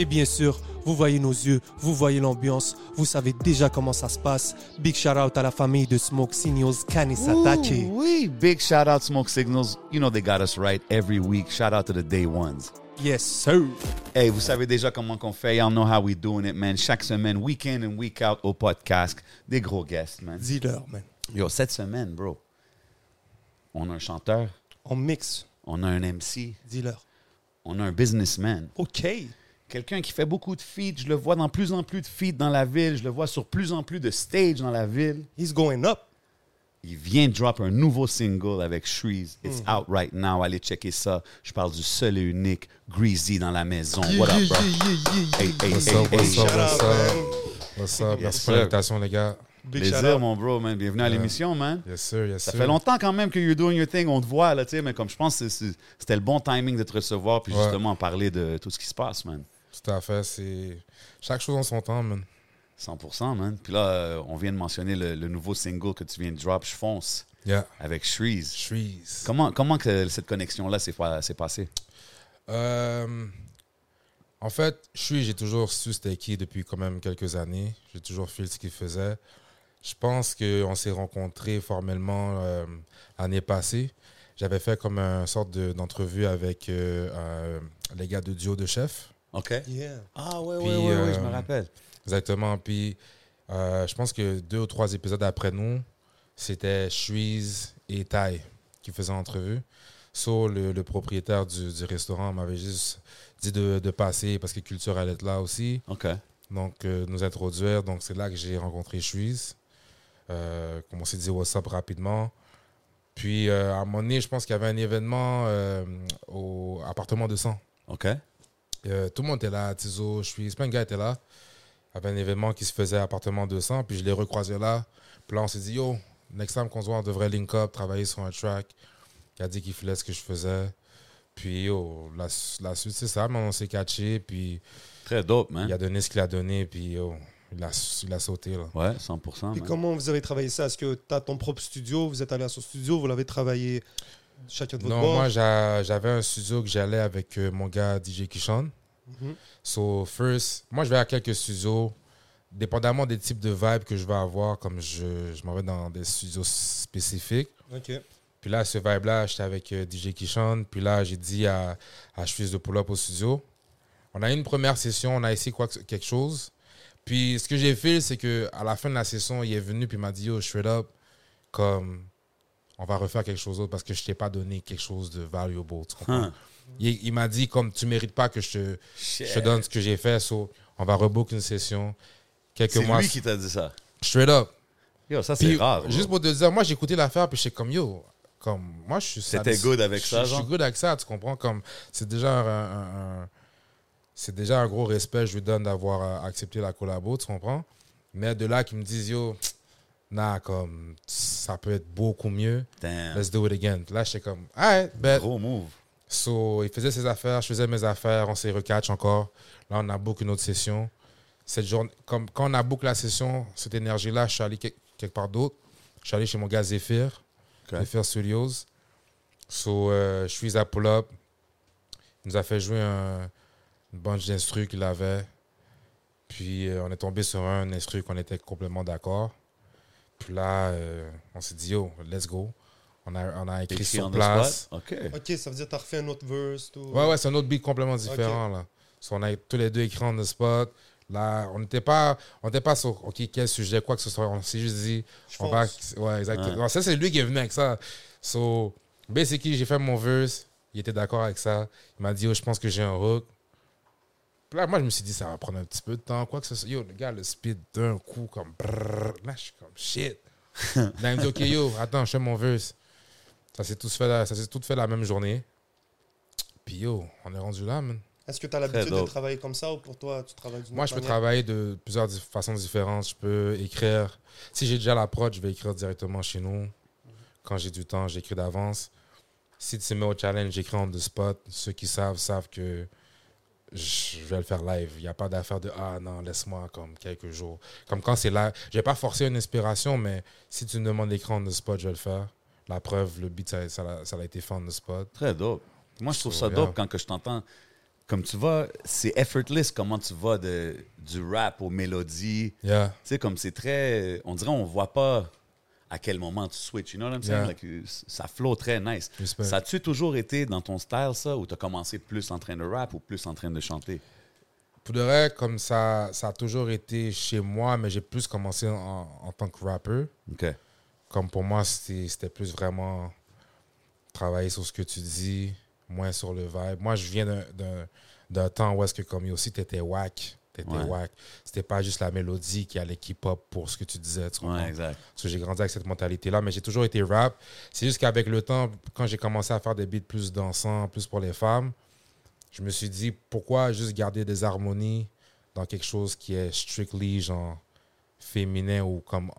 Et bien sûr, vous voyez nos yeux, vous voyez l'ambiance, vous savez déjà comment ça se passe. Big shout out à la famille de Smoke Signals Kanisatake. Ooh, wee. Big shout out Smoke Signals. You know they got us right every week. Shout out to the day ones. Yes, sir. Hey, vous savez déjà comment qu'on fait. Y'all know how we doing it, man. Chaque semaine, week in and week out au podcast. Des gros guests, man. Dis-leur, man. Yo, cette semaine, bro, on a un chanteur, On mixe. on a un MC, Dis-leur. on a un businessman. OK. Quelqu'un qui fait beaucoup de feats. Je le vois dans plus en plus de feats dans la ville. Je le vois sur plus en plus de stages dans la ville. He's going up. Il vient de drop un nouveau single avec Shreeze. It's out right now. Allez checker ça. Je parle du seul et unique Greasy dans la maison. What up, bro? Hey, hey, What's hey, up, hey. what's up, what's man. up? What's up? Merci pour sir. l'invitation, les gars. Big shout Plaisir, out. mon bro, man. Bienvenue à l'émission, man. Yes, sir, yes, Ça sir. fait longtemps quand même que you're doing your thing. On te voit, là, tu sais, mais comme je pense que c'est- c'est- c'était le bon timing de te recevoir puis Ouais. justement parler de tout ce qui se passe, man. Tout à fait, c'est... Chaque chose en son temps, man. 100%, man. Puis là, euh, on vient de mentionner le, le nouveau single que tu viens de drop, Je fonce, Yeah. avec Shreeze. Shreeze. Comment, comment que cette connexion-là s'est fa- s'est passée? Euh, en fait, je suis, j'ai toujours su c'était qui depuis quand même quelques années. J'ai toujours fait ce qu'il faisait. Je pense qu'on s'est rencontrés formellement euh, l'année passée. J'avais fait comme une sorte de- d'entrevue avec euh, euh, les gars de Duo de Chef. OK. Yeah. Ah, ouais, Puis, euh, rappelle. Exactement. Puis, euh, je pense que deux ou trois épisodes après nous, c'était Shuiz et Tai qui faisaient l'entrevue. So, le, le propriétaire du, du restaurant m'avait juste dit de, de passer parce que Culture allait être là aussi. OK. Donc, euh, nous introduire. Donc, c'est là que j'ai rencontré Shuiz. Euh, comme on s'est dit, WhatsApp rapidement. Puis, euh, à un moment donné, je pense qu'il y avait un événement euh, au appartement de sang. OK. Euh, tout le monde était là, Tizo, je suis. Plein de gars étaient là. Il y avait un événement qui se faisait à appartement 200, puis je les recroisais là. Puis là, on s'est dit, yo, next time qu'on se voit, on devrait link up, travailler sur un track. Il a dit qu'il filait ce que je faisais. Puis, yo, la, su- la suite, c'est ça, mais on s'est catché, puis Très dope, man. il a donné ce qu'il a donné, puis yo, il a, su- il a sauté, là. Ouais, 100%. Et man. comment vous avez travaillé ça Est-ce que tu as ton propre studio Vous êtes allé à son studio Vous l'avez travaillé chacun de votre Non, bord moi, j'a- j'avais un studio que j'allais avec euh, mon gars DJ Kishan. Mhm. So, first, moi, je vais à quelques studios, dépendamment des types de vibes que je vais avoir, comme je, je m'en vais dans des studios spécifiques. Ok. Puis là, ce vibe-là, j'étais avec euh, DJ Kishan. Puis là, j'ai dit à, à Suisse de pull-up au studio. On a eu une première session, on a essayé quoi, que- quelque chose. Puis ce que j'ai fait, c'est que à la fin de la session, il est venu puis il m'a dit Yo, straight up, comme on va refaire quelque chose d'autre parce que je t'ai pas donné quelque chose de valuable. Tu comprends? Hein. Il, il m'a dit comme tu mérites pas que je te, je te donne ce que j'ai fait. So, on va rebook une session. Quelques C'est mois. lui qui t'a dit ça. Straight up. Yo, ça, c'est Puis, rare. Juste Juste pour te dire, moi j'ai écouté l'affaire puis j'étais comme yo, comme moi je suis. C'était ça- good avec je- ça, Je suis genre? good avec ça, tu comprends comme c'est déjà un, un- un- c'est déjà un gros respect je lui donne d'avoir euh, accepté la collabo, tu comprends Mais de là qu'ils me disent yo, nah comme ça peut être beaucoup mieux. Let's do it again. Là j'étais comme alright, bet. Gros move. So, il faisait ses affaires, je faisais mes affaires, on s'est recatch encore. Là, on a book une autre session. Cette journée, comme quand on a book la session, cette énergie-là, je suis allé quel- quelque part d'autre. Je suis allé chez mon gars Zephyr, Ok. Zephyr Studios. So, euh, je suis à Pull Up. Il nous a fait jouer un- une bunch d'instrus qu'il avait. Puis, euh, on est tombé sur un instru qu'on était complètement d'accord. Puis là, euh, on s'est dit, yo, let's go. On a, on a écrit Écrit sur en place. place. OK. Ok, ça veut dire que tu as refait un autre verse. Tout. Ouais, ouais, c'est un autre beat complètement différent. Là. So, on a tous les deux écrit en the spot. Là, on n'était pas, on n'était pas sur OK, quel sujet, quoi que ce soit. On s'est juste dit, on va. Ouais, exactement. Ça, c'est lui qui est venu avec ça. So, basically, j'ai fait mon verse. Il était d'accord avec ça. Il m'a dit, oh, je pense que j'ai un hook. Puis Là, moi, je me suis dit, ça va prendre un petit peu de temps, quoi que ce soit. Yo, le gars, le speed d'un coup, comme brrr. Là, je suis comme shit. Là, il me dit, OK, yo, attends, je fais mon verse. Ça s'est tout fait, la- ça s'est tout fait la même journée. Puis yo, on est rendu là, man. Est-ce que tu as l'habitude de dope. travailler comme ça ou pour toi, tu travailles d'une Moi, autre je peux manière travailler de plusieurs di- façons différentes. Je peux écrire. Si j'ai déjà la prod, je vais écrire directement chez nous. Quand j'ai du temps, j'écris d'avance. Si tu me mets au challenge, j'écris en deux spots. Ceux qui savent, savent que je vais le faire live. Il n'y a pas d'affaire de Ah non, laisse-moi comme quelques jours. Comme quand c'est là. Je vais pas forcer une inspiration, mais si tu me demandes d'écrire en deux spots, je vais le faire. La preuve, le beat, ça, ça, l'a- ça a été fait en deux spots. Très dope. Moi, je trouve ça Yeah. dope quand que je t'entends. Comme tu vas, c'est effortless comment tu vas de, du rap aux mélodies. Yeah. Tu sais, comme c'est très. On dirait on voit pas à quel moment tu switches. You know what I'm saying? Yeah. Like, euh, c- ça flow très nice. Respect. Ça a-tu toujours été dans ton style, ça, ou t'as commencé plus en train de rap ou plus en train de chanter? Pour de vrai, comme ça, ça a toujours été chez moi, mais j'ai plus commencé en, en tant que rappeur. OK. Comme pour moi, c'était c'était plus vraiment travailler sur ce que tu dis, moins sur le vibe. Moi, je viens d'un- d'un- d'un temps où est-ce que comme yo, aussi, t'étais whack. T'étais Ouais. whack. C'était pas juste la mélodie qui allait qui pop pour ce que tu disais. Tu comprends? Ouais, exact. Parce que j'ai grandi avec cette mentalité-là, mais j'ai toujours été rap. C'est juste qu'avec le temps, quand j'ai commencé à faire des beats plus dansants, plus pour les femmes, je me suis dit pourquoi juste garder des harmonies dans quelque chose qui est strictly genre féminin ou comme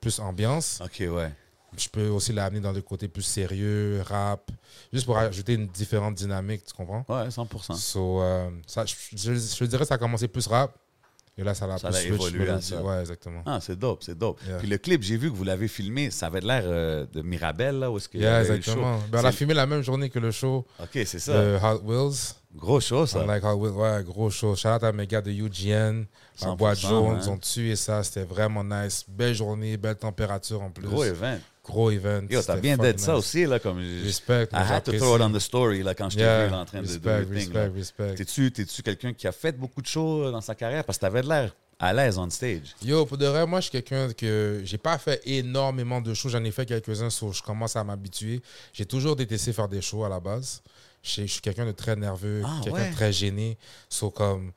plus ambiance. OK, ouais. Je peux aussi l'amener dans le côté plus sérieux, rap, juste pour ajouter une différente dynamique, tu comprends? Ouais, 100 So, euh, ça, je, je- je dirais que ça a commencé plus rap, et là ça l'a Ça plus l'a switch évolué à mélodie. ça. Ouais, exactement. Ah, c'est dope, c'est dope. Yeah. Puis le clip, j'ai vu que vous l'avez filmé, ça avait l'air euh, de Mirabelle, là, où est-ce qu'il y Yeah, avait eu le exactement. show. Ben, on l'a C'est- filmé la même journée que le show OK, c'est ça. de Hot Wheels. Gros show, ça. I like Hot Wheels. Ouais, gros show. Shout out à mes gars de UGN, à 100%, Bois Jones. hein. Ils ont tué ça. C'était vraiment nice. Belle journée, belle température en plus. Gros event. Gros event. Yo, t'as C'était bien fucking d'être ça nice. aussi, là, comme... je- Respect, I had to j'apprécie. throw it on the story, là, quand je t'ai Yeah, vu là, en train de- de respect, do your thing, respect, là. respect. T'es-tu, t'es-tu quelqu'un qui a fait beaucoup de shows euh, dans sa carrière? Parce que t'avais de l'air à l'aise on stage. Yo, pour de vrai, moi, je suis quelqu'un que j'ai pas fait énormément de shows. J'en ai fait quelques-uns, so je commence à m'habituer. J'ai toujours détesté faire des shows à la base. Je suis- je suis quelqu'un de très nerveux, Ah, quelqu'un ouais? de très gêné. So, comme,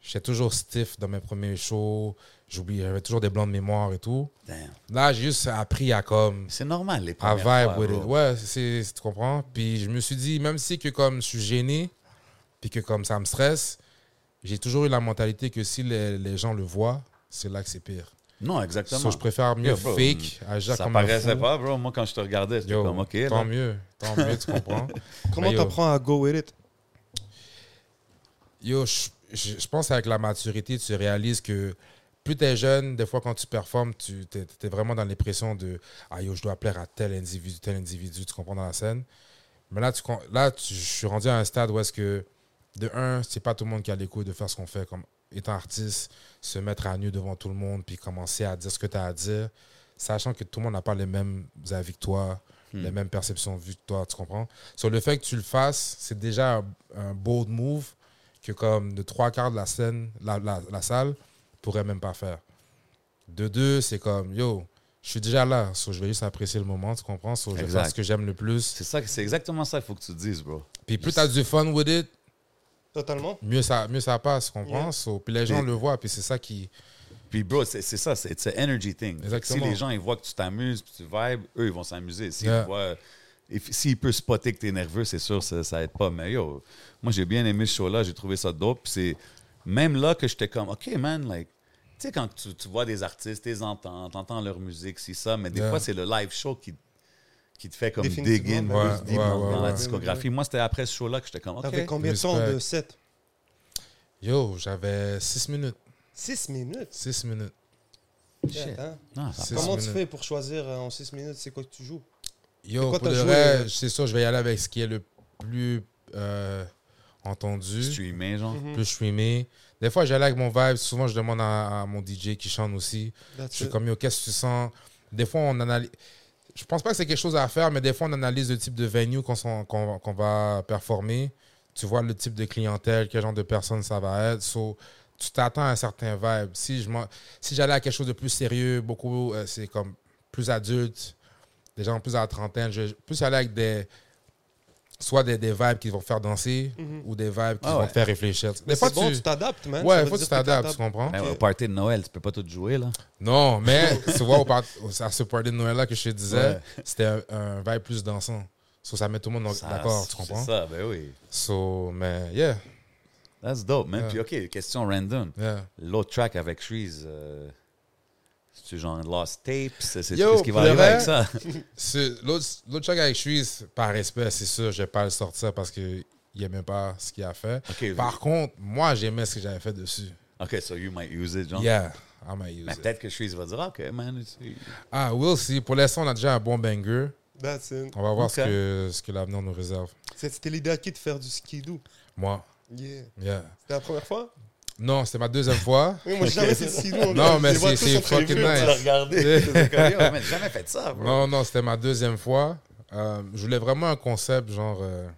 j'étais toujours stiff dans mes premiers shows. J'oublie, j'avais toujours des blancs de mémoire et tout. Damn. Là, j'ai juste appris à comme C'est normal, les à premières vibe fois, with bro. it. Ouais, c'est, c'est- tu comprends? Puis je me suis dit, même si que comme je suis gêné, puis que comme ça me stresse, j'ai toujours eu la mentalité que si les, les gens le voient, c'est là que c'est pire. Non, exactement. So, je préfère mieux Yeah, bro. fake, agir ça comme un paraissait fou. pas, bro. Moi, quand je te regardais, j'étais Yo, comme, OK, là. tant mieux, tant mieux, tu comprends? Comment Mais tu yo, apprends à go with it Yo, je, je- je pense avec la maturité, tu réalises que plus t'es jeune, des fois quand tu performes, tu t'es, t'es vraiment dans les pressions de ah yo, je dois plaire à tel individu, tel individu, tu comprends dans la scène. Mais là, tu, con- là, tu- je suis rendu à un stade où est-ce que de un, c'est pas tout le monde qui a les couilles de faire ce qu'on fait comme étant artiste, se mettre à nu devant tout le monde puis commencer à dire ce que tu as à dire, sachant que tout le monde n'a pas les mêmes avis que toi, les mêmes perceptions de vue que toi, tu comprends? Sur le fait que tu le fasses, c'est déjà un, un bold move que comme de trois quarts de la scène, la, la, la salle, pourrait même pas faire. De deux, c'est comme, yo, je suis déjà là, so je vais juste apprécier le moment, tu comprends? So je vais Exact. faire ce que j'aime le plus. C'est, ça, que- c'est exactement ça qu'il faut que tu te dises, bro. Puis plus tu as du fun with it, Totalement. mieux ça, mieux ça passe, tu comprends? Yeah. So, puis les gens Et- le voient, puis c'est ça qui... Puis, bro, c'est, c'est ça, c'est it's a energy thing. Fait que Exactement. Si les gens, ils voient que tu t'amuses, puis tu vibes, eux, ils vont s'amuser. S'ils Yeah. voient- if- s'ils peuvent spotter que t'es nerveux, c'est sûr, ça, ça aide pas. Mais yo, moi, j'ai bien aimé ce show-là, j'ai trouvé ça dope. Puis c'est même là que j'étais comme, OK, man, like, tu sais, quand tu, tu vois des artistes, tu les entends, t'entends leur musique, si ça, mais des Yeah. fois, c'est le live show qui, qui te fait comme dig in Définitivement, ouais, plus deep ouais, dans, ouais, dans la ouais. discographie. Moi, c'était après ce show-là que j'étais comme, OK. T'avais combien de temps Respect. de 7 Yo, j'avais 6 minutes. 6 minutes. 6 minutes. Shit, hein. Ah, ça- Six Comment tu minutes. fais pour choisir euh, en 6 minutes c'est quoi que tu joues Yo, quoi pour t'as de joué, vrai, euh? c'est sûr, je vais y aller avec ce qui est le plus euh, entendu, streamé, genre. plus streamé. Des fois, j'allais avec mon vibe. Souvent, je demande à, à mon DJ qui chante aussi. That's Je suis it. comme, yo, qu'est-ce que tu sens? Des fois, on analyse. Je pense pas que c'est quelque chose à faire, mais des fois, on analyse le type de venue qu'on s'en- qu'on- qu'on va performer. Tu vois le type de clientèle, quel genre de personne ça va être. So, tu t'attends à un certain vibe. Si je m'en- si j'allais à quelque chose de plus sérieux, beaucoup, euh, c'est comme plus adulte, des gens plus à la trentaine, je plus aller avec des soit des, des vibes qui vont te faire danser ou des vibes qui Ah vont ouais. te faire réfléchir. Mais Des fois, c'est bon, tu tu t'adaptes, man. Ça Ouais, veut faut que dire tu t'adaptes, tu comprends? Ben, au party de Noël, tu peux pas tout jouer, là. Non, mais tu vois, au par- au- à ce party de Noël-là que je te disais, Ouais. c'était un, un vibe plus dansant. So, ça met tout le monde Ça- d'accord, tu comprends? C'est ça, ben oui. So, mais yeah, That's dope, man. Ouais. Puis, OK, question random. yeah. L'autre track avec Shreeze, euh, c'est-tu genre Lost Tapes? C'est c'est- Yo, qu'est-ce qui va pour le arriver avec vrai, ça? C'est- L'autre l'autre track avec Suisse, par respect, c'est sûr, je vais pas le sortir parce qu'il n'aimait pas ce qu'il a fait. OK, Par contre, moi, j'aimais ce que j'avais fait dessus. OK, so you might use it, genre. Yeah, I might use Mais it. peut-être que Shreeze va dire, OK, man, it's- Ah, we'll see. Pour l'instant, on a déjà un bon banger. That's it. On va voir OK. ce que, ce que l'avenir nous réserve. C'est- C'était l'idée à qui de faire du skidoo. Moi, Yeah. yeah. C'était la première fois? Non, c'était ma deuxième fois. Oui, moi, ah j'ai jamais fait de skidoo. on Non, dirait. mais Je les vois c'est- tous c'est en prévu, fucking on dirait. nice. Tu l'as regardé. C'est comme, Yo, man, j'ai jamais fait ça, bro. Non, non, c'était ma deuxième fois. Euh, je voulais vraiment un concept genre euh,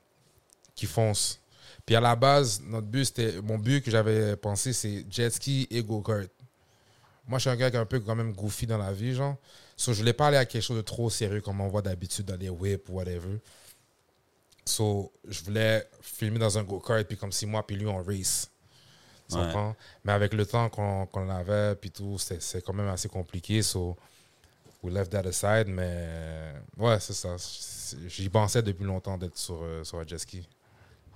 qui fonce. Puis à la base, notre but, c'était mon but que j'avais pensé, c'est jet ski et go-kart. Moi, je suis un gars qui est un peu quand même goofy dans la vie, genre. So, je voulais pas aller à quelque chose de trop sérieux comme on voit d'habitude dans les whips ou whatever. So, je voulais filmer dans un go-kart, puis comme si moi, puis lui, on race. Tu Ouais. comprends? Mais avec le temps qu'on qu'on avait, puis tout, c'était- c'est quand même assez compliqué. So, we left that aside, mais ouais, c'est ça. C'est- J'y pensais depuis longtemps d'être sur, euh, sur un jet ski.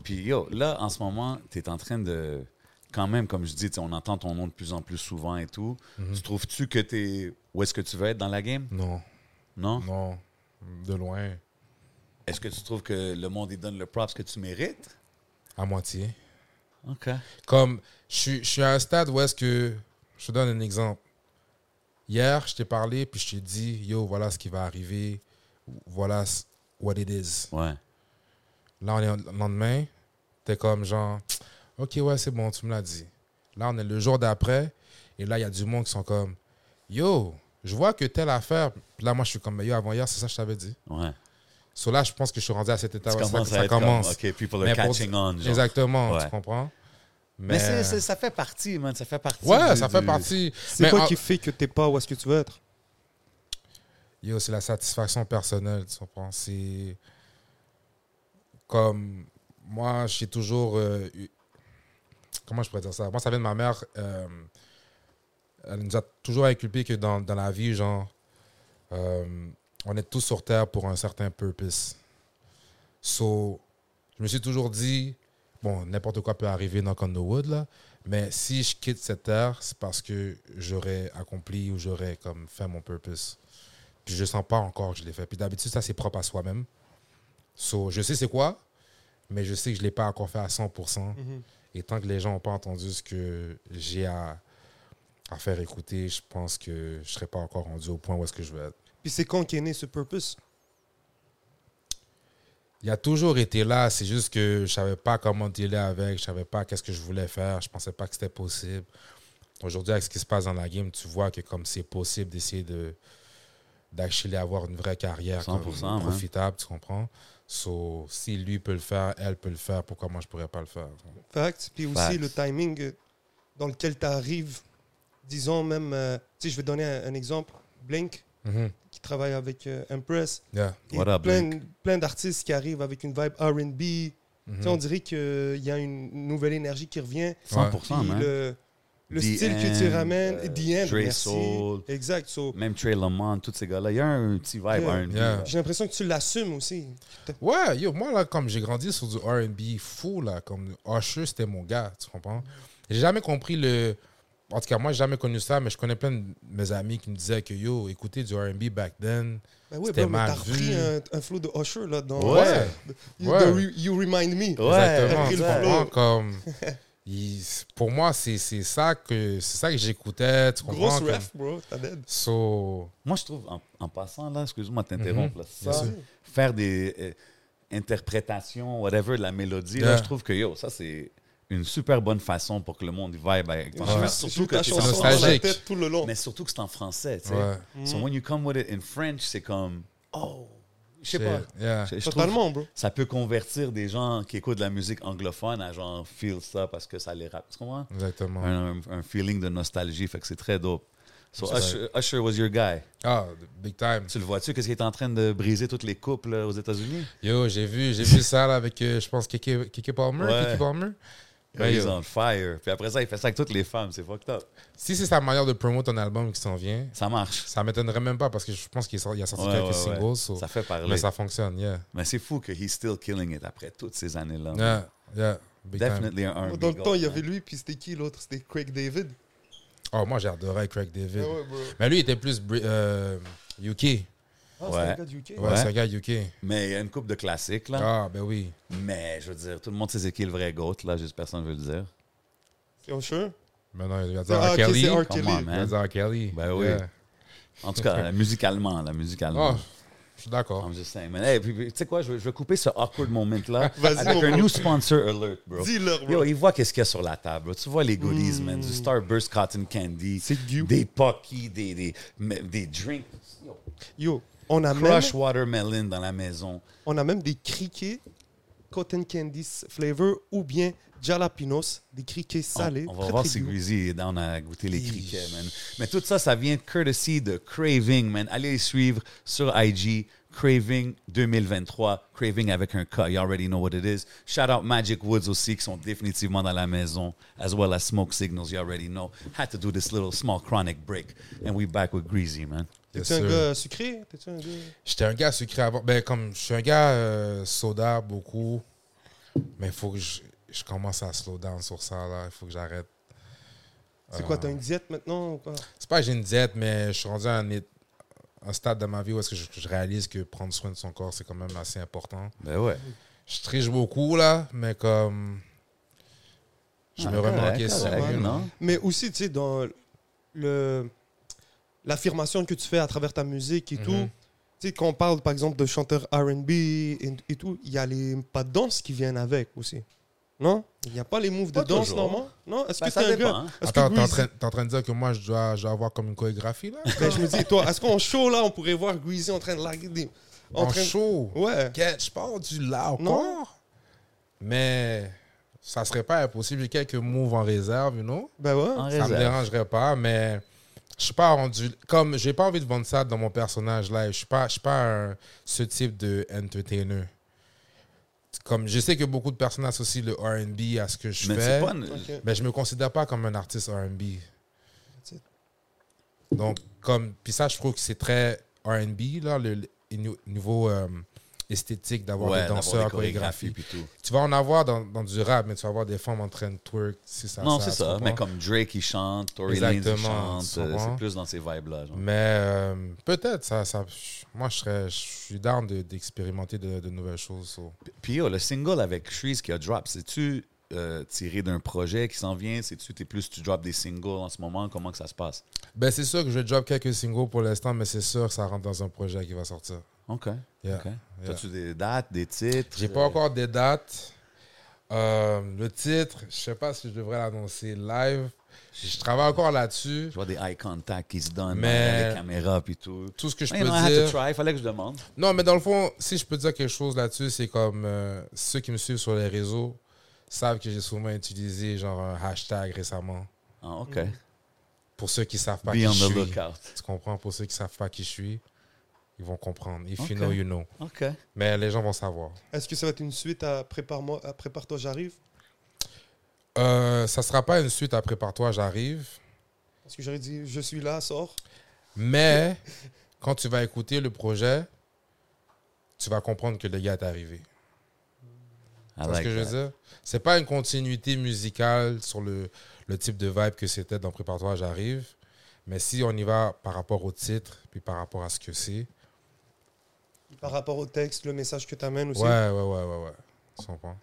Puis yo, là, en ce moment, tu es en train de. Quand même, comme je dis, tu sais, on entend ton nom de plus en plus souvent et tout. Mm-hmm. Tu trouves-tu que tu es. Où est-ce que tu veux être dans la game? Non, Non? non, de loin, Est-ce que tu trouves que le monde, il donne le props que tu mérites? à moitié. OK. Comme, je suis- je suis à un stade où est-ce que. Je te donne un exemple. Hier, je t'ai parlé, puis je t'ai dit, yo, voilà ce qui va arriver, voilà ce- what it is. Ouais. Là, on est le lendemain, t'es comme genre, ok, ouais, c'est bon, tu me l'as dit. Là, on est le jour d'après, et là, il y a du monde qui sont comme, yo, je vois que telle affaire. Puis Là, moi, je suis comme, mais yo, avant hier, c'est ça que je t'avais dit. Ouais. So là, je pense que je suis rendu à cet état Tu où ça, commences à ça être commence. comme, OK, people are Mais pour- catching on. Genre. Exactement, Ouais. tu comprends? Mais, c'est- c'est- ça fait partie, man. Ça fait partie. Ouais, du- ça fait du- partie. C'est Mais quoi en- qui fait que t'es pas où est-ce que tu veux être? Yo, c'est la satisfaction personnelle, tu comprends? C'est comme moi, j'ai toujours euh, eu- Comment je pourrais dire ça? Moi, ça vient de ma mère. euh, Elle nous a toujours inculpé que dans, dans la vie, genre, euh, on est tous sur Terre pour un certain purpose. So, je me suis toujours dit, bon, n'importe quoi peut arriver dans on the wood, là, mais si je quitte cette Terre, c'est parce que j'aurais accompli ou j'aurais comme fait mon purpose puis je sens pas encore que je l'ai fait. Puis d'habitude, ça, c'est propre à soi-même. So, je sais c'est quoi, mais je sais que je l'ai pas encore fait à 100%. Et tant que les gens n'ont pas entendu ce que j'ai à, à faire écouter, je pense que je serai pas encore rendu au point où est-ce que je veux être. Puis c'est quand qu'est né ce purpose? Il a toujours été là, c'est juste que je savais pas comment dealer avec, je savais pas qu'est-ce que je voulais faire, je pensais pas que c'était possible. Aujourd'hui, avec ce qui se passe dans la game, tu vois que comme c'est possible d'essayer de d'acheter avoir une vraie carrière comme 100%, ouais. profitable, tu comprends? So, si lui peut le faire, elle peut le faire, pourquoi moi je pourrais pas le faire? Fact. Puis aussi Fact. le timing euh, dans lequel tu arrives. Disons même, euh, tu sais, je vais donner un, un exemple. Blink, Mhm. qui travaille avec euh, Empress. Yeah. Et What up, plein plein d'artistes qui arrivent avec une vibe RB. Tu sais, On Hmm. Mhm. dirait qu'il y a une nouvelle énergie qui revient. 100%, Puis man. le, le The style que tu End, ramènes, euh, The End, Dre merci. Soul. Exact. So, Même Trey Lamont, tous ces gars-là, il y a un petit vibe Yeah. R&B. Yeah. là. j'ai l'impression que tu l'assumes aussi. Ouais, yo, moi, là, comme j'ai grandi sur du RB fou, là, comme Usher, c'était mon gars, tu comprends? J'ai jamais compris le. En tout cas, moi, j'ai jamais connu ça, mais je connais plein de mes amis qui me disaient que yo, écouter du RB back then. Ben oui, C'était bro, mais mal t'as vu. repris un, un flow de Usher là dans euh, Ouais. You, Ouais. the re- you Remind Me. Exactement. Après Tu le comprends? flow. Comme, il- pour moi, c'est c'est ça que c'est ça que j'écoutais. Tu comprends? Grosse comme- ref, bro. T'as dead. So, Moi, je trouve, en, en passant, là, excuse-moi de t'interrompre, là, ça, Mm-hmm. Bien sûr. faire des euh, interprétations, whatever, de la mélodie, là, Yeah. je trouve que, yo, ça, c'est une super bonne façon pour que le monde vibe avec ton Je Mais me suis Surtout joué que ta c'est en chanson dans français. la nostalgique. tête tout le long. Mais surtout que c'est en français, tu sais. ouais. So when you come with it in French, c'est comme, oh, je sais pas. Yeah. Je- je trouve- Totalement, bro. ça peut convertir des gens qui écoutent de la musique anglophone à genre feel ça parce que ça les rappe. Tu comprends? Exactement. Un, un- un feeling de nostalgie, fait que c'est très dope. So C'est Usher, Usher was your guy. Ah, big time. Tu le vois-tu? Qu'est-ce qu'il est en train de briser toutes les couples là, aux États-Unis? Yo, j'ai vu, j'ai vu ça là, avec, euh, je pense, Kiki, Kiki Palmer. Ouais. Kiki Palmer. Ben, He's yo. on fire. Puis après ça, il fait ça avec toutes les femmes. C'est fucked up. Si c'est sa manière de promouvoir ton album qui s'en vient, Ça marche. ça m'étonnerait même pas parce que je pense qu'il sort- il a sorti Ouais, quelques ouais, ouais. singles. so- Ça fait parler. mais ça fonctionne, yeah. Mais c'est fou que he's still killing it après toutes ces années-là. Yeah, yeah. Big time. Definitely un, un Dans big le temps, il y old avait lui, puis c'était qui l'autre C'était Craig David. Oh, moi, j'adorais Craig David. Ah ouais, bro. Mais lui, il était plus bri- euh, UK. Ouais, Ah, Ouais. c'est un gars du UK. Ouais. c'est un gars UK. Mais il y a une coupe de classiques, là. Ah, ben oui. Mais je veux dire, tout le monde sait c'est qui le vrai GOAT, là. Juste personne ne veut le dire. C'est Usher. Maintenant, il va C'est dire ah, R. ok, Kelly. c'est R. Come Kelly. on, Il va man. dire R. Kelly. Ben oui. Yeah. En tout cas, musicalement, là, musicalement. Oh, Ah, je suis d'accord. I'm just saying, man. Hey, puis, puis, tu sais quoi, je vais, je vais couper ce awkward moment-là Vas-y, avec mon un bro. new sponsor alert, bro. Dis-leur, bro. Hmm. Yo, il voit qu'est-ce qu'il y a sur la table. bro. Tu vois les goodies, man. Du Starburst Cotton Candy. C'est du- Des Pocky, des, des, mais- des drinks. Yo, Yo, on a, même, Crush Watermelon dans la maison. on a même des criquets cotton candy flavor ou bien jalapenos, des criquets On, salés. Ah, on va très, voir très si doux. Greasy est down à goûter les criquets, man. Mais tout ça, ça vient courtesy de Craving, man. Allez les suivre sur IG, Craving 2023. Craving avec un K, you already know what it is. Shout out Magic Woods aussi, qui sont définitivement dans la maison, as well as Smoke Signals, you already know. Had to do this little small chronic break, and we back with Greasy, man. Yes, T'es un sir. gars sucré T'es un gars. J'étais un gars sucré avant. Ben, comme je suis un gars euh, soda beaucoup, mais il faut que je, je commence à slow down sur ça. là. Il faut que j'arrête. C'est quoi, t'as Ah. une diète maintenant ou quoi C'est pas que j'ai une diète, mais je suis rendu à un, é- un stade de ma vie où est-ce que je, je réalise que prendre soin de son corps, c'est quand même assez important. Ben ouais. Je triche beaucoup, là, mais comme. Je me remets en question. là. non? Mais aussi, tu sais, dans le l'affirmation que tu fais à travers ta musique et Mhm. tout, tu sais, quand on parle par exemple de chanteurs RB et, et tout, il y a les pas de danse qui viennent avec aussi. Non Il n'y a pas les moves Pas de danse toujours. normalement Non Est-ce Ben, que ça t'es un dépend, gars hein. est-ce Attends, que t'es en, Greasy- train, t'es en train de dire que moi, je dois, je dois avoir comme une chorégraphie, là Ben, je me dis, toi, est-ce qu'en show là, on pourrait voir Greasy en train de larguer des. En train... show Ouais. Get, je parle du là Non. encore. Mais ça serait pas impossible. J'ai quelques moves en réserve, you know. Ben ouais. En Ça me réserve. dérangerait pas, mais je suis pas rendu. Comme j'ai pas envie de vendre ça dans mon personnage là, je suis pas, je suis pas un- ce type de entertainer. Comme je sais que beaucoup de personnes associent le R&B à ce que je Mais c'est fais, pas une- Ok. mais je me considère pas comme un artiste R&B. Donc comme puis ça, je trouve que c'est très R&B là le, le nu- niveau euh, esthétique d'avoir Ouais, des d'avoir danseurs, des chorégraphies chorégraphies. puis tout. Tu vas en avoir dans, dans du rap, mais tu vas avoir des femmes en train de twerk, si ça. Non, ça, c'est tu ça. Mais comprends? comme Drake, il chante, Tory Lanez, il Exactement, chante. tu euh, comprends? C'est plus dans ces vibes-là. genre. Mais euh, peut-être, ça, ça, moi, je, serais, je suis down de- d'expérimenter de, de nouvelles choses. so. Puis yo, le single avec Shreeze qui a drop, c'est-tu euh, tiré d'un projet qui s'en vient? C'est-tu, t'es plus, tu drops des singles en ce moment? Comment que ça se passe? Ben, c'est sûr que je vais drop quelques singles pour l'instant, mais c'est sûr que ça rentre dans un projet qui va sortir. OK. Yeah, OK. yeah. T'as-tu des dates, des titres? J'ai pas encore des dates. Euh, le titre, je sais pas si je devrais l'annoncer live. Je travaille encore là-dessus. Je vois des eye contact qui se donnent Mais- derrière les caméras puis tout. Tout ce que je Mais peux non, I had to dire. try. Fallait que je demande. Non, mais dans le fond, si je peux dire quelque chose là-dessus, c'est comme euh, ceux qui me suivent sur les réseaux savent que j'ai souvent utilisé genre un hashtag récemment. Ah, OK. Pour ceux qui savent Mm. pas Be qui on je the suis. lookout. Tu comprends? Pour ceux qui savent pas qui je suis, ils vont comprendre. If Ok. you know, you know. OK. Mais les gens vont savoir. Est-ce que ça va être une suite à Prépare-moi, à Prépare-toi, j'arrive Euh, ça sera pas une suite après par toi, j'arrive. Parce que j'aurais dit, je suis là, sors. Mais quand tu vas écouter le projet, tu vas comprendre que le gars est arrivé. I Tu vois ce like que je that. veux dire? C'est pas une continuité musicale sur le, le type de vibe que c'était dans Prépare-toi, j'arrive. Mais si on y va par rapport au titre, puis par rapport à ce que c'est. Par rapport au texte, le message que t'amènes aussi. Ouais, ouais, ouais, ouais, ouais. Tu comprends?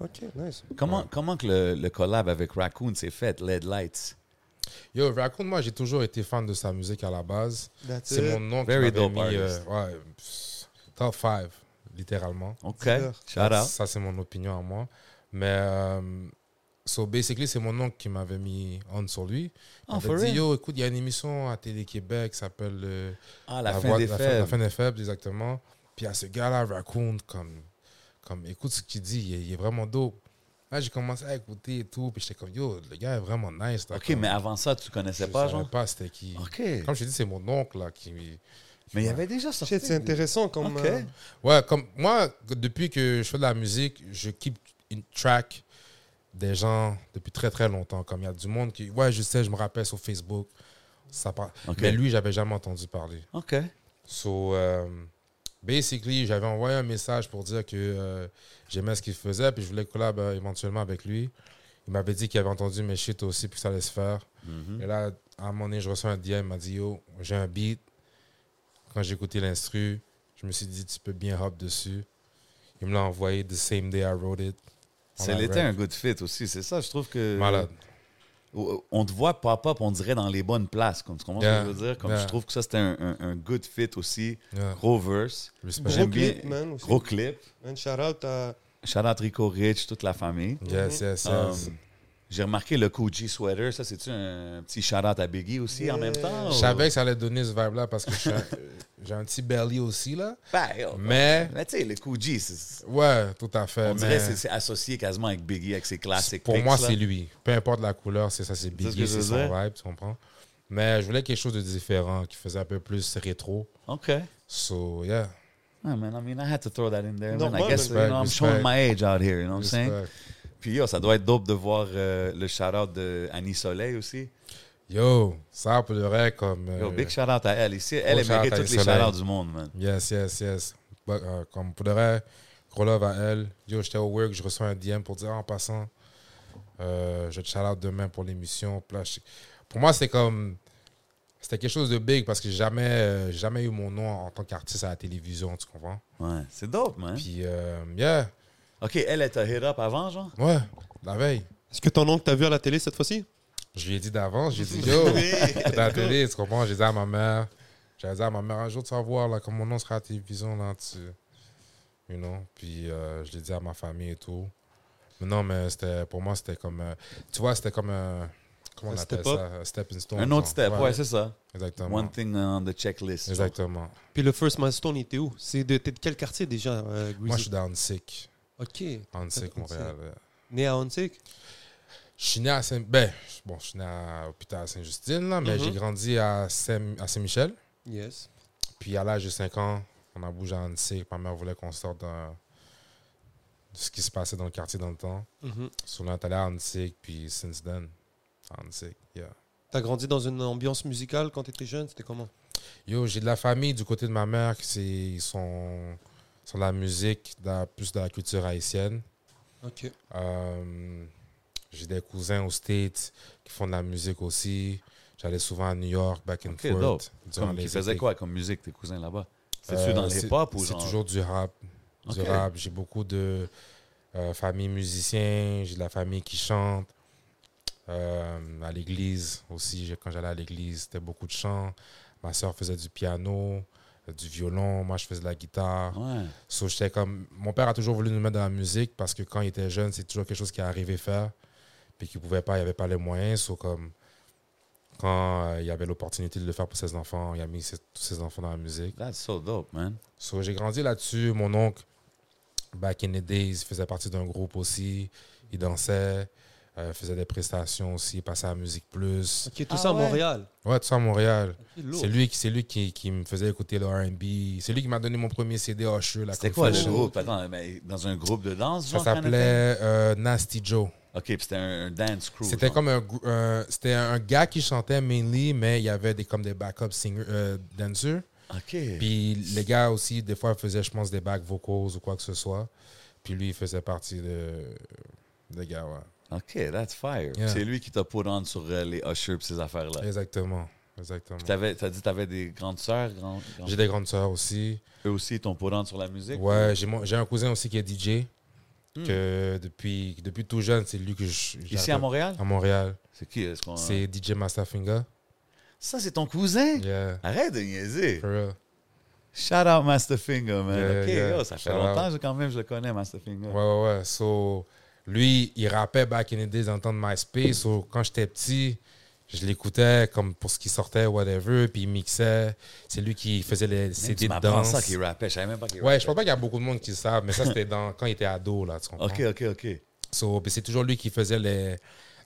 Ok, nice. Comment, comment que le, le collab avec Raccoon s'est fait, LED Lights? Yo, raconte-moi, j'ai toujours été fan de sa musique à la base. That's C'est it. mon nom qui Very m'avait dope mis artist. euh, ouais, pff, top 5, littéralement. OK. Super. Shout out. Ça, c'est mon opinion à moi. Mais, euh, so basically, c'est mon oncle qui m'avait mis on sur lui. Il Oh, m'avait for dit, real? yo, écoute, il y a une émission à Télé-Québec qui s'appelle euh, Ah, la, fin Voix- des la, fin, faibles. la fin des faibles, exactement. Puis à ce gars-là, Raccoon, comme, comme écoute ce qu'il dit, il est, il est vraiment dope. Là, j'ai commencé à écouter et tout, puis j'étais comme, yo, le gars est vraiment nice. là, OK, comme, mais avant ça, tu connaissais je pas, savais genre? pas c'était qui. OK. Comme je te dis, c'est mon oncle, là, qui... Mais il y avait déjà sorti. Shit, c'est intéressant comme. OK. euh, Ouais, comme moi, depuis que je fais de la musique, je keep une track des gens depuis très très longtemps. Comme il y a du monde qui, ouais, je sais, je me rappelle sur Facebook. Ça par- Ok. Mais lui, j'avais jamais entendu parler. OK. So, euh, basically, j'avais envoyé un message pour dire que euh, j'aimais ce qu'il faisait, puis je voulais collaborer éventuellement avec lui. Il m'avait dit qu'il avait entendu mes shit aussi, puis que ça allait se faire. Mhm. Et là, à un moment donné, je reçois un DM, il m'a dit Yo, j'ai un beat. Quand j'ai écouté l'instru, je me suis dit Tu peux bien hop dessus. Il me l'a envoyé the same day I wrote it. On C'est l'a l'été hein? rap. un good fit aussi, c'est ça. Je trouve que. Malade. O- On te voit pop-up, on dirait dans les bonnes places. Comme, tu comprends ce Yeah, que je veux dire? Comme yeah. je trouve que ça, c'était un, un- un good fit aussi. Yeah. Gros verse. Respect. Gros J'aime bien. clip, man. Aussi. Gros clip. Un shout-out à. Shout out Rico Rich, toute la famille. Yes, yes, yes. Um, J'ai remarqué le Koji sweater. Ça, c'est-tu un petit shout out à Biggie aussi en même temps? je savais que ça allait donner ce vibe-là parce que je suis un- j'ai un petit belly aussi, là. Ben, yo, Mais, Mais tu sais, le Koji, c'est- ouais, tout à fait. on dirait mais- que c'est- c'est associé quasiment avec Biggie, avec ses classiques. Pour moi, c'est lui. Peu importe la couleur, c'est ça, c'est ce que Biggie, je c'est veux son dire? vibe, tu comprends? Mais je voulais quelque chose de différent, qui faisait un peu plus rétro. OK. So, yeah. Ah, man, I mean, I had to throw that in there. man. I Normal, guess, respect, you know, I'm showing respect. my age out here, you know what I'm saying? Respect. Puis, yo, ça doit être dope de voir euh, le shout-out de Annie Soleil aussi. Yo, ça, pour le vrai, comme... euh, Yo, big shout-out à elle. Ici, elle, gros elle mérite shout-out à tous les Soleil. shout-outs du monde, man. Yes, yes, yes. Bah, euh, comme pour le vrai, gros love à elle. Yo, j'étais au work, je reçois un DM pour dire, Ah, en passant, euh, je te shout-out demain pour l'émission. Puis là, je- Pour moi, c'est comme... C'était quelque chose de big parce que j'ai jamais, euh, jamais eu mon nom en tant qu'artiste à la télévision, tu comprends? Ouais, c'est dope, man. Puis, euh, yeah, OK, elle elle t'a hit-up avant, genre? ouais, la veille. Est-ce que ton oncle t'a vu à la télé cette fois-ci Je lui ai dit d'avance, j'ai dit yo, t'as la télé, tu comprends? J'ai dit à ma mère, j'ai dit à ma mère, un jour tu vas voir, là, quand mon nom sera à la télévision, là, tu. You know? Puis euh, je l'ai dit à ma famille et tout. Mais non, mais c'était, pour moi, c'était comme. euh, tu vois, c'était comme. euh, comment Un on appelle step up? ça? Un step in stone. Un autre genre. step, ouais, c'est ça. Exactement. One thing on the checklist. Exactement. Puis le first milestone, il était où C'est de, t'es de quel quartier déjà euh, Greasy Moi, je suis dans Sick. Ok. Hansik, Dans Hansik. Montréal. ouais. Né à Ontic Je suis né à Saint... Ben, je- bon, je suis né à l'hôpital Saint-Justine, là, mais Mhm. j'ai grandi à, Saint- à Saint-Michel. Yes. Puis à l'âge de 5 ans, on a bougé à Annecy. Ma mère voulait qu'on sorte d'un- de ce qui se passait dans le quartier dans le temps. Mhm. So, on est allé à Annecy, puis since then, Annecy, yeah. T'as grandi dans une ambiance musicale quand t'étais jeune C'était comment Yo, j'ai de la famille du côté de ma mère, qui c'est- ils sont, sont de la musique, de la- plus de la culture haïtienne. Ok. Euh, j'ai des cousins aux States qui font de la musique aussi. J'allais souvent à New York, back and Ok, forth. dope. durant Comme, les qui faisait étés. quoi comme musique, tes cousins là-bas? C'est-tu Euh, dans les pop ou C'est genre? toujours du rap. Du Ok. rap. J'ai beaucoup de euh, familles musiciens, j'ai de la famille qui chante. Euh, à l'église aussi, j'ai- quand j'allais à l'église, c'était beaucoup de chants. Ma soeur faisait du piano, euh, du violon, moi je faisais de la guitare. Ouais. So, j'étais comme... Mon père a toujours voulu nous mettre dans la musique parce que quand il était jeune, c'est toujours quelque chose qu'il arrivait faire, puis qu'il pouvait pas, il avait pas les moyens. So, comme... Quand euh, il y avait l'opportunité de le faire pour ses enfants, il a mis ses- tous ses enfants dans la musique. That's so dope, man. So, j'ai grandi là-dessus. Mon oncle, back in the days, faisait partie d'un groupe aussi. Il dansait, euh, faisait des prestations aussi, passait à Musique Plus. Ok, tout ça à Montréal. Ah Ouais, tout ça à Montréal. Ok, lourd. C'est lui, qui- c'est lui qui, qui me faisait écouter le RB. C'est lui qui m'a donné mon premier CD Usher. là, C'était comme quoi ça. le groupe? Attends, mais dans un groupe de danse, Ça genre? kind of thing? s'appelait euh, Nasty Joe. OK, puis c'était un, un dance crew. C'était genre. comme un, grou- un- c'était un gars qui chantait mainly, mais il y avait des, comme des backup singers, euh, dancers. OK. Puis les gars aussi, des fois, faisaient, je pense, des bacs vocaux ou quoi que ce soit. Puis lui, il faisait partie de, des gars, ouais. OK, that's fire. Yeah. C'est lui qui t'a put on sur euh, les Usher et ces affaires-là. Exactement. Exactement. T'avais- T'as dit que t'avais des grandes sœurs. grandes- grandes- J'ai des grandes sœurs aussi. Eux aussi, ils t'ont put on sur la musique. Ouais, j'ai mon- j'ai un cousin aussi qui est DJ. Que depuis, depuis tout jeune, c'est lui que je. Hmm. Ici à Montréal? À Montréal. C'est qui? Est-ce qu'on... Ah. C'est DJ Masterfinger. Ça, c'est ton cousin? Yeah. Arrête de niaiser. For real. Shout out Masterfinger, man. Yeah, OK, yeah. yo, ça fait Shout out. longtemps que quand même je le connais, Masterfinger. Ouais, ouais, ouais. So, lui, il rappait back in the days dans le temps de MySpace. So, quand j'étais petit, Je l'écoutais comme pour ce qui sortait, whatever, puis il mixait. C'est lui qui faisait les C'est CD tu de m'apprends danse. ça qu'il rappait. Je savais même pas qu'il Ouais, rappait. je pense pas qu'il y a beaucoup de monde qui le savent, mais ça, c'était dans, quand il était ado, là, tu comprends? OK, OK, OK. So, puis c'est toujours lui qui faisait les.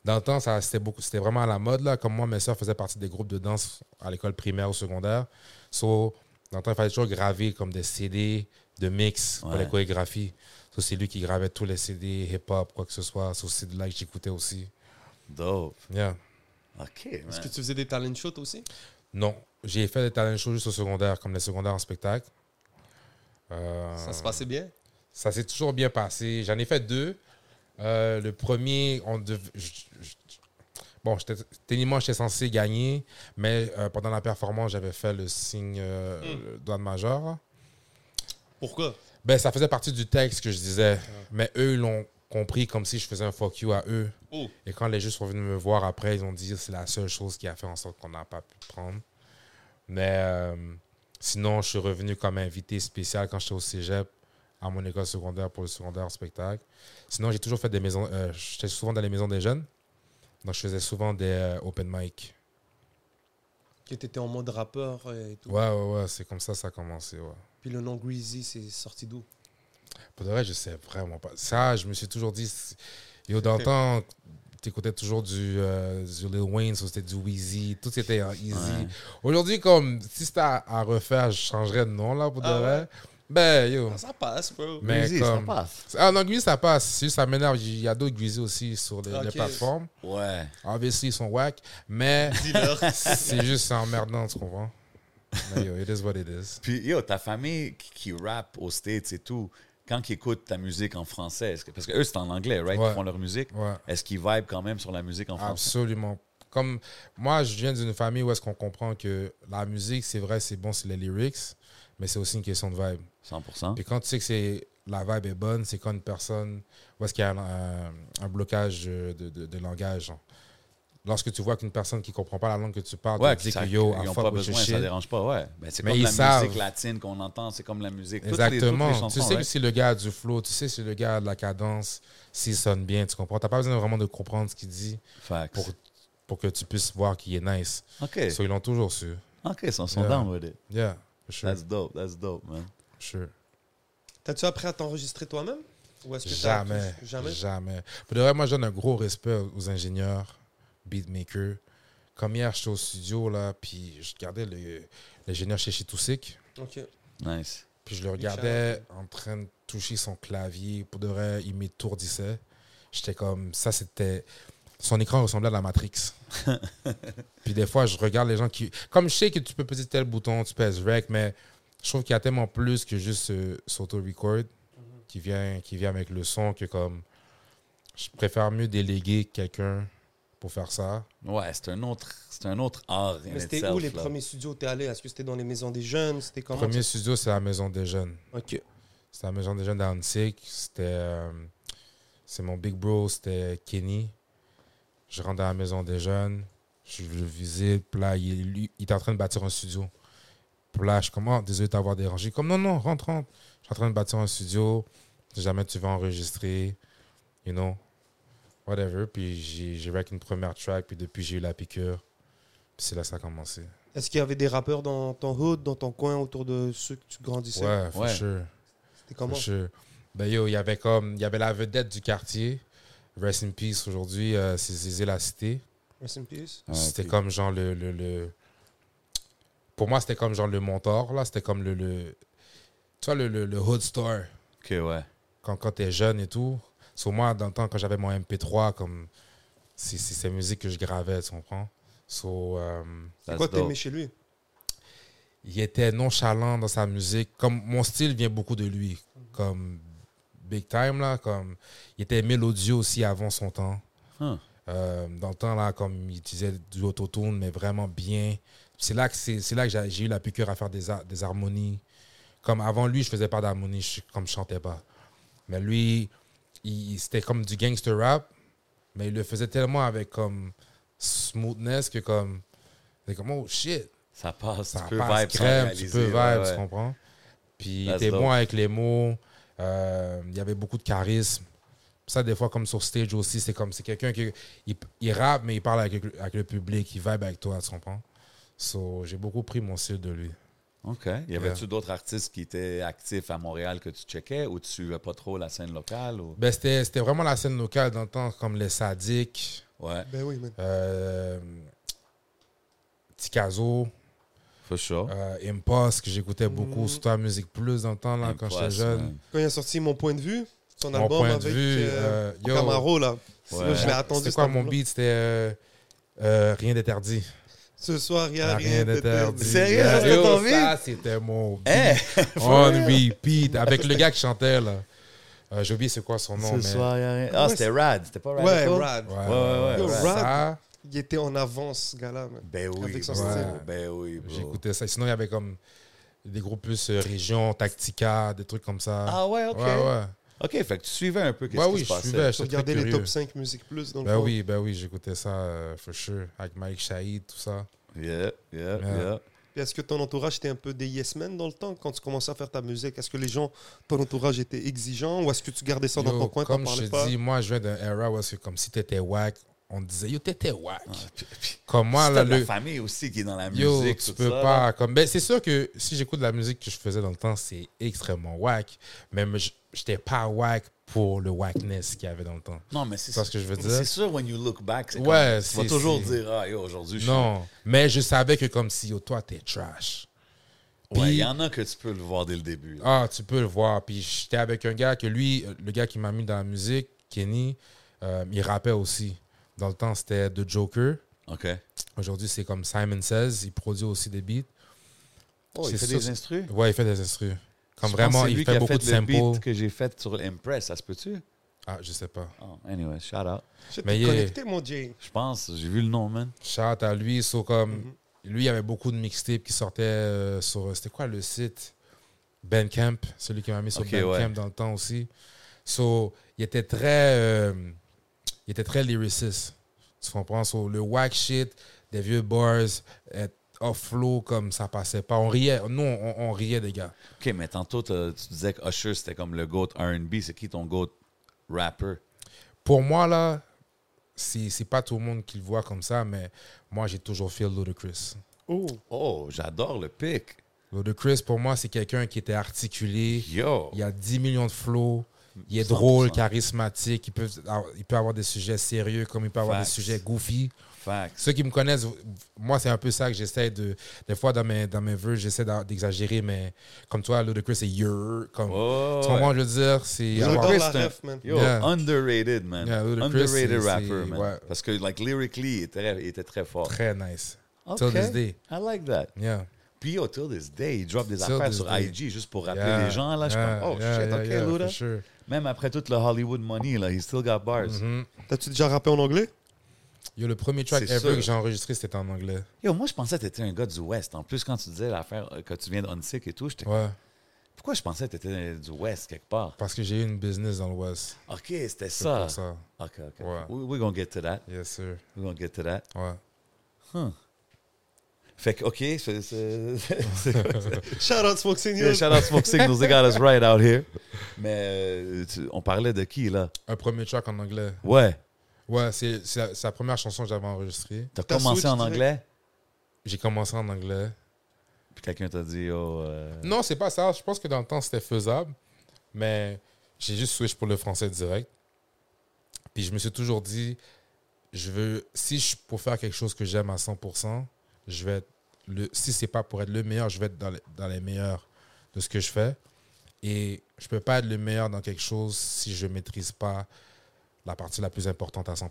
Dans le temps, ça, c'était, beaucoup, c'était vraiment à la mode, là. Comme moi, mes soeurs faisaient partie des groupes de danse à l'école primaire ou secondaire. So, dans le temps, il fallait toujours graver comme des CD de mix pour Ouais. les chorégraphies. So, c'est lui qui gravait tous les CD, hip-hop, quoi que ce soit. So, c'est de là que j'écoutais aussi. Dope. Yeah. OK, Est-ce man. que tu faisais des talent shots aussi Non, j'ai fait des talent shows juste au secondaire, comme les secondaires en spectacle. Euh, Ça se passait bien Ça s'est toujours bien passé. J'en ai fait deux. Euh, le premier, on dev- je- je- bon, j'étais- techniquement, j'étais censé gagner, mais euh, pendant la performance, j'avais fait le signe euh, le doigt de majeur. là. Pourquoi Ben, ça faisait partie du texte que je disais, Ah. mais eux, ils l'ont compris comme si je faisais un fuck you à eux. Oh. Et quand les juges sont venus me voir après, ils ont dit c'est la seule chose qui a fait en sorte qu'on n'a pas pu prendre. Mais euh, sinon, je suis revenu comme invité spécial quand j'étais au cégep à mon école secondaire pour le secondaire en spectacle. Sinon, j'ai toujours fait des maisons. euh, j'étais souvent dans les maisons des jeunes. Donc, je faisais souvent des euh, open mic. Que t'étais en mode rappeur et tout. Ouais, ouais, ouais. C'est comme ça ça a commencé. Ouais. Puis le nom Greasy, c'est sorti d'où Pour de vrai, je sais vraiment pas. Ça, je me suis toujours dit. c'est- Yo, dans le temps, t'écoutais toujours du, euh, du Lil Wayne, so c'était du Weezy, tout c'était en easy. Aujourd'hui, comme si c'était à, à refaire, je changerais de nom, là, pour Ah de vrai. Ben, yo. Ah, Ça passe, bro. Mais Greasy, ça comme... passe. Ah non, Greasy, ça passe. C'est juste, ça m'énerve. Il y a d'autres Greasy aussi sur les, les Ok. plateformes. Ouais. Obviously, ils sont whack, mais Dealer. c'est juste c'est emmerdant, tu comprends? Mais yo, it is what it is. Puis, yo, ta famille qui, qui rappe aux States et tout, quand ils écoutent ta musique en français, est-ce que- parce que eux, c'est en anglais, right? Ouais. Ils font leur musique. Ouais. Ah, Est-ce qu'ils vibrent quand même sur la musique en français? Absolument. Comme moi, je viens d'une famille où est-ce qu'on comprend que la musique, c'est vrai, c'est bon, c'est les lyrics, mais c'est aussi une question de vibe. 100 Et quand tu sais que c'est la vibe est bonne, c'est quand une personne, où est-ce qu'il y a un, un- un blocage de, de- de langage. genre. Lorsque tu vois qu'une personne qui comprend pas la langue que tu parles, Ouais, tu dis ça- que yo, I ils n'ont fuck pas with besoin, your ça shit. ne dérange pas, ouais. Mais c'est Mais comme ils la savent. musique latine qu'on entend, c'est comme la musique. toutes les- toutes les Exactement. tu chansons, sais que right? c'est le gars du flow, tu sais que c'est le gars de la cadence, s'il sonne bien, tu comprends. T'as pas besoin vraiment de comprendre ce qu'il dit Facts. pour, pour que tu puisses voir qu'il est nice. OK. So, ils l'ont toujours su. OK, ils sont, sont Yeah. down with it. Yeah, for sure. That's dope, that's dope, man. sure. T'as-tu appris à t'enregistrer toi-même Ou est-ce que t'as- Jamais. Jamais. Jamais. Pour de vrai, moi, je donne un gros respect aux ingénieurs, beatmakers. Comme hier, j'étais au studio, là, puis je regardais le- l'ingénieur chez Chitousik, Ok. Nice. puis je le Big regardais en train de toucher son clavier. Pour de vrai, il m'étourdissait. J'étais comme, ça, c'était... Son écran ressemblait à la Matrix. puis des fois, je regarde les gens qui... Comme je sais que tu peux peser tel bouton, tu pèses rec, mais je trouve qu'il y a tellement plus que juste euh, s'auto-record qui, vient, qui vient avec le son que comme je préfère mieux déléguer quelqu'un pour faire ça. Ouais, c'est un autre, c'est un autre art. in Mais c'était itself, où les là. premiers studios où t'es allé Est-ce que c'était dans les maisons des jeunes C'était comment Premier studio, c'est la Maison des Jeunes. Ok. C'était la Maison des Jeunes d'Annecy. C'était euh, c'est mon big bro, c'était Kenny. Je rentre à la Maison des Jeunes, je le visite, puis là, il, lui, il était en train de bâtir un studio. Puis là, je commence, désolé de t'avoir dérangé. Il est Comme non, non, rentre, rentre. Je suis en train de bâtir un studio. Si jamais tu veux enregistrer, you know, whatever. Puis j'ai j'ai rec une première track, puis depuis, j'ai eu la piqûre. Puis c'est là que ça a commencé. Est-ce qu'il y avait des rappeurs dans ton hood, dans ton coin, autour de ceux que tu grandissais Ouais, for Ouais. sure. C'était comment For sure. Ben yo, il y avait comme il y avait la vedette du quartier. Rest in peace aujourd'hui, euh, c'est Zizé la cité. Rest in peace. Ouais, c'était puis- comme genre le, le, le- Pour moi, c'était comme genre le mentor, là. C'était comme le, le. Tu vois, le, le, le hood star. OK, ouais. Quand, quand t'es jeune et tout. Sur moi, dans le temps, quand j'avais mon MP3, comme. C'est c'est ces musiques que je gravais, tu comprends? So. euh, C'est That's quoi que dope. t'aimais chez lui il était nonchalant dans sa musique. Comme mon style vient beaucoup de lui, comme big time là, comme il était mélodieux aussi avant son temps. Huh. Euh, dans le temps là, comme il utilisait du autotune mais vraiment bien. C'est là que c'est c'est là que j'ai j'ai eu la piqûre à faire des, har- des harmonies. Comme avant lui, je faisais pas d'harmonie, je, comme je chantais pas. Mais lui, il- c'était comme du gangster rap, mais il le faisait tellement avec comme smoothness que comme c'est comme oh shit Ça passe, ça tu peux passe vibe sans crème, tu réaliser, peux vibe, ouais, ouais. tu comprends? Puis il That's était dope. bon avec les mots, euh, il y avait beaucoup de charisme. Ça, des fois, comme sur stage aussi, c'est comme c'est quelqu'un qui il, il rappe, mais il parle avec, le- avec le public, il vibe avec toi, tu comprends? So, j'ai beaucoup pris mon style de lui. OK. Y Euh. avait-tu d'autres artistes qui étaient actifs à Montréal que tu checkais ou tu suivais pas trop la scène locale? Ou... Ben, c'était c'était vraiment la scène locale dans le temps, comme les Sadiques, Ouais, Ben oui, man. euh, Ticazo, for sure. euh, Impost, que j'écoutais beaucoup, Mm-hmm. surtout à Musique Plus dans le temps, là, quand j'étais Impress, jeune. man. Quand il a sorti Mon Point de Vue, son Mon album Point de avec Vue, euh, euh, yo. Camaro, là. Moi, je l'ai Euh, attendu. C'était quoi cet mon album-là. beat? C'était euh, euh, Rien d'interdit. Ce soir, il n'y a Ah, rien d'interdit. Sérieux, Yeah. c'était Yo, ton Ça, c'était mon beat. Hey, On repeat. Avec le gars qui chantait, là. Euh, J'ai oublié c'est quoi son nom, Ce mais... soir, y a rien. Ah, Ouais, c'était c'est- Rad. C'était pas Rad. Ouais, Echo? Rad. Ouais, ouais, Yo, ouais. Rad. Ça, Il était en avance, ce gars-là. man. Ben oui. Avec son bro. style. Ben oui, bro. j'écoutais ça. Sinon, il y avait comme des groupes plus euh, Région, Tactica, des trucs comme ça. Ah ouais, OK. Ouais, ouais. OK, fait que tu suivais un peu qu'est-ce Ouais, qui oui, se je passait. suivais. Je J'étais très regardais les curieux. top 5 Musique Plus dans le Ben fond. oui, ben oui, j'écoutais ça, euh, for sure, avec Mike Shahid, tout ça. Yeah, yeah, Yeah. yeah. Puis Est-ce que ton entourage était un peu des yes men dans le temps quand tu commençais à faire ta musique Est-ce que les gens, ton entourage était exigeant ou est-ce que tu gardais ça dans Yo, ton coin, t'en comme je parlais te pas dis, moi, je viens d'un era où est-ce que comme si t'étais whack, on te disait, yo, t'étais whack. Ah, comme moi, C'est là, de la le, famille aussi qui est dans la Yo, musique. tu tout peux ça, là. pas. Comme, ben, c'est sûr que si j'écoute de la musique que je faisais dans le temps, c'est extrêmement whack. Mais me- j- j'étais pas whack pour le whackness qu'il y avait dans le temps. Non, mais c'est Tu vois ce que je veux dire? C'est sûr, when you look back, c'est Ouais, comme- tu vas c'est- toujours c'est- dire, ah, yo, aujourd'hui, je suis. Non, mais je savais que comme si, yo, toi, t'es trash. Ouais, il Puis- y en a que tu peux le voir dès le début. là. Ah, tu peux le voir. Puis j'étais avec un gars que lui, euh, le gars qui m'a mis dans la musique, Kenny, euh, il rappait aussi. Dans le temps, c'était The Joker. OK. Ah, Aujourd'hui, c'est comme Simon Says. Il produit aussi des beats. Mm. Oh, il C'est fait sûr- des instrus? Ouais, il fait des instrus. Je Comme pense vraiment, que c'est il lui fait qui a beaucoup de le beat samples. que j'ai fait sur Impress, ça se peut-tu? Ah, je sais pas. Oh, anyway, shout out. J'étais Mais il est- connecté, mon Jay. Je pense, j'ai vu le nom, man. Shout à lui. So, comme, Mhm. Lui, il y avait beaucoup de mixtapes qui sortaient euh, sur. euh, C'était quoi le site Bandcamp, celui qui m'a mis sur Ok, Bandcamp ouais. dans le temps aussi. So, il était très. euh, il était très lyriciste. Tu comprends? So, le whack shit, des vieux bars, être off-flow comme ça passait pas. On riait. Nous, on, on riait des gars. OK, mais tantôt, t'as- tu disais que Usher, c'était comme le GOAT R&B. C'est qui ton GOAT rapper? Pour moi, là, c'est c'est pas tout le monde qui le voit comme ça, mais moi, j'ai toujours fait Ludacris. Oh, Oh, j'adore le pic. Ludacris, pour moi, c'est quelqu'un qui était articulé. Yo! Il y a 10 millions de flots. Il est 100%. drôle, charismatique. Il peut, alors, il peut avoir des sujets sérieux comme il peut avoir Facts. des sujets goofy. Facts. Ceux qui me connaissent, moi, c'est un peu ça que j'essaie de. Des fois, dans mes, dans mes vœux, j'essaie d'a- d'exagérer, mais comme toi, Ludacris, c'est your. Comme, Oh, tu ouais. comprends, je veux dire, c'est. avoir- J'adore Chris, la c'est un- ref, man. Yo, Yeah. underrated, man. Yeah, Ludacris, underrated c'est- rapper, c'est- man. ouais. Parce que, like, lyrically, il était, il était très fort. Très nice. OK. Till this day. I like that. Yeah. Puis, yo, till this day, il drop des Till affaires this sur day. IG juste pour rappeler Yeah. les gens. Là, je suis Yeah, comme, oh, yeah, shit, yeah, OK, yeah, Luda. for sure. Même après tout le Hollywood money, là, he still got bars. Mm-hmm. T'as-tu déjà rappé en anglais Yo, le premier track C'est ever sûr. que j'ai enregistré, c'était en anglais. Yo, moi, je pensais que t'étais un gars du West. En plus, quand tu disais l'affaire euh, que tu viens de Unsick et tout, j'étais Ouais. pourquoi je pensais que t'étais du West quelque part? Parce que j'ai eu une business dans l'Ouest. OK, c'était C'est ça. pour ça. OK, OK. Ouais. We, we're gonna get to that. Yes, sir. We're gonna get to that. Ouais. Fait que, OK, c'est... c'est- Shout out Smoke Yeah, Signal. shout out Smoke Signals, they got us right out here. Mais euh, tu- on parlait de qui, là? Un premier track en anglais. Ouais, Ouais, c'est c'est la, c'est la première chanson que j'avais enregistrée. t'as T'as commencé switch en direct. anglais, J'ai commencé en anglais. puis quelqu'un t'a dit, oh... euh, Non, c'est pas ça. Je pense que dans le temps, c'était faisable. Mais j'ai juste switch pour le français direct. Puis je me suis toujours dit, je veux, si je suis pour faire quelque chose que j'aime à 100%, je vais être le, si c'est pas pour être le meilleur, je vais être dans les, dans les meilleurs de ce que je fais. Et je peux pas être le meilleur dans quelque chose si je maîtrise pas la partie la plus importante à 100%.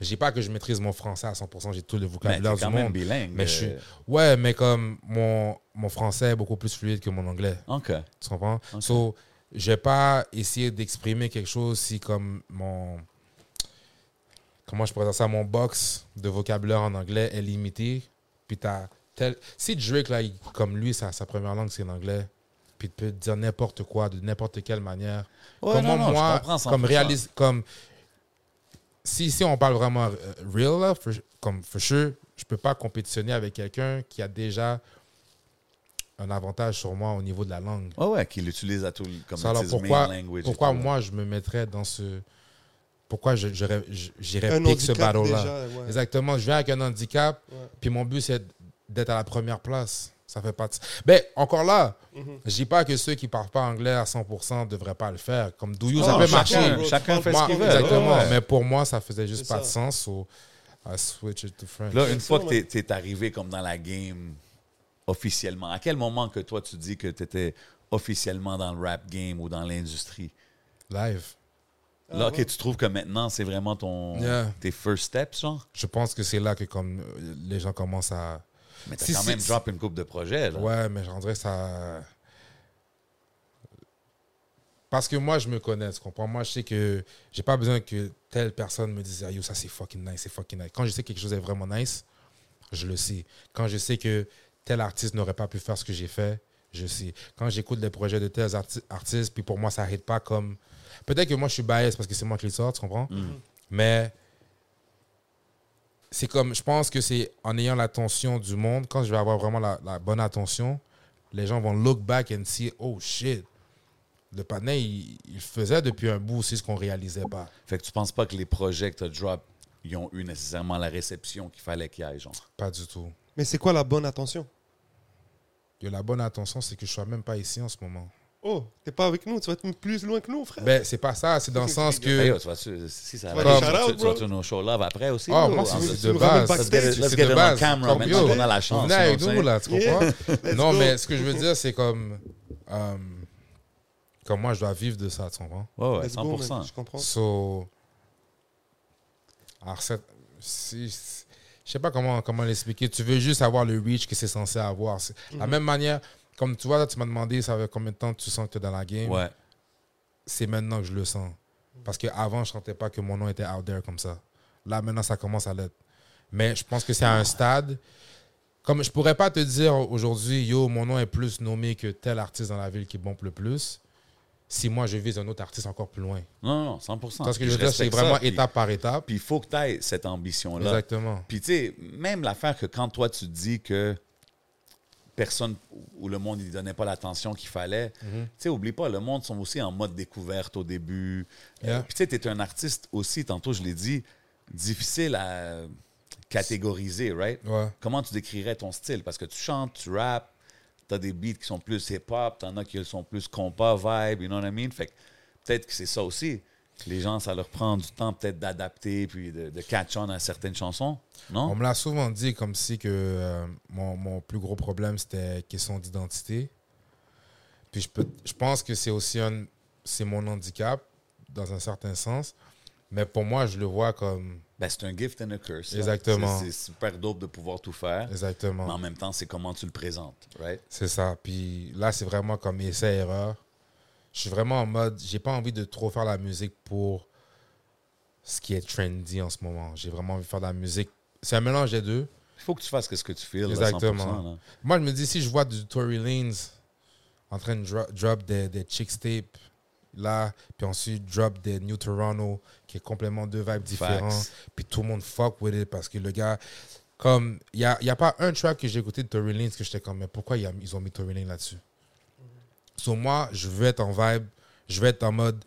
Je dis pas que je maîtrise mon français à 100%, j'ai tout le mais vocabulaire t'es du quand même monde. bilingue. Mais je suis. euh, Ouais, mais comme mon, mon français est beaucoup plus fluide que mon anglais. OK. Tu comprends? Ok. So, je vais pas essayer d'exprimer quelque chose si, comme mon. Comment je pourrais dire ça? Mon box de vocabulaire en anglais est limité. Puis t'as. Tel... Si Drake, là, il- comme lui, sa, sa première langue, c'est l'anglais. Puis tu peux te dire n'importe quoi, de n'importe quelle manière. Ouais, Comment non, non, je moi, comprends 100%. comme réalise. Comme. Si, si on parle vraiment euh, real, là, for- comme for sure, je peux pas compétitionner avec quelqu'un qui a déjà un avantage sur moi au niveau de la langue. Ouais, ouais, qu'il utilise à tout le- comme Ça, alors his pourquoi, main language et pourquoi tout, là. moi je me mettrais dans ce. Pourquoi je- j'irais je- j'irais Un pick ce handicap battle-là déjà. ouais. Exactement, je viens avec un handicap, Ouais. puis mon but c'est d'être à la première place. Ça fait pas de. Mais encore là, Mhm. je dis pas que ceux qui parlent pas anglais à 100% devraient pas le faire. Comme Douyou, Non, ça peut Ah, chacun, marcher. Chacun fait Moi, ce qu'il veut. Exactement, ouais. mais pour moi, ça faisait C'est juste pas ça. de sens. so I switch it to French. Là, une fois que Ouais. t'es es arrivé comme dans la game officiellement, à quel moment que toi tu dis que tu étais officiellement dans le rap game ou dans l'industrie? Live. Ah, là, ouais. que tu trouves que maintenant c'est vraiment ton Yeah. tes first steps, genre? Je pense que c'est là que comme euh, les gens commencent à. Mais t'as Si, quand si, même si. drop une coupe de projets, là. Ouais, mais j'en dirais ça. Parce que moi, je me connais, tu comprends? Moi, je sais que j'ai pas besoin que telle personne me dise, ah, yo, ça c'est fucking nice, c'est fucking nice. Quand je sais que quelque chose est vraiment nice, je le sais. Quand je sais que tel artiste n'aurait pas pu faire ce que j'ai fait, je sais. Quand j'écoute les projets de tels arti- artistes, puis pour moi, ça n'arrête pas comme. Peut-être que moi, je suis biaisé parce que c'est moi qui les sors, tu comprends? Mais c'est comme, je pense que c'est en ayant l'attention du monde, quand je vais avoir vraiment la, la bonne attention, les gens vont look back and see, oh shit, le patin, il, il faisait depuis un bout, c'est ce qu'on réalisait pas. Fait que tu penses pas que les projets que t'as drop, ils ont eu nécessairement la réception qu'il fallait qu'il y ait, genre. Pas du tout. Mais c'est quoi la bonne attention Et la bonne attention, c'est que je sois même pas ici en ce moment. Oh, t'es pas avec nous, tu vas être plus loin que nous, frère. Ben, c'est pas ça, c'est dans le sens Hey, que. yo, tu vas si ça Tu va, vas tu, aller tu, shout out, tu, bro. vas tourner au show live après aussi. Ah, là, moi, ou- c'est tu c'est de me ramènes base. backstage, Let's get- C'est let's get de it on base. camera, Comme, man. yo, On a la chance, Venez avec you know nous, what là, tu Yeah. comprends? Let's Non, go. mais ce que je veux dire, c'est comme. euh, comme moi, je dois vivre de ça, tu comprends? Ouais, ouais, Let's go, man. 100%. Je comprends. So, alors, c'est- si, si- je sais pas comment, comment l'expliquer. Tu veux juste avoir le reach que c'est censé avoir. C'est- La même manière, comme tu vois, là, tu m'as demandé ça fait combien de temps tu sens que tu es dans la game. ouais. C'est maintenant que je le sens. Parce qu'avant, je ne sentais pas que mon nom était out there comme ça. Là, maintenant, ça commence à l'être. Mais je pense que c'est à un stade. Comme je pourrais pas te dire aujourd'hui, yo, mon nom est plus nommé que tel artiste dans la ville qui bombe le plus, si moi je vise un autre artiste encore plus loin. Non, non, non, 100%. Parce que je Puis veux dire, c'est respecte vraiment ça, puis- étape par étape. Puis il faut que tu aies cette ambition-là. Exactement. Puis tu sais, même l'affaire que quand toi tu dis que personne ou le monde ne donnait pas l'attention qu'il fallait, Mm-hmm. tu sais, oublie pas, le monde sont aussi en mode découverte au début. Euh, Yeah. puis tu sais, tu es un artiste aussi, tantôt je l'ai dit, difficile à catégoriser, right? Ouais. Comment tu décrirais ton style? Parce que tu chantes, tu rappes, tu as des beats qui sont plus hip-hop, tu en as qui sont plus compas, vibe, you know what I mean? Fait que peut-être que c'est ça aussi. Les gens, ça leur prend du temps peut-être d'adapter puis de, de catch on à certaines chansons, non? On me l'a souvent dit comme si que euh, mon, mon plus gros problème c'était question d'identité. Puis je, peux, je pense que c'est aussi un, c'est mon handicap dans un certain sens. Mais pour moi, je le vois comme Ben, c'est un gift and a curse. hein. Exactement. C'est c'est super dope de pouvoir tout faire, mais en exactement. même temps, c'est comment tu le présentes, right? C'est ça. Puis là, c'est vraiment comme essai erreur. Je suis vraiment en mode, j'ai pas envie de trop faire la musique pour ce qui est trendy en ce moment. J'ai vraiment envie de faire de la musique. C'est un mélange des deux. Il faut que tu fasses ce que tu feels. là, Exactement. 100%, là. Moi, je me dis, si je vois du Tory Lanez en train de dro- drop des, des Chicks Tape, là, puis ensuite drop des New Toronto, qui est complètement deux vibes différents, Facts. puis tout le monde fuck with it parce que le gars, comme, il n'y a, y a pas un track que j'ai écouté de Tory Lanez que j'étais comme, mais pourquoi y a- ils ont mis Tory Lanez là-dessus? Sur moi, je veux être en vibe, je veux être en mode,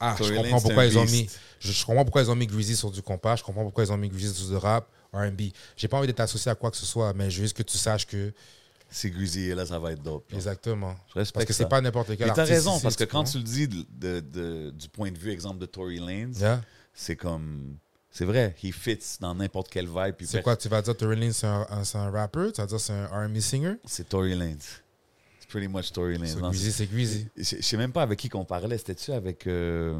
ah, Tory je Lanez, comprends c'est pourquoi un ils ont beast. mis. Je, je comprends pourquoi ils ont mis Greasy sur du compas. Je comprends pourquoi ils ont mis Greasy sur du rap, RB. J'ai pas envie d'être associé à quoi que ce soit, mais je veux juste que tu saches que. C'est grusillé, là, ça va être dope. là. Exactement. Je respecte Parce que ça. c'est pas n'importe quel Mais t'as artiste. raison, ici, parce que quand comprends? tu le dis de- de- de- du point de vue, exemple, de Tory Lanez, Yeah. c'est comme... C'est vrai, he fits dans n'importe quelle vibe. puis C'est per- quoi Tu vas dire Tory Lanez, c'est un, un- c'est un rapper Tu vas dire c'est un RB singer C'est Tory Lanez. C'est pretty much Tory Lanez. So, Non, Greasy, c'est- c'est Greasy. Je je sais même pas avec qui qu'on parlait. C'était-tu avec... euh,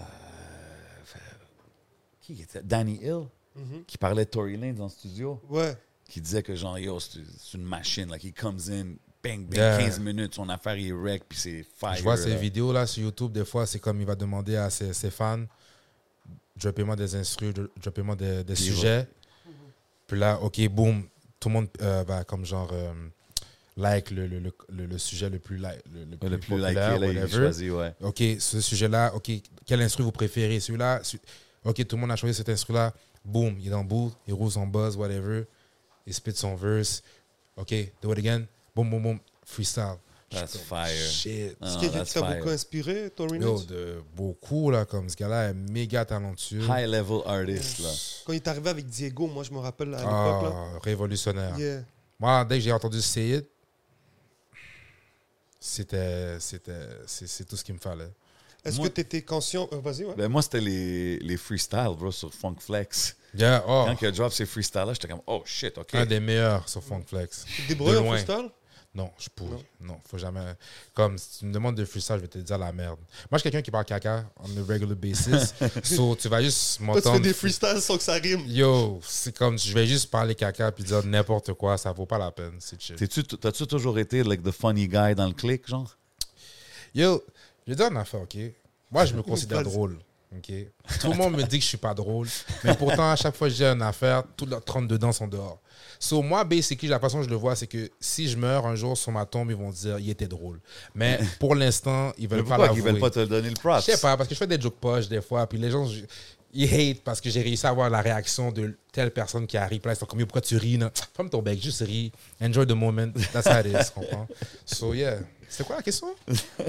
euh, qui était? Danny Hill, Mm-hmm. Mhm. qui parlait de Tory Lanez en studio, Ouais. qui disait que genre, yo, c'est c'est une machine. Like, he comes in, bang, bang, Yeah. 15 minutes, son affaire, il wreck, puis c'est fire. Je vois là. ces vidéos là sur YouTube, des fois, c'est comme il va demander à ses, ses fans droppez-moi des instrus, dro- droppez-moi des, des Puis il va- sujets. Puis là, ok, boum, tout le monde euh, va comme genre euh, like le, le, le, le- le sujet le plus, like, le, le Ouais, plus, Le plus liké, populaire, là, il whatever. choisit, ouais. Ok, ce sujet-là, ok, quel instru vous préférez Celui-là, su- ok, tout le monde a choisi cet instru-là, boum, il est en bout, il roule son buzz, whatever, il spit son verse, OK, do it again. Boum, boum, boum. Freestyle. Je That's suis comme, fire. Shit. Ah, C'est quelqu'un that's qui t'a fire. beaucoup inspiré, Tory Yo, Lanez de beaucoup, là, comme ce gars-là est méga talentueux. High level artist, là. Quand il est arrivé avec Diego, moi, je me rappelle à l'époque, Ah, révolutionnaire. là. Yeah. Moi, dès que j'ai entendu Say It, c'était, c'était, c'est, c'est tout ce qu'il me fallait. Est-ce Moi- que t'étais conscient... euh, Vas-y, ouais. Ben, moi, c'était les, les freestyles, bro, sur Funk Flex. Yeah, oh, Quand il a drop ces freestyles-là, j'étais comme, oh shit, ok. un des meilleurs sur Funk Flex. Tu te débrouilles De en loin. freestyle Non, je pourris. Non. faut jamais. Comme si tu me demandes de freestyle, je vais te dire la merde. Moi, je suis quelqu'un qui parle caca on a regular basis. so, tu vas Toi, juste tu m'entendre. fais des freestyles sans que ça rime. Yo, c'est comme je vais juste parler caca puis dire n'importe quoi, ça vaut pas la peine, c'est chill. T'es-tu- T'as-tu toujours été, like, the funny guy dans le clic, genre? Yo, je vais dire une affaire, ok? Moi, je me considère Vas-y. drôle, ok? Tout le monde me dit que je suis pas drôle, mais pourtant, à chaque fois que j'ai une affaire, toutes leurs 32 dents sont dehors. So, moi, basically, la façon dont je le vois, c'est que si je meurs un jour sur ma tombe, ils vont dire, il était drôle. Mais pour l'instant, ils Mais veulent pas pourquoi l'avouer. qu'ils veulent pas te donner le Je props? sais pas, parce que je fais des jokes poches des fois, puis les gens, je- ils hate parce que j'ai réussi à avoir la réaction de telle personne qui arrive. Puis là, ils sont comme, Yo, pourquoi tu ris? non? Ferme ton bec, juste ris. Enjoy the moment. That's how it is, comprends? So, yeah. C'est quoi la question? A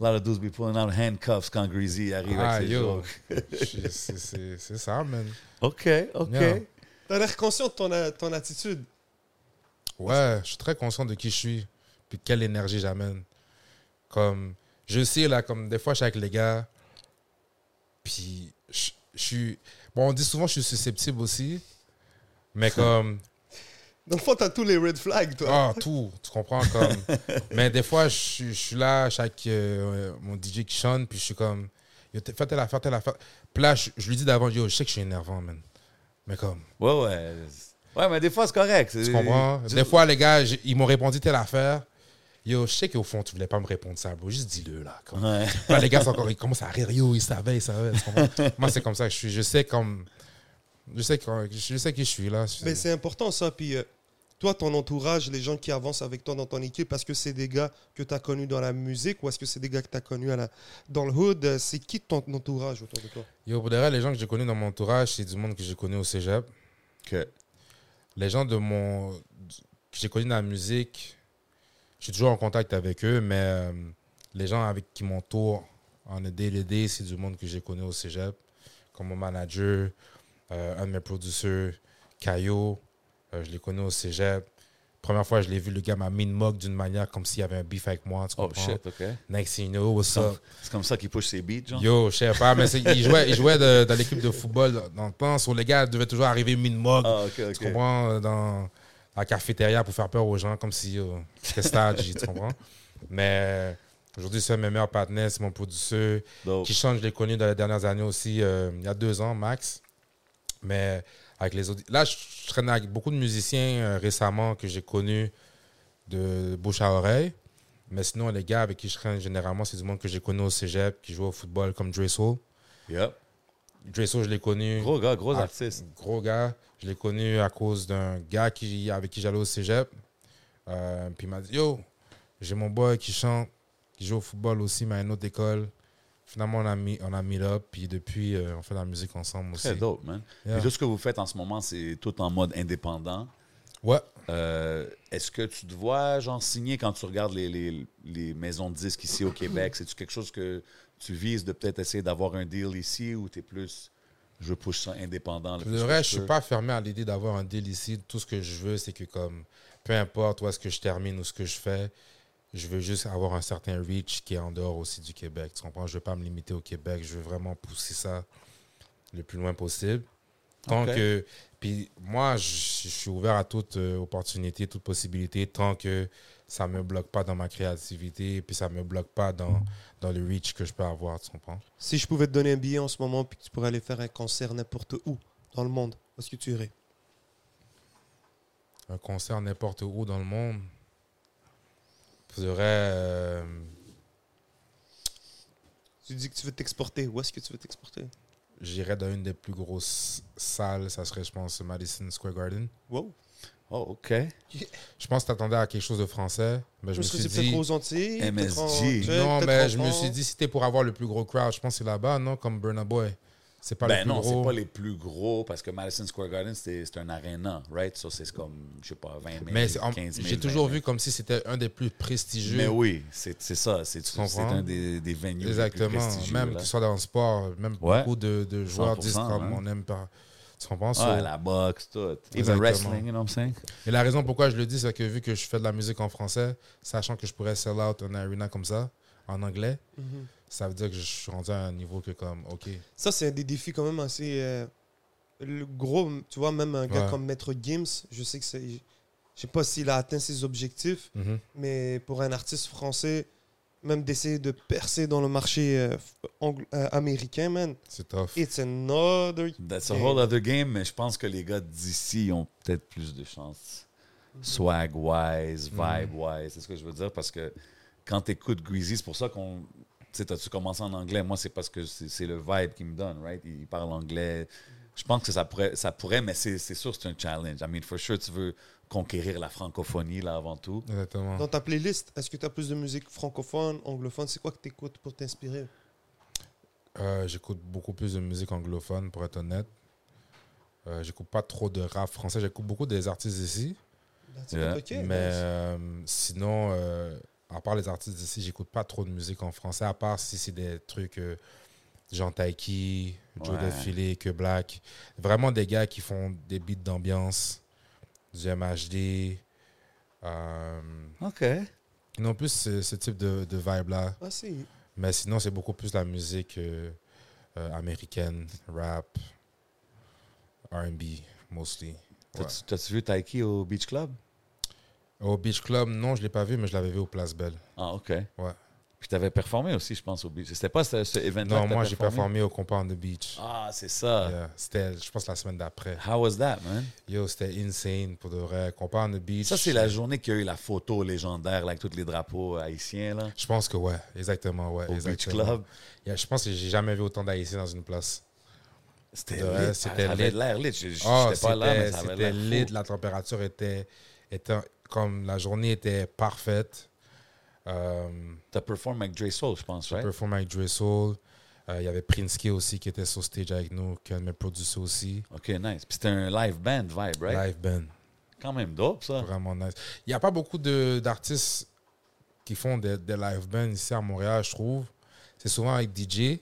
lot of dudes be pulling out handcuffs quand Greasy arrive Ah, avec ses yo. jokes. C'est- C'est c'est ça, man. OK, OK. Yeah. T'as l'air conscient de ton, euh, ton attitude. Ouais, je suis très conscient de qui je suis, puis de quelle énergie j'amène. Comme, je sais, là, comme des fois, je suis avec les gars, puis je je suis. Bon, on dit souvent que je suis susceptible aussi, mais comme. Dans le fond, t'as tous les red flags, toi. Ah, tout, tu comprends comme. mais des fois, je, suis- je suis là, chaque euh, mon DJ qui chante, puis je suis comme, Yo, t- fais telle affaire, telle affaire. Puis là, je, je lui dis d'avant, yo, je sais que je suis énervant, man. Mais comme, Ouais, ouais. Ouais, mais des fois, c'est correct. tu comprends? Des fois, les gars, j'ai- ils m'ont répondu telle affaire. Yo, je sais qu'au fond, tu voulais pas me répondre ça, bro. Juste dis-le, là. comme. Ouais. Puis là, les gars, sont encore, ils commencent à rire, yo, ils savaient, ils savaient. tu comprends? Moi, c'est comme ça que je suis. Je sais comme. Je sais, quand, je sais qui je suis là. Mais c'est important ça. Puis euh, toi, ton entourage, les gens qui avancent avec toi dans ton équipe, parce que c'est des gars que tu as connus dans la musique ou est-ce que c'est des gars que tu as connus à la... dans le hood euh, C'est qui ton entourage autour de toi Yo, pour de vrai, les gens que j'ai connus dans mon entourage, c'est du monde que j'ai connu au cégep. OK. les gens de mon que j'ai connus dans la musique, je suis toujours en contact avec eux, mais euh, les gens avec qui m'entourent en DLD, c'est du monde que j'ai connu au cégep, comme mon manager, euh, un de mes producteurs, Caillot, euh, je les connais au cégep. Première fois, je l'ai vu, le gars m'a mis une moque d'une manière comme s'il y avait un beef avec moi. Tu Oh, comprends? shit, OK. Next thing you know, what's up? C'est comme ça qu'il push ses beats, genre? Yo, je sais pas, mais c'est- il jouait, il jouait de- dans l'équipe de football dans le temps, où les gars devaient toujours arriver mis une moque. Ah, OK, Tu OK. comprends? euh, Dans la cafétéria pour faire peur aux gens, comme si euh, c'était stage, tu comprends? Mais euh, aujourd'hui, c'est un de mes meilleurs partenaires, c'est mon producteur. Dope. Qui change, je l'ai connu dans les dernières années aussi, euh, il y a deux ans max. Mais avec les autres. Là, je, je traîne avec beaucoup de musiciens euh, récemment que j'ai connus de bouche à oreille. Mais sinon, les gars avec qui je traîne généralement, c'est du monde que j'ai connu au cégep, qui joue au football comme Dre Soul. Yep. Dre Soul, je l'ai connu. Gros gars, gros Ah, artiste. Gros gars. Je l'ai connu à cause d'un gars qui, avec qui j'allais au cégep. Euh, puis il m'a dit Yo, j'ai mon boy qui chante, qui joue au football aussi, mais à une autre école. Finalement, on a mis, on a mis là. Puis depuis, euh, on fait de la musique ensemble aussi. Très dope, man. Yeah. Et tout ce que vous faites en ce moment, c'est tout en mode indépendant. Ouais. Euh, Est-ce que tu te vois, genre, signer quand tu regardes les, les- les maisons de disques ici au Québec? C'est-tu quelque chose que tu vises de peut-être essayer d'avoir un deal ici ou t'es plus, je push ça indépendant? le Pour plus le que reste, je suis peux? pas fermé à l'idée d'avoir un deal ici. Tout ce que je veux, c'est que comme peu importe où est-ce que je termine ou ce que je fais, je veux juste avoir un certain reach qui est en dehors aussi du Québec. Tu comprends? Je veux pas me limiter au Québec. Je veux vraiment pousser ça le plus loin possible. Tant Ok. que. Puis moi, je je suis ouvert à toute euh, opportunité, toute possibilité, tant que ça me bloque pas dans ma créativité, puis ça me bloque pas dans, dans le reach que je peux avoir. Tu comprends? Si je pouvais te donner un billet en ce moment puis que tu pourrais aller faire un concert n'importe où dans le monde, est-ce que tu irais un concert n'importe où dans le monde, je dirais, euh, Tu dis que tu veux t'exporter. Où est-ce que tu veux t'exporter j'irais dans une des plus grosses salles, ça serait, je pense, Madison Square Garden. Wow. Oh, OK. Je pense que t'attendais à quelque chose de français, mais je, Je me me suis peut-être dit... aux Antilles. peut-être MSG. en- tu sais, Non, peut-être mais en je me France. suis dit, si t'es pour avoir le plus gros crowd, je pense que c'est là-bas, non? Comme Burna Boy. C'est pas le Ben plus non, c'est gros. pas les plus gros parce que Madison Square Garden, c'est c'est un aréna, right? Ça, c'est comme, je sais pas, 20 000, Mais c'est- en- 15 000. j'ai toujours 20 000. vu comme si c'était un des plus prestigieux. Mais oui, c'est c'est ça. C'est c'est comprends? un des, des venues les plus Exactement. prestigieux. Même là. qu'ils soient dans le sport, même Ouais. beaucoup de, de joueurs disent 100%, comme hein. on n'aime pas. Tu comprends? So- Ah, la boxe, tout. Even Exactement. wrestling, you know what I'm saying? Et la raison pourquoi je le dis, c'est que vu que je fais de la musique en français, sachant que je pourrais sell out un arena comme ça, en anglais, ça veut dire que je suis rendu à un niveau que comme, OK. Ça, c'est des défis quand même assez. euh, le gros, tu vois, même un gars Ouais. comme Maître Gims, je sais que c'est. Je sais pas s'il a atteint ses objectifs, Mhm. mais pour un artiste français, même d'essayer de percer dans le marché euh, anglo- euh, américain, man, C'est tough. it's another. That's a whole other game, mais je pense que les gars d'ici ont peut-être plus de chance. Swag-wise, Mm. vibe-wise, c'est ce que je veux dire parce que quand t'écoutes Greasy, c'est pour ça qu'on. Tu sais, t'as-tu commencé en anglais? Moi, c'est parce que c'est c'est le vibe qui me donne, right? Il parle anglais. Je pense que ça pourrait, ça pourrait mais c'est c'est sûr, c'est un challenge. I mean, for sure, tu veux conquérir la francophonie, là, avant tout. Exactement. Dans ta playlist, est-ce que tu as plus de musique francophone, anglophone C'est quoi que tu écoutes pour t'inspirer Euh, J'écoute beaucoup plus de musique anglophone, pour être honnête. Euh, J'écoute pas trop de rap français. J'écoute beaucoup des artistes ici. That's Yeah. it, ok, mais nice. euh, sinon, euh, à part les artistes d'ici, j'écoute pas trop de musique en français, à part si c'est des trucs euh, Jean Taiki, Joe Ouais. Defilé, Que Black. Vraiment des gars qui font des beats d'ambiance, du MHD. euh, OK. non plus ce, ce type de, de vibe-là. Ah, c'est. Mais sinon, c'est beaucoup plus la musique euh, euh, américaine, rap, RB, mostly. Ouais. T'as-tu t'as-tu vu Taiki au Beach Club? Au Beach Club, non, je l'ai pas vu, mais je l'avais vu au Place Belle. Ah, OK. Ouais. Puis t'avais performé aussi, je pense, au Beach. C'était pas ce, ce événement Non, moi j'ai performé au Compas on the Beach. Ah, c'est ça. Yeah, C'était, je pense, la semaine d'après. How was that, man? Yo, c'était insane pour de vrai. Compas on the Beach. Ça, c'est la journée qu'il y a eu la photo légendaire là, avec tous les drapeaux haïtiens, là. Je pense que ouais, exactement, ouais. Au Beach exactement. Club. Yeah, je pense que j'ai jamais vu autant d'Haïtiens dans une place. C'était Ouais, lit. c'était ça avait lit. de l'air lit. Je n'étais Ah, pas là, mais c'était ça avait c'était l'air lit. fou. La température était, était comme la journée était parfaite. Euh, T'as performé avec Dre Soul, je pense, right? Perform avec Dre Soul. Euh, Il y avait Prince Key aussi qui était sur stage avec nous, qui est un de mes producteurs aussi. OK, nice. Puis c'était un live band vibe, right? Live Ben. band. Quand même dope, ça. Vraiment nice. Il n'y a pas beaucoup de- d'artistes qui font des, des live bands ici à Montréal, je trouve. C'est souvent avec DJ.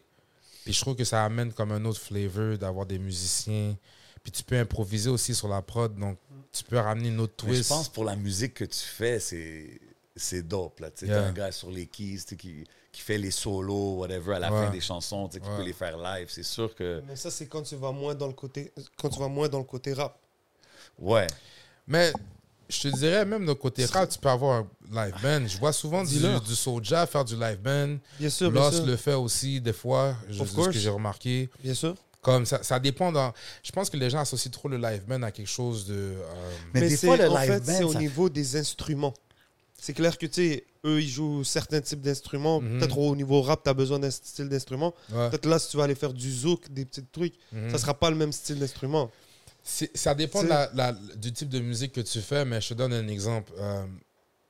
Puis je trouve que ça amène comme un autre flavor d'avoir des musiciens. Puis tu peux improviser aussi sur la prod, donc tu peux ramener une autre Mais twist. je pense pour la musique que tu fais, c'est c'est dope là tu sais, Yeah. t'as un gars sur les keys tu sais, qui, qui fait les solos whatever à la Ouais. fin des chansons tu sais, qui Ouais. peut les faire live c'est sûr que Mais ça, c'est quand tu vas moins dans le côté, quand tu vas moins dans le côté rap. ouais Mais je te dirais, même de côté rap, tu peux avoir un live band. Je vois souvent du, Dis-leur. du Soulja faire du live band. Bien sûr, bien Lost sûr. le fait aussi, des fois, je, Of ce course. que j'ai remarqué. Bien sûr. Comme ça, ça dépend. dans- je pense que les gens associent trop le live band à quelque chose de. euh, mais, des c'est- fois le en fait, live c'est band au ça niveau des instruments. C'est clair que, tu sais, eux, ils jouent certains types d'instruments. Mhm. Peut-être au niveau rap, tu as besoin d'un style d'instrument. ouais. Peut-être là, si tu vas aller faire du zouk, des petits trucs, Mhm. ça sera pas le même style d'instrument. C'est- Ça dépend de la- la- du type de musique que tu fais, mais je te donne un exemple. Euh,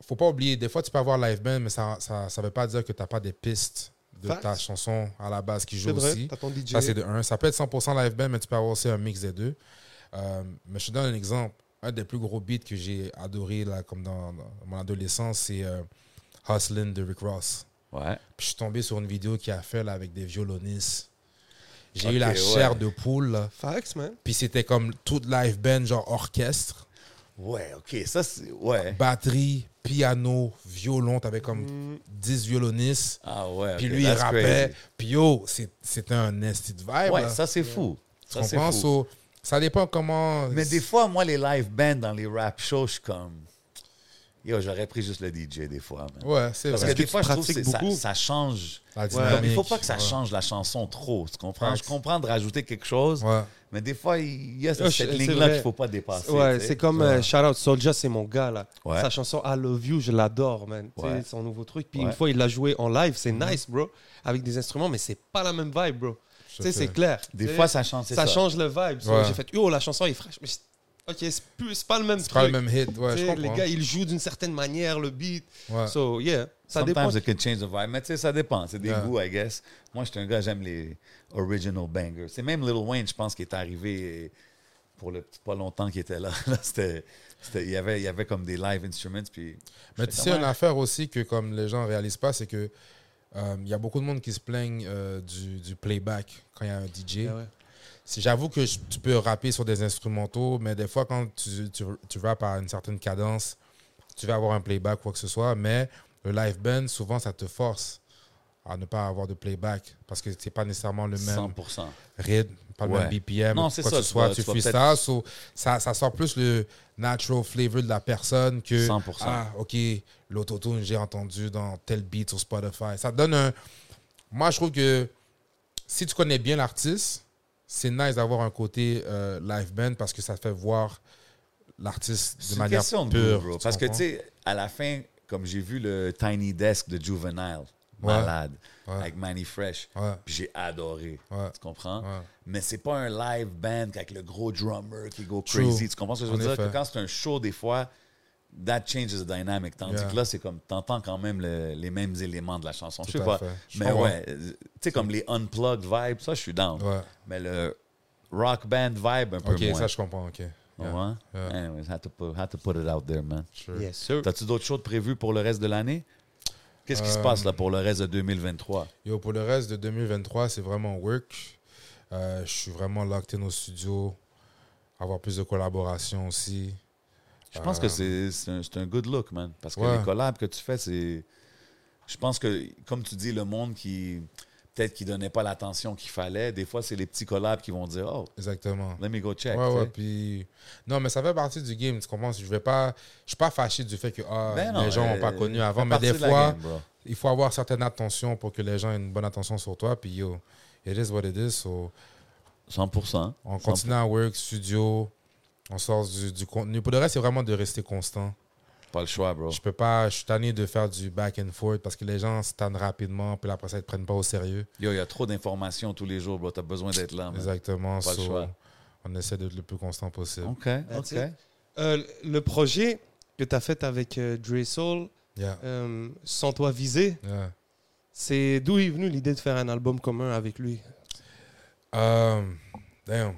faut pas oublier, des fois, tu peux avoir live band, mais ça ça, ça veut pas dire que tu n'as pas des pistes de Facts. ta chanson à la base qui joue C'est vrai, aussi. t'as ton DJ. Ça, c'est de un. Ça peut être 100% live band, mais tu peux avoir aussi un mix des deux. Euh, mais je te donne un exemple. Un des plus gros beats que j'ai adoré là, comme dans, dans mon adolescence, c'est euh, Hustlin' de Rick Ross. ouais Puis je suis tombé sur une vidéo qu'il a fait là, avec des violonistes. J'ai eu Ok, la chair ouais. de poule. là. Facts, man. Puis c'était comme toute live band, genre orchestre, ouais ok ça c'est ouais batterie, piano, violon. T'avais comme 10 violonistes. Mm. Ah ouais. Puis ok, lui, il that's rappait. crazy. Puis yo, c'est- c'était un esti de vibe. Ouais, là. ça c'est fou. Tu Ça c'est comprends? fou. So, ça dépend comment. Mais des fois, moi, les live bands dans les rap shows, je suis comme. Yo, j'aurais pris juste le DJ des fois. man. Ouais, c'est Parce vrai. que des tu fois, je trouve pratiques que c'est- ça, beaucoup. ça change. La Comme, il faut dynamique, pas que ça ouais. change la chanson trop. Tu comprends? Je Facts. comprends de rajouter quelque chose, Ouais. mais des fois, il y a Ah, cette, je- c'est ligne-là vrai. qu'il faut pas dépasser. ouais, tu sais. c'est comme euh, Shout Out Soldier, c'est mon gars, là. Ouais. Sa chanson I Love You, je l'adore, man. Tu sais, Ouais. Son nouveau truc. Puis Ouais. Mhm. une fois, il l'a joué en live, c'est nice, bro. Avec des instruments, mais c'est pas la même vibe, bro. Tu sais, fait. c'est clair. Des Tu sais, fois, ça change. c'est ça, change le vibe. So, Ouais. J'ai fait, oh, la chanson est fraîche. Mais Ok, c'est plus- c'est pas le même C'est pas le truc. même hit. Ouais, Tu je sais, les comprends. gars, ils jouent d'une certaine manière le beat. Ouais. So, yeah, ça Sometimes dépend. it can change the vibe. Mais tu sais, ça dépend. C'est des Yeah. goûts, I guess. Moi, je suis un gars, j'aime les original bangers. C'est même Lil Wayne, je pense, qui est arrivé et pour le petit pas longtemps qu'il était là. Là, c'était- c'était- Il y avait, il y avait comme des live instruments. Puis Mais j'étais tu sais, comme, une ah, affaire aussi que comme les gens réalisent pas, c'est que euh, il y a beaucoup de monde qui se plaignent euh, du, du playback quand il y a un DJ. C'est- J'avoue que je- tu peux rapper sur des instrumentaux, mais des fois, quand tu, tu, tu rappes à une certaine cadence, tu vas avoir un playback, quoi que ce soit, mais le live band, souvent, ça te force à ne pas avoir de playback parce que c'est pas nécessairement le même 100%. rythme, pas le Ouais. même BPM, Non, quoi c'est que ça, ce tu soit, vas- tu tu vas freestyles, peut-être- so, ça, ça sort plus le natural flavor de la personne que 100%. ah ok l'autotune j'ai entendu dans tel beat sur Spotify. Ça donne un. Moi je trouve que si tu connais bien l'artiste, c'est nice d'avoir un côté euh, live band parce que ça te fait voir l'artiste C'est de une manière question de pure. goût, bro. tu Parce que, tu comprends? sais, à la fin, comme j'ai vu le Tiny Desk de Juvenile, malade, Ouais. avec Manny Fresh, Ouais. puis j'ai adoré. Ouais. Tu comprends? Ouais. Mais c'est pas un live band avec le gros drummer qui go True. crazy. Tu comprends ce que je veux En dire? effet. Que quand c'est un show, des fois, that changes the dynamic. Tandis Yeah. que là, c'est comme, t'entends quand même le- les mêmes éléments de la chanson. je sais à pas. fait. Je Mais comprends. ouais, euh, tu sais, comme les unplugged vibes, ça, je suis down. Ouais. Mais le rock band vibe, un peu Ok, moins. ça je comprends. Ok. Yeah. Ouais. Yeah. Anyways, had to, put, had to put it out there, man. Sure. Yes, sir. T'as-tu d'autres choses prévues pour le reste de l'année? Qu'est-ce qui se Euh, passe là pour le reste de 2023? Yo, pour le reste de 2023, c'est vraiment work. Euh, je suis vraiment locked in au studio. Avoir plus de collaborations aussi. Je pense que c'est c'est un, c'est un good look, man. Parce que Euh. Ouais. les collabs que tu fais, c'est. Je pense que, comme tu dis, le monde qui. Peut-être qui donnait pas l'attention qu'il fallait. Des fois, c'est les petits collabs qui vont dire Oh, Exactement. let me go check. ouais, tu ouais, sais. puis... Non, mais ça fait partie du game, tu comprends? Je vais pas... Je suis pas fâché du fait que ah, Ben non, les gens n'ont pas euh, connu ça avant, fait mais des partie de la fois, game, bro. il faut avoir certaines attentions pour que les gens aient une bonne attention sur toi. Puis yo, it is what it is. so, 100%. on continue à work, studio, on sort du, du contenu. Pour le reste, c'est vraiment de rester constant. 100%. Pas le choix, bro. Je peux pas, je suis tanné de faire du back and forth parce que les gens se tannent rapidement, puis après ça, ils te prennent pas au sérieux. Yo, il y a trop d'informations tous les jours, bro. T'as besoin d'être là, man. Exactement. Pas le so, choix. on essaie d'être le plus constant possible. OK, OK. That's it. Euh, le projet que tu as fait avec euh, Dre Soul, Yeah. euh, Sans toi visé, Yeah. c'est d'où est venue l'idée de faire un album commun avec lui Euh, damn.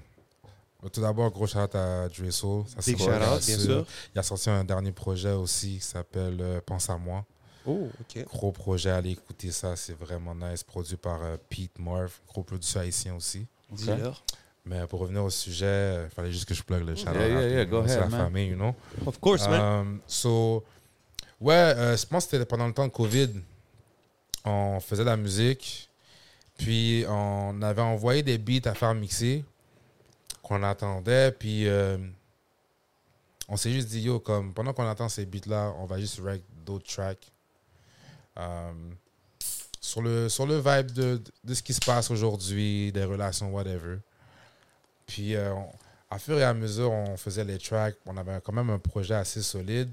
Tout d'abord, gros shout out à Dre Soul. Ça, Big c'est shout vrai, out, bien c'est- sûr. Il a sorti un dernier projet aussi qui s'appelle euh, Pense à moi. Oh, ok. Gros projet, allez écouter ça, c'est vraiment nice. Produit par euh, Pete Marv, gros producteur haïtien aussi. Dis-leur. Mais pour revenir au sujet, il fallait juste que je plug le shout out. Yeah, yeah, yeah, go C'est ahead, la man. famille, you know. Of course, man. Euh, so, ouais, euh, je pense que c'était pendant le temps de COVID. On faisait de la musique, puis on avait envoyé des beats à faire mixer qu'on attendait, puis euh, on s'est juste dit, yo, comme pendant qu'on attend ces beats-là, on va juste wreck d'autres tracks. Euh, sur, le, sur le vibe de, de ce qui se passe aujourd'hui, des relations, whatever. Puis euh, on- à fur et à mesure, on faisait les tracks. On avait quand même un projet assez solide.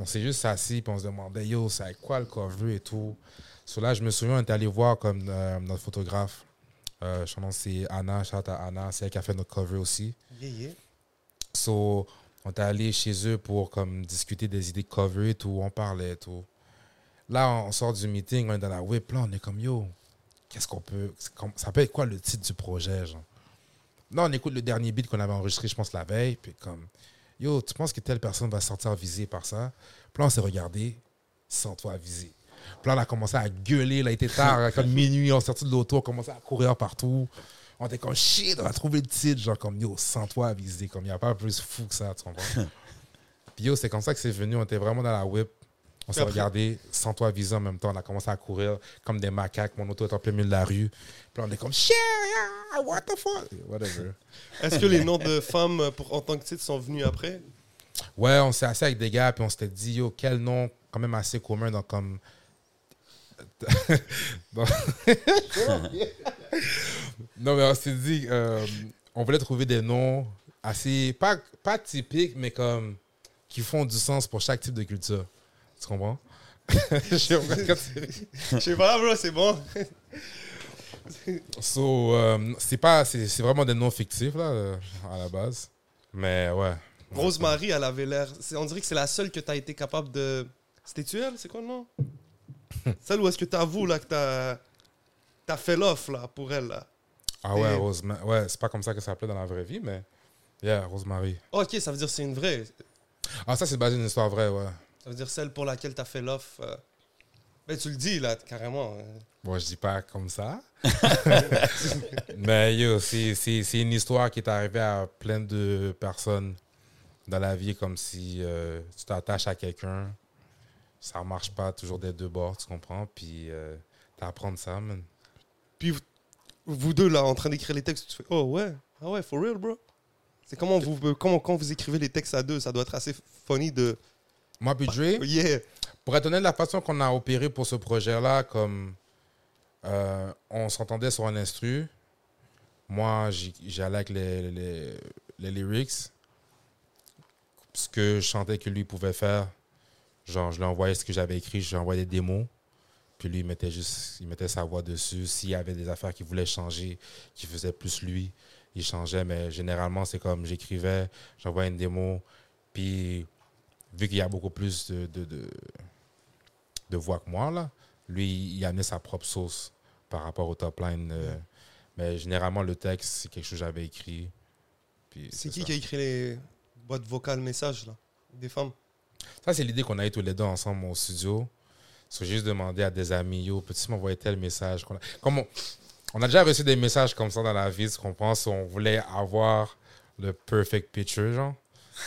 On s'est juste assis puis on se demandait, yo, c'est avec quoi le cover et tout. So là, je me souviens, on est allé voir comme euh, notre photographe. Euh, son nom, c'est Anna. Shout à Anna. C'est elle qui a fait notre cover aussi. Yeah, yeah. So, on est allé chez eux pour comme discuter des idées de cover et tout. On parlait et tout. Là, on sort du meeting, on est dans la whip. Là, on est comme, yo, qu'est-ce qu'on peut. c'est comme- Ça peut être quoi le titre du projet, genre? Là, on écoute le dernier beat qu'on avait enregistré, je pense, la veille. Puis comme, yo, tu penses que telle personne va sortir visée par ça? Puis là, on s'est regardé, sans toi visé. Puis là, on a commencé à gueuler. Là, il était tard, comme minuit, on est sorti de l'auto, on commençait à courir partout. On était comme, shit, on a trouvé le titre. Genre, comme, yo, sans toi visé. Comme, il n'y a pas plus fou que ça, tu comprends? Puis yo, c'est comme ça que c'est venu. On était vraiment dans la whip. On s'est après- regardé, sans toi visé en même temps. On a commencé à courir comme des macaques. Mon auto est en plein milieu de la rue. Puis là, on est comme, shit, yeah, what the fuck? Whatever. Est-ce que les noms de femmes pour, en tant que titre sont venus après Ouais, on s'est assis avec des gars, puis on s'était dit, yo, quel nom quand même assez commun dans comme. Dans- non, mais on s'est dit, euh, on voulait trouver des noms assez. Pas, pas typiques, mais comme. qui font du sens pour chaque type de culture. Tu comprends? Je sais pas quand tu- Je sais pas, bro, c'est bon. So, euh, c'est pas. C'est c'est vraiment des noms fictifs, là, euh, à la base. Mais ouais. Rosemary, elle avait l'air. c'est- On dirait que c'est la seule que t'as été capable de. C'était-tu elle C'est quoi le nom Celle où est-ce que t'avoues là que t'as. T'as fait l'offre là pour elle là. Ah ouais, Et- Rosemary. Ouais, c'est pas comme ça que ça s'appelait dans la vraie vie, mais. Yeah, Rosemary. Ah, Ok, ça veut dire c'est une vraie. Ah, ça, c'est basé sur une histoire vraie, ouais. Ça veut dire celle pour laquelle t'as fait l'offre. euh. Ben tu le dis là carrément. euh. Bon, je dis pas comme ça. mais yo, c'est c'est- c'est une histoire qui est arrivée à plein de personnes dans la vie, comme si euh, tu t'attaches à quelqu'un, ça marche pas toujours des deux bords, tu comprends? Puis euh, t'apprends de ça, man. Puis vous, vous deux là en train d'écrire les textes, tu fais oh ouais, ah ouais, for real bro. C'est comment vous comment quand vous écrivez les textes à deux, ça doit être assez funny de oh, Moi, puis Dre, yeah. pour être honnête, la façon qu'on a opéré pour ce projet-là, comme euh, on s'entendait sur un instru, moi j'y- j'allais avec les, les, les lyrics, ce que je chantais que lui pouvait faire. Genre, je lui envoyais ce que j'avais écrit, je lui envoyais des démos. Puis lui, il mettait, juste, il mettait sa voix dessus. S'il y avait des affaires qu'il voulait changer, qu'il faisait plus lui, il changeait. Mais généralement, c'est comme j'écrivais, j'envoyais une démo. Puis vu qu'il y a beaucoup plus de, de, de, de voix que moi, là, lui, il amenait sa propre sauce par rapport au top line. euh, Mais généralement, le texte, c'est quelque chose que j'avais écrit. Puis C'est qui ça. qui a écrit les boîtes vocales messages là Des femmes. Ça, c'est l'idée qu'on a eu tous les deux ensemble au studio. So, j'ai juste demandé à des amis, yo, peux-tu m'envoyer tel message qu'on a... Comme on... on a déjà reçu des messages comme ça dans la vie, ce qu'on pense, on voulait avoir le perfect picture, genre.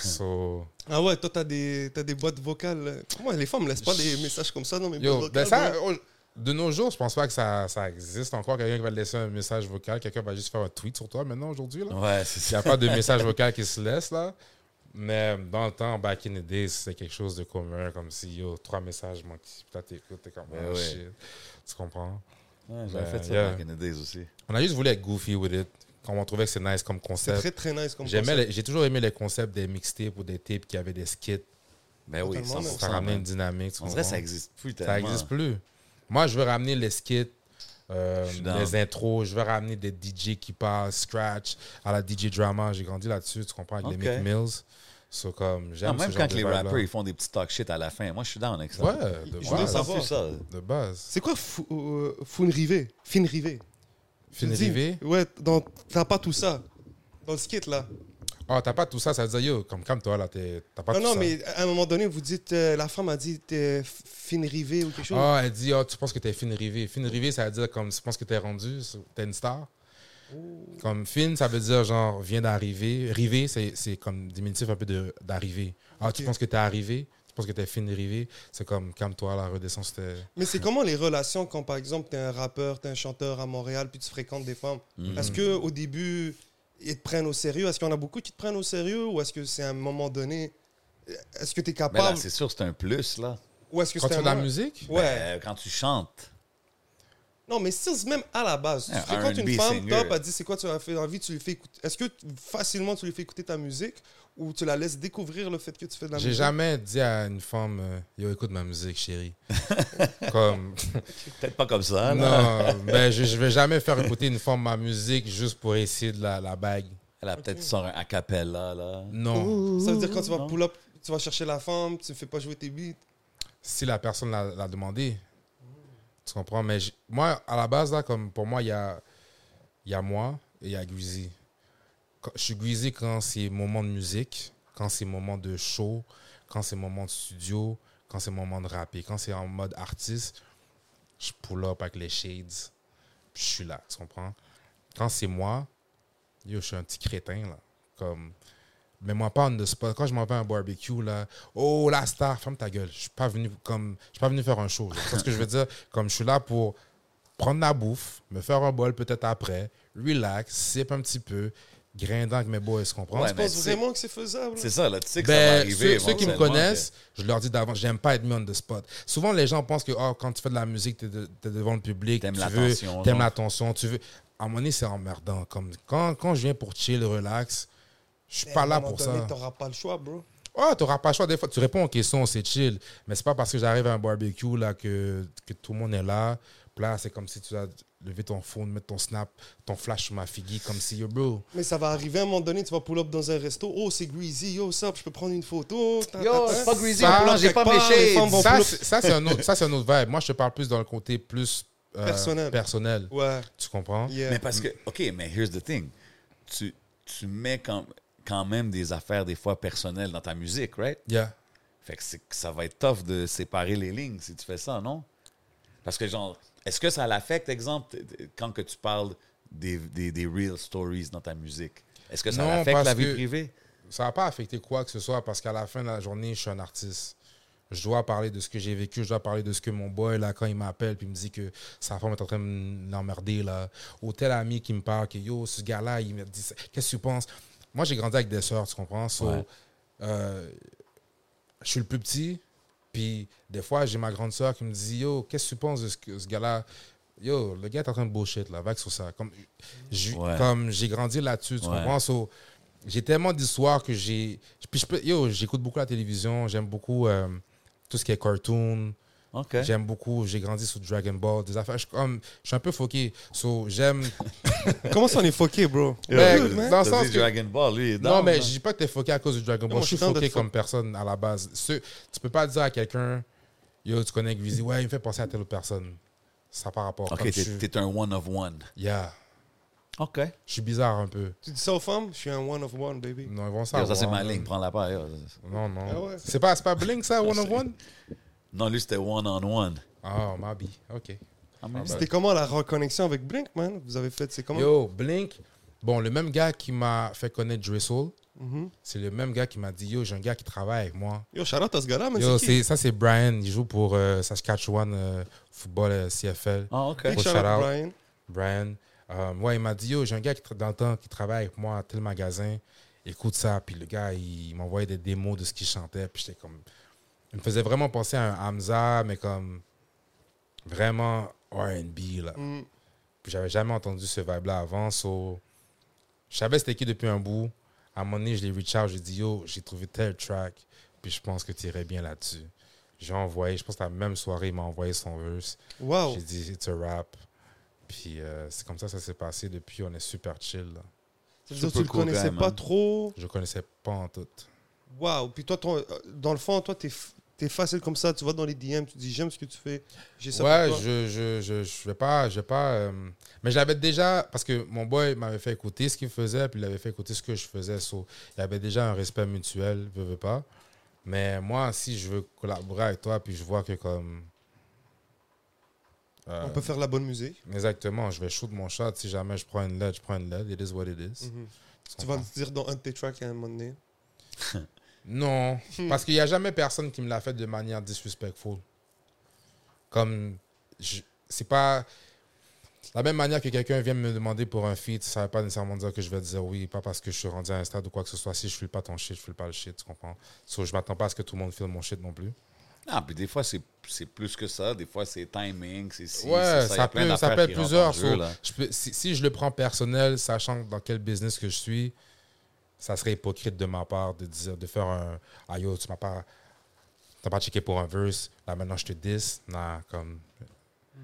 So, Ah ouais, toi t'as des t'as des boîtes vocales. Comment les femmes laissent pas des messages comme ça non mais yo, ben ça, oh, de nos jours, je pense pas que ça, ça existe encore. Quelqu'un qui va te laisser un message vocal, quelqu'un va juste faire un tweet sur toi maintenant aujourd'hui. là. Ouais, c'est Il n'y a pas de message vocal qui se laisse, là. Mais dans le temps, back in the days, c'est quelque chose de commun, comme si, yo, trois messages manquent. Puis là, t'écoutes, t'es comme, Ben oh, ouais. shit. Tu comprends? Ouais, J'avais Ben, fait ça yeah. back in the days aussi. On a juste voulu être goofy with it. Comme on trouvait que c'est nice comme c'est concept. très très nice comme euh, J'aimais concept. les- J'ai toujours aimé les concepts des mixtapes ou des tapes qui avaient des skits. Ben oui, Totalement, Ça 100%. ramenait man. une dynamique. tu On dirait que comprends? ça existe plus tellement. Ça n'existe plus. Moi, je veux ramener les skits, euh, Je suis down. les intros. Je veux ramener des DJ qui parlent, scratch, à la DJ drama. J'ai grandi là-dessus, tu comprends, avec Ok. les Mick Mills. So, comme, Non, j'aime même ce genre quand de les vibe-là. rappers ils font des petits talk shit à la fin, moi je suis down avec ça. Ouais, de Je voulais base. savoir. J'ai ça. De base. C'est quoi fou, euh, Funrivé Finrivé Finrivé. Ouais, dans t'as pas tout ça. Dans le skit là. Oh, t'as pas tout ça, ça veut dire, yo, comme, comme toi, là, t'es- t'as pas Non, tout non, ça. mais à un moment donné, vous dites, euh, la femme a dit t'es finrivé ou quelque chose. Ah, elle dit, Ah, tu penses que t'es fine rivée. Fine rivée, ça veut dire comme tu penses que t'es rendu, t'es une star. Comme fine, ça veut dire genre vient d'arriver. Rivé, c'est c'est comme diminutif un peu de- d'arriver. Ah, tu Ok. penses que t'es arrivé? Tu penses que t'es fine rivée? C'est comme calme-toi, la redescends, c'était. Mais c'est comment les relations quand, par exemple, t'es un rappeur, t'es un chanteur à Montréal, puis tu fréquentes des femmes Mhm. Est-ce que au début, ils te prennent au sérieux Est-ce qu'il y en a beaucoup qui te prennent au sérieux Ou est-ce que c'est à un moment donné Est-ce que t'es Mais là, capable c'est sûr, c'est un plus, là. Ou est-ce que Ben Quand c'est tu fais un de la moment- musique? ben, Ouais. Euh, quand tu chantes. Non, mais si même à la base, tu Un fréquentes une R&B femme, singer. top, elle dit c'est quoi tu as fait envie, tu lui fais écouter. Est-ce que tu- facilement tu lui fais écouter ta musique ou tu la laisses découvrir le fait que tu fais de la J'ai musique jamais dit à une femme, euh, yo, écoute ma musique, chérie. comme, Peut-être pas comme ça, là. non, ben, je, je vais jamais faire écouter une femme ma musique juste pour essayer de la, la bague. Elle a peut-être sort un acapella, là. Non. Ça veut dire quand tu vas pull up, tu vas chercher la femme, tu fais pas jouer tes beats. si la personne l'a l'a demandé. Tu comprends? Mais j- moi, à la base, là, comme pour moi, il y a, il y a moi et il y a Greasy. Quand- Je suis Greasy quand c'est moment de musique, quand c'est moment de show, quand c'est moment de studio, quand c'est moment de rapper, quand c'est en mode artiste, je pull up avec les shades. puis je suis là, tu comprends? Quand c'est moi, yo, je suis un petit crétin, là. Comme, mais moi, pas on the spot. Quand je m'en vais à un barbecue, là, oh, la star, ferme ta gueule. Je suis pas venu comme, je suis pas venu faire un show. C'est ce que je veux dire. Comme je suis là pour prendre la bouffe, me faire un bol peut-être après, relax, sip un petit peu, grindant avec mes boys, tu comprends? Ouais, Tu mais penses tu sais- vraiment que c'est faisable C'est ça, là. Tu sais que ça va Ben, arriver. ceux, ceux qui me éventuellement, connaissent, je leur dis d'avance, j'aime pas être mis on the spot. Souvent, les gens pensent que oh, quand tu fais de la musique, t'es de- t'es devant le public, T'aimes tu veux, l'attention, genre. t'aimes l'attention, tu veux. À un moment donné, c'est emmerdant. Comme quand, quand je viens pour chill, relax, je suis Eh, pas là pour ça. T'auras pas le choix, bro. Oh, t'auras pas le choix. Des fois, tu réponds aux questions, c'est chill. Mais c'est pas parce que j'arrive à un barbecue là que, que tout le monde est là. Puis là, c'est comme si tu as levé ton phone, mettre ton snap, ton flash sur ma figure, comme si, yo, bro. Mais ça va arriver à un moment donné, tu vas pull up dans un resto. Oh, c'est greasy, yo, ça, je peux prendre une photo. ta, ta, ta. greasy, Ça, on quelque part, les femmes vont- Bon, Ça, pour- c'est- ça, c'est un autre, ça, c'est un autre vibe. Moi, je te parle plus dans le côté plus euh, Personnel. personnel. Ouais, Tu comprends? yeah. Mais parce que, OK, mais here's the thing. Tu, tu mets quand, quand même des affaires, des fois personnelles, dans ta musique, right? Yeah. Fait que, c'est- ça va être tough de séparer les lignes si tu fais ça, non? Parce que, genre, est-ce que ça l'affecte, exemple, t- t- quand que tu parles des, des, des real stories dans ta musique? Est-ce que ça Non, l'affecte parce la vie que- privée? Ça va pas affecter quoi que ce soit parce qu'à la fin de la journée, je suis un artiste. Je dois parler de ce que j'ai vécu, je dois parler de ce que mon boy, là, quand il m'appelle, puis il me dit que sa femme est en train de l'emmerder, là. Ou tel ami qui me parle que, yo, ce gars-là, il me dit, ça. qu'est-ce que tu penses? Moi, j'ai grandi avec des sœurs, tu comprends? So, Ouais. euh, je suis le plus petit, puis des fois, j'ai ma grande sœur qui me dit, yo, qu'est-ce que tu penses de ce, que- ce gars-là? Yo, le gars est en train de bullshit, là, vague sur ça. Comme j'ai Ouais. comme j'ai grandi là-dessus, tu Ouais. comprends? So, j'ai tellement d'histoires que j'ai. Puis je peux- yo, j'écoute beaucoup la télévision, j'aime beaucoup euh, tout ce qui est cartoon, OK. j'aime beaucoup, j'ai grandi sur Dragon Ball, des affaires. Je, suis comme, je suis un peu foqué. So, j'aime. Comment ça, on est foqué, bro? Mais Yo, Ben, dans le t'as sens dit que- Dragon Ball, lui, il est Non, down, mais là. je dis pas que t'es foqué à cause du Dragon Ball. Non, je suis je suis foqué d'être comme personne à la base. Ce- tu peux pas dire à quelqu'un, yo, tu connais Gwizy, ouais, il me fait penser à telle autre personne. Ça par rapport. OK, Comme je t'es- suis- t'es un one-of-one. Yeah. OK. Je suis bizarre un peu. Tu dis ça aux femmes? Je suis un one of one, baby. Non, ils vont savoir. Ça, c'est ma hein. ligne. Prends-la pas. yo. Non, non. Ah ouais. C'est pas, c'est pas Blink, ça, One of One? Non, lui, c'était one-on-one. Ah, Mabi. OK. Ah, ben. C'était comment la reconnexion avec Blink, man? Vous avez fait, c'est comment? Yo, Blink. Bon, le même gars qui m'a fait connaître Dre Soul, Mm-hmm. c'est le même gars qui m'a dit Yo, j'ai un gars qui travaille avec moi. Yo, shout out à ce gars-là, man. Yo, c'est qui? c'est, ça, c'est Brian. Il joue pour euh, Saskatchewan euh, Football euh, CFL. Ah, OK. Big Gros shout out, shout out. Brian. Brian. Euh, ouais, il m'a dit Yo, j'ai un gars qui, tra- dans le temps qui travaille avec moi à tel magasin. Écoute ça. Puis le gars, il, m'envoyait des démos de ce qu'il chantait. Puis j'étais comme. Il me faisait vraiment penser à un Hamza, mais comme. Vraiment RB, là. Mm. Puis j'avais jamais entendu ce vibe-là avant. So, je savais c'était qui depuis un bout. À un moment donné, je l'ai reach out, j'ai dit Yo, j'ai trouvé tel track, puis je pense que tu irais bien là-dessus. J'ai envoyé, je pense que la même soirée, il m'a envoyé son verse. Wow. J'ai dit It's a rap. Puis euh, c'est comme ça que ça s'est passé. Depuis, on est super chill. là. Ça veut dire que tu super cool, le quand connaissais même, pas hein. trop. Je connaissais pas en tout. Waouh. Puis toi, ton- euh, dans le fond, toi, t'es f- t'es facile comme ça. Tu vas dans les DM, tu dis j'aime ce que tu fais. J'ai ça ouais, pour toi. je, je, je, je vais pas. Je vais pas euh, mais je l'avais déjà. Parce que mon boy m'avait fait écouter ce qu'il faisait, puis il avait fait écouter ce que je faisais. So, il y avait déjà un respect mutuel, veux, veux pas. Mais moi, si je veux collaborer avec toi, puis je vois que comme. euh, On peut faire la bonne musique. Exactement, je vais shoot mon shot. Si jamais je prends une LED, je prends une LED. It is what it is. Mhm. Tu Tu vas comprends? me dire dans un de tes tracks à un moment donné. Non, parce qu'il n'y a jamais personne qui me l'a fait de manière disrespectful. Comme, je- c'est pas. La même manière que quelqu'un vient me demander pour un feat, ça ne veut pas nécessairement dire que je vais dire oui, pas parce que je suis rendu à un stade ou quoi que ce soit. Si je ne file pas ton shit, je ne file pas le shit, tu comprends? So, je m'attends pas à ce que tout le monde file mon shit non plus. Ah, puis des fois, c'est c'est plus que ça. Des fois, c'est timing, c'est ci, ouais, c'est ça, Il y a plein peut, ça d'affaires peut être qui rentrent en plusieurs. jeu, so, là. je peux- si, si je le prends personnel, sachant dans quel business que je suis, ça serait hypocrite de ma part de dire de faire un Ah yo, tu m'as pas. T'as pas checké pour un verse, là maintenant je te dis. Non, comme.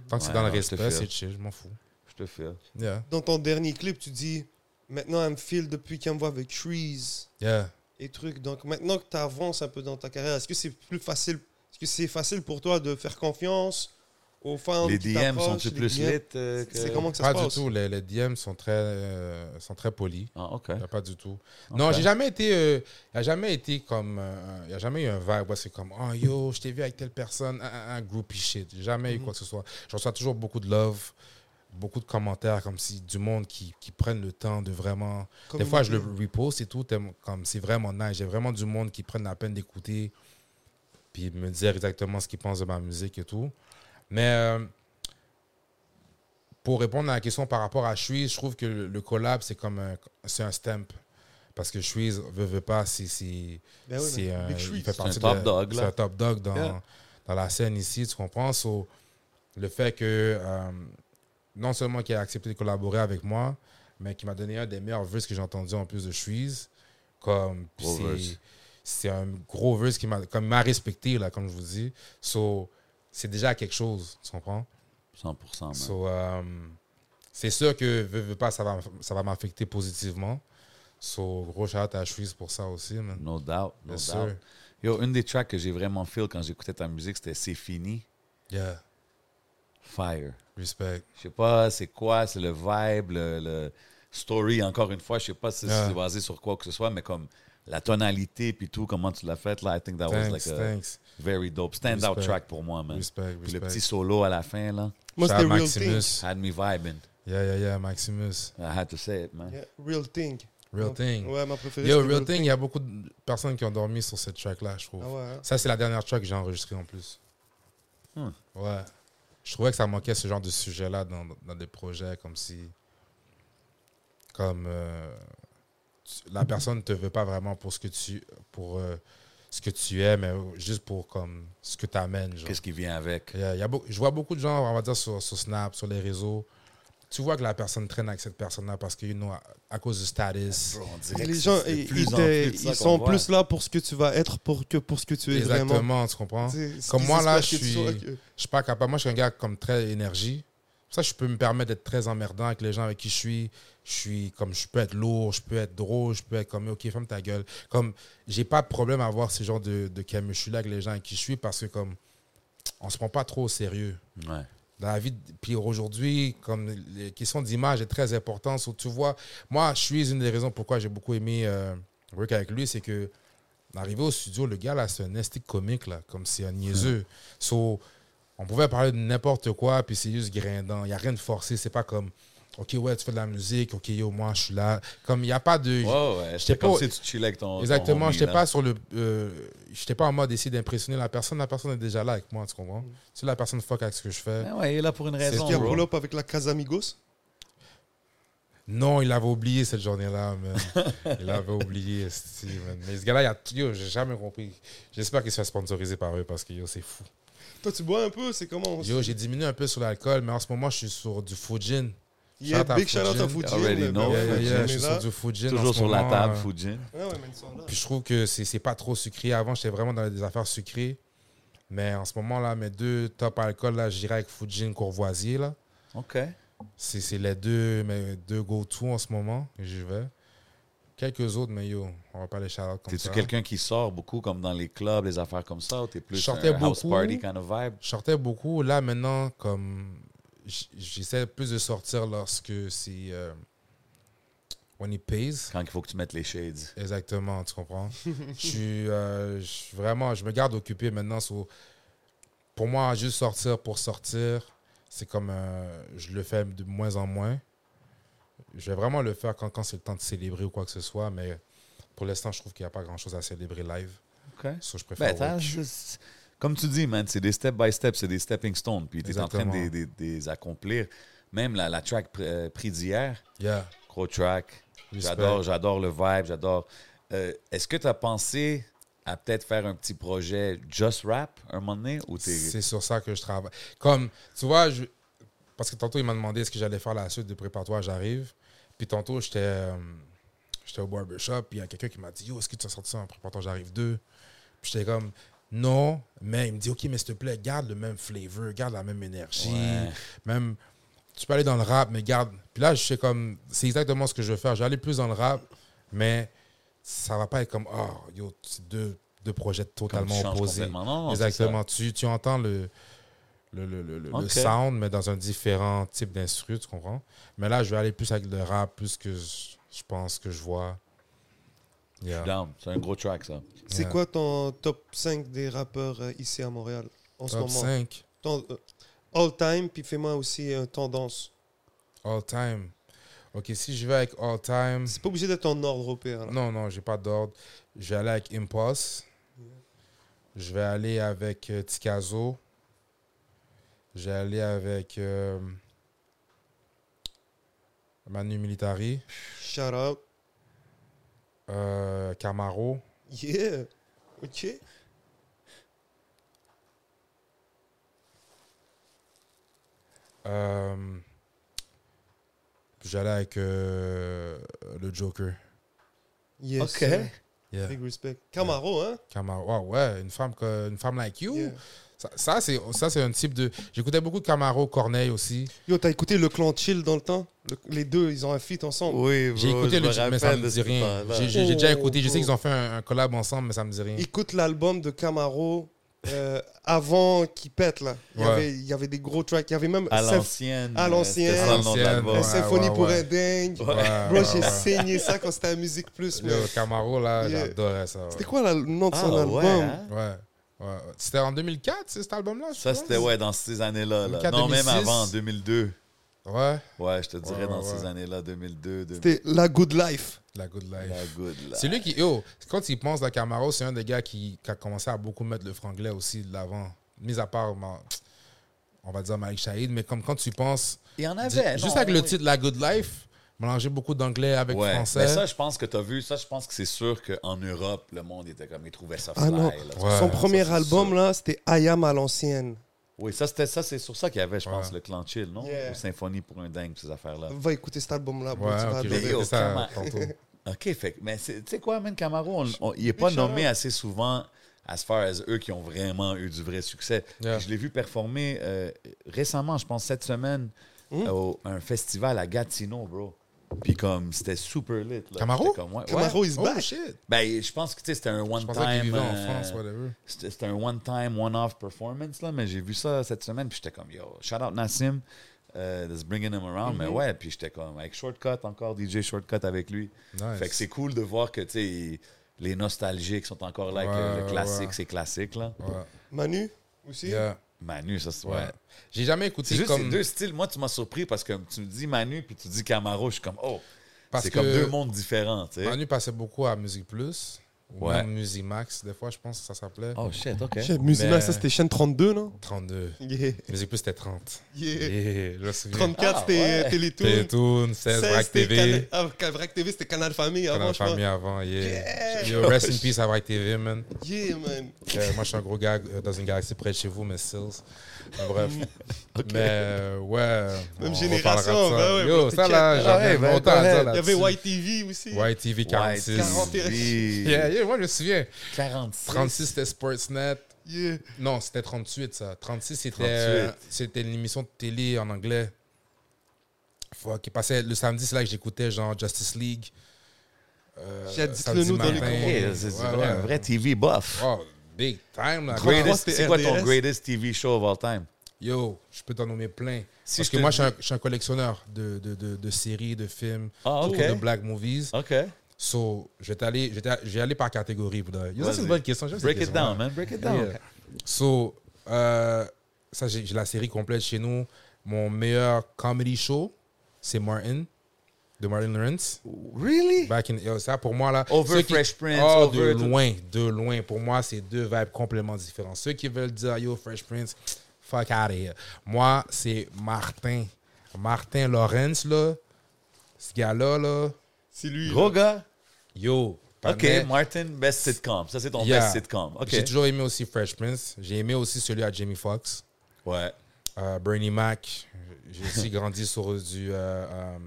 Tant que c'est Ouais, dans le non, je te respect, file. c'est chill, je m'en fous. Je te fais. Yeah. Dans ton dernier clip, tu dis maintenant, elle me file depuis qu'elle me voit avec Trees Yeah. et trucs. Donc maintenant que tu avances un peu dans ta carrière, est-ce que c'est plus facile Est-ce que c'est facile pour toi de faire confiance aux femmes Les qui DM t'approchent, sont-ils les plus DM? lit euh, que... C'est comment que ça Pas se du passe tout. Les, les DM sont très, euh, sont très polis. Ah, OK. Y a Pas du tout. Non, j'ai jamais été. euh, y a jamais été comme. Il a jamais eu un vibe. où c'est comme. Oh yo, je t'ai vu avec telle personne. Un, un, un groupie shit. J'ai Jamais eu quoi que ce soit. Je reçois toujours beaucoup de love, beaucoup de commentaires comme si du monde qui, qui prennent le temps de vraiment. Comme Des fois, une- je le repose et tout. t'aimes- Comme c'est vraiment nice. J'ai vraiment du monde qui prennent la peine d'écouter. Puis me dire exactement ce qu'ils pensent de ma musique et tout. Mais. euh, pour répondre à la question par rapport à Shuiz, je trouve que le, le collab, c'est comme un, c'est un stamp. Parce que Shuiz, veut, veut pas, c'est, c'est, Ben oui, c'est mais un, Big il Shreeze. fait partie un top de- dog, là. C'est un top dog dans, Yeah. dans la scène ici, tu comprends? So, le fait que euh, non seulement qu'il a accepté de collaborer avec moi, mais qu'il m'a donné un des meilleurs verses que j'ai entendu en plus de Shuiz. Comme, puis Gros c'est- verse. c'est un gros verse qui m'a, comme, il m'a respecté, là, comme je vous dis. So, c'est déjà quelque chose, tu comprends? 100%. Ah, man. So, euh, c'est sûr que veux, veux pas, ça va, ça va m'affecter positivement. So, gros shout à Suisse pour ça aussi. man. No doubt, no Yes, doubt. sir. Yo, une des tracks que j'ai vraiment feel quand j'écoutais ta musique, c'était C'est fini, Yeah, Fire. respect. Je sais pas c'est quoi, c'est le vibe, le, le story, encore une fois, je sais pas si Yeah. c'est basé sur quoi que ce soit, mais comme la tonalité puis tout, comment tu l'as fait, là, I think that was Thanks, like a thanks. very dope stand-out Respect. track pour moi, man. Respect, Puis le respect. petit solo à la fin, là, Moi, Shout c'était out Real Maximus. Thing. had me vibing. Yeah, yeah, yeah, Maximus. I had to say it, man. Yeah, Real Thing. Real Thing. Ouais, ma préférée. Yo, c'était Real Thing, il y a beaucoup de personnes qui ont dormi sur cette track-là, je trouve. Ah ouais, hein? Ça, c'est la dernière track que j'ai enregistrée en plus. Hmm. Ouais. Je trouvais que ça manquait ce genre de sujet-là dans, dans des projets comme si. Comme. euh, tu- la personne ne te veut pas vraiment pour ce que tu, pour, euh, ce que tu es, mais juste pour comme, ce que tu amènes. genre. Qu'est-ce qui vient avec? Il y a- il y a beau- je vois beaucoup de gens, on va dire, sur, sur Snap, sur les réseaux. Tu vois que la personne traîne avec cette personne-là parce que, you know, à, à cause du status. On Et dirait que les c'est- gens, c'est ils, plus ils en t'es- plus de ça ils qu'on sont voit. plus là pour ce que tu vas être pour que pour ce que tu es vraiment. Exactement, tu comprends? Tu sais, Comme ils moi, là, espèrent je que tu sois- suis- Je suis pas capable. Moi, je suis un gars comme très énergie. Ça, je peux me permettre d'être très emmerdant avec les gens avec qui je suis. Je suis comme je peux être lourd, je peux être drôle, je peux être comme ok, ferme ta gueule. Comme j'ai pas de problème à avoir ce genre de, de camuchus là avec les gens avec qui je suis parce que comme on se prend pas trop au sérieux Ouais. dans la vie. de- Puis aujourd'hui, comme les questions d'image est très importante. So, tu vois, moi, je suis une des raisons pourquoi j'ai beaucoup aimé euh, work avec lui, c'est que arrivé au studio, le gars là, c'est un esthétique comique là, comme c'est un niaiseux. So, on pouvait parler de n'importe quoi, puis c'est juste grindant. Il n'y a rien de forcé. C'est pas comme, ok ouais, tu fais de la musique, ok yo, moi je suis là. Comme il n'y a pas de, Ouais, ouais. J'étais C'était comme pas- si tu chillais avec ton. ton Exactement, homie, je n'étais là. pas sur le. euh, j'étais pas en mode essayer d'impressionner la personne. La personne est déjà là avec moi, tu comprends? Si la personne fuck avec ce que je fais. Ouais, Ben ouais, il est là pour une C'est raison. Il y a bro. pull-up avec la Casamigos. Non, il avait oublié cette journée-là, man. Il avait oublié, esti, man. Mais ce gars-là, il y a tout- yo, j'ai jamais compris. J'espère qu'il se fait sponsoriser par eux parce que yo, c'est fou. Toi, tu bois un peu, c'est comment Yo, j'ai diminué un peu sur l'alcool, mais en ce moment, je suis sur du Fujin. Yeah, shout out à big shout out à Fujin. Fujin. Already mais know, bon, Yeah, yeah, Fujin yeah, est je suis là. sur du Fujin. en Toujours ce sur la moment, table, euh, Fujin. Ouais, ouais, mais ils sont là. Puis je trouve que c'est c'est pas trop sucré. Avant, j'étais vraiment dans des affaires sucrées. Mais en ce moment, là, mes deux top alcool, là, j'irai avec Fujin Courvoisier, là. OK. C'est c'est les deux, mes deux go-to en ce moment. et J'y vais. Quelques autres, mais yo, on va pas les shout comme T'es-tu ça. quelqu'un qui sort beaucoup, comme dans les clubs, les affaires comme ça, ou t'es plus Je sortais un house beaucoup. party kind of vibe? Je sortais beaucoup. Là, maintenant, comme j- j'essaie plus de sortir lorsque c'est. euh, when it pays. Quand il faut que tu mettes les shades. Exactement, tu comprends. je suis euh, je suis vraiment, je me garde occupé maintenant. so, pour moi, juste sortir pour sortir, c'est comme euh, je le fais de moins en moins. Je vais vraiment le faire quand, quand c'est le temps de célébrer ou quoi que ce soit, mais pour l'instant, je trouve qu'il n'y a pas grand chose à célébrer live. OK. So, je préfère. Ben, attends, work. je- comme tu dis, man, c'est des step by step, c'est des stepping stones, puis t'es en train de Exactement. les- les- les accomplir. Même la, la track pr- euh, prix d'hier, Yeah. gros track. Respect. J'adore, j'adore le vibe, j'adore. Euh, Est-ce que tu as pensé à peut-être faire un petit projet just rap un moment donné ou t'es- C'est sur ça que je travaille. Comme, tu vois, je- parce que tantôt, il m'a demandé ce que j'allais faire la suite de préparatoire, j'arrive. Puis tantôt, j'étais euh, j'étais au barbershop, puis il y a quelqu'un qui m'a dit Yo, est-ce que tu as sorti ça en préparatoire, j'arrive 2 Puis j'étais comme Non, mais il me dit Ok, mais s'il te plaît, garde le même flavor, garde la même énergie, Ouais. même. Tu peux aller dans le rap, mais garde. Puis là, je sais comme, c'est exactement ce que je veux faire. Je vais aller plus dans le rap, mais ça va pas être comme, oh, yo, c'est deux, deux projets comme tu totalement changes opposés. complètement? Non, non, c'est ça. Exactement. Tu, tu entends le, le, le, le- le- le Ok. sound, mais dans un différent type d'instru, tu comprends? Mais là, je vais aller plus avec le rap, plus que je, je pense que je vois. Yeah. Down. C'est un gros track, ça. C'est Ouais. quoi ton top 5 des rappeurs euh, ici à Montréal en ce Top moment 5, Ton, euh, All time, puis fais-moi aussi euh, tendance. all time. Ok, si je vais avec all time. C'est pas obligé d'être en ordre européen. Non, non, j'ai pas d'ordre. Je vais aller avec Impulse. Je vais aller avec euh, Tikazo. Je vais aller avec euh, Manu Militari. Shout out. euh, Camaro. Yeah. Ok. Euh, J'allais avec euh, le Joker. Yes. Ok. sir. Yeah. Big respect. Camaro, hein Camaro. Ah ouais, une femme, que, une femme like you. Yeah. Ça, ça, c'est ça, c'est un type de. J'écoutais beaucoup Camaro, Corneille aussi. Yo, t'as écouté le clan Chill dans le temps Le- Les deux, ils ont un feat ensemble. Oui, J'ai bro, écouté je le me titre, mais rappelle ça me de dit ce rien. temps-là. J'ai- J'ai j'ai déjà Oh, écouté, je sais oh. qu'ils ont fait un, un collab ensemble, mais ça me dit rien. Écoute l'album de Camaro euh, avant qu'il pète, là. Il y, Ouais. avait, il y avait des gros tracks. Il y avait même À Sym- l'ancienne. à euh, l'ancienne. c'était ça le nom de À l'ancienne. l'album. La Ouais, symphonie ouais, pour ouais. un dingue. Ouais, Bro, ouais, j'ai ouais. saigné ça quand c'était à Musique Plus. mais- Yo, Camaro, là, Yeah. j'adorais ça. ouais. C'était quoi là, le nom de Ah, son album ouais, hein? Ouais. ouais. C'était en 2004, c'est cet album-là? je Ça, pense? c'était ouais, dans ces années-là. là. 2004, Non, même 2006. avant, en 2002. Ouais, Ouais, je te dirais Ouais, dans ouais, ces ouais. années-là, 2002, 2000. C'était La Good Life. la good life. La good, là. C'est lui qui, yo, quand il pense à Camaro, c'est un des gars qui, qui a commencé à beaucoup mettre le franglais aussi de l'avant. Mis à part, ma- on va dire Malik Shahid, mais comme quand tu penses, Il y en di- avait. Ah, juste ben, non, avec le oui. titre La Good Life, mélanger beaucoup d'anglais avec Ouais, français. mais ça, je pense que tu as vu, ça, je pense que c'est sûr qu'en Europe, le monde était comme, ils trouvaient ça fly. Ah non. là. Ouais. Son premier ça, c'est album, sûr. là, c'était I Am à l'ancienne. Oui, ça, c'était ça, c'est sur ça qu'il y avait, je pense, Ouais. le clan chill, non? Yeah. Ou Symphonie pour un dingue, ces affaires-là. Va écouter cet album-là, bro, ouais, tu vas ok, je adorer. vais Yo, Bah, écouter ça comment- tantôt. OK, fait que- mais c'est- tu sais quoi, même Camaro, on- on- il n'est pas Mm. Big nommé shout-out. assez souvent as far as eux qui ont vraiment eu du vrai succès. Yeah. Je l'ai vu performer euh, récemment, je pense, cette semaine, Mm. euh, au- à un festival à Gatineau, bro. Puis comme, c'était super lit. Là. Camaro? C'était comme, ouais, Camaro ouais. is Oh back. shit! Ben, je pense que tu sais, c'était un Je pensais qu'il one-time... vivait en euh, France, whatever. c'était c'était un one-time, one-off performance, là, mais j'ai vu ça cette semaine, puis j'étais comme, yo, shout-out Nassim, euh, that's bringing him around, Mm-hmm. mais ouais, puis j'étais comme, avec Shortcut, encore DJ Shortcut avec lui. Nice. Fait que c'est cool de voir que, tu sais, il- les nostalgiques sont encore là, avec le- le, Ouais, classique, ouais. c'est classique, là. Ouais. Manu aussi Yeah. Manu, ça, c'est... Ouais. Ouais. J'ai jamais C'est écouté juste comme. ces deux styles. Moi, tu m'as surpris parce que tu me dis Manu, puis tu dis Camaro, je suis comme, oh, Parce c'est que- comme deux mondes différents, tu sais. Manu passait beaucoup à Musique Plus, ou Ouais. même Musique Max, des fois, je pense que ça s'appelait. Oh, shit, OK. Chef Musimax, Mais- ça c'était chaîne 32, non 32. Yeah. Musique Plus, c'était 30. Yeah. Yeah, je me souviens. 34, Ah, c'était euh, ouais. Télétoon. Télétoon, 16 Brack c'était Canal- TV. ah, Ca- Vrac TV, c'était Canal Famille hein, Canal avant, je crois. Famille avant, yeah. Yo, rest in peace à Brack TV, man. Yeah, man. Euh, moi, je suis un gros gars euh, dans une galaxie près de chez vous, mais Sills. Euh, Bref. Mais euh, ouais. Même on génération, reparlera de ça. ben ouais, Yo, bah, ça là, t'inquiète. j'avais Ah ouais, ben, longtemps à go dire ahead. bah Il y là-dessus. avait YTV aussi. White TV 46. 41. Yeah, yeah, moi, je me souviens. 46. 36, c'était Sportsnet. Yeah. Non, c'était 38, ça. 36, c'était euh, 38. c'était une émission de télé en anglais. Fuck, qui passait le samedi, c'est là que j'écoutais genre Justice League. Euh, J'ai dit samedi le nous dans les matin. Yeah, c'est c'est Ouais, vrai, ouais. un vrai TV buff. Oh, big time, là. Great. Greatest- c'était C'est quoi ton RDS? greatest TV show of all time? Yo, je peux t'en nommer plein. Si Parce je que te moi, dis- je suis, un, je suis un collectionneur de, de, de, de séries, de films, Ah, surtout ok. Ah. de black movies. OK. So, je vais t'aller- je vais t'a- je vais aller par catégorie. pour de vrai. Yo, ça, c'est une Vas-y. bonne question. j'aime cette Break it question-là. down, man. Break it down. Yeah. So, euh, ça, j'ai j'ai la série complète chez nous. Mon meilleur comedy show, c'est Martin, de Martin Lawrence. Really? Back in, yo, ça, pour moi, là. Over ceux qui- Fresh Prince, Oh, over de tout- loin, de loin. Pour moi, c'est deux vibes complètement différents. Ceux qui veulent dire, yo, Fresh Prince, fuck out of here. Moi, c'est Martin. Martin Lawrence, là. Ce gars-là, là. C'est lui. Gros gars. Yo. OK, Panay- Martin, best sitcom. Ça, c'est ton Yeah. best sitcom. OK. J'ai toujours aimé aussi Fresh Prince. J'ai aimé aussi celui à Jamie Foxx. Ouais. Euh, Bernie Mac. J'ai aussi grandi sur du euh, euh,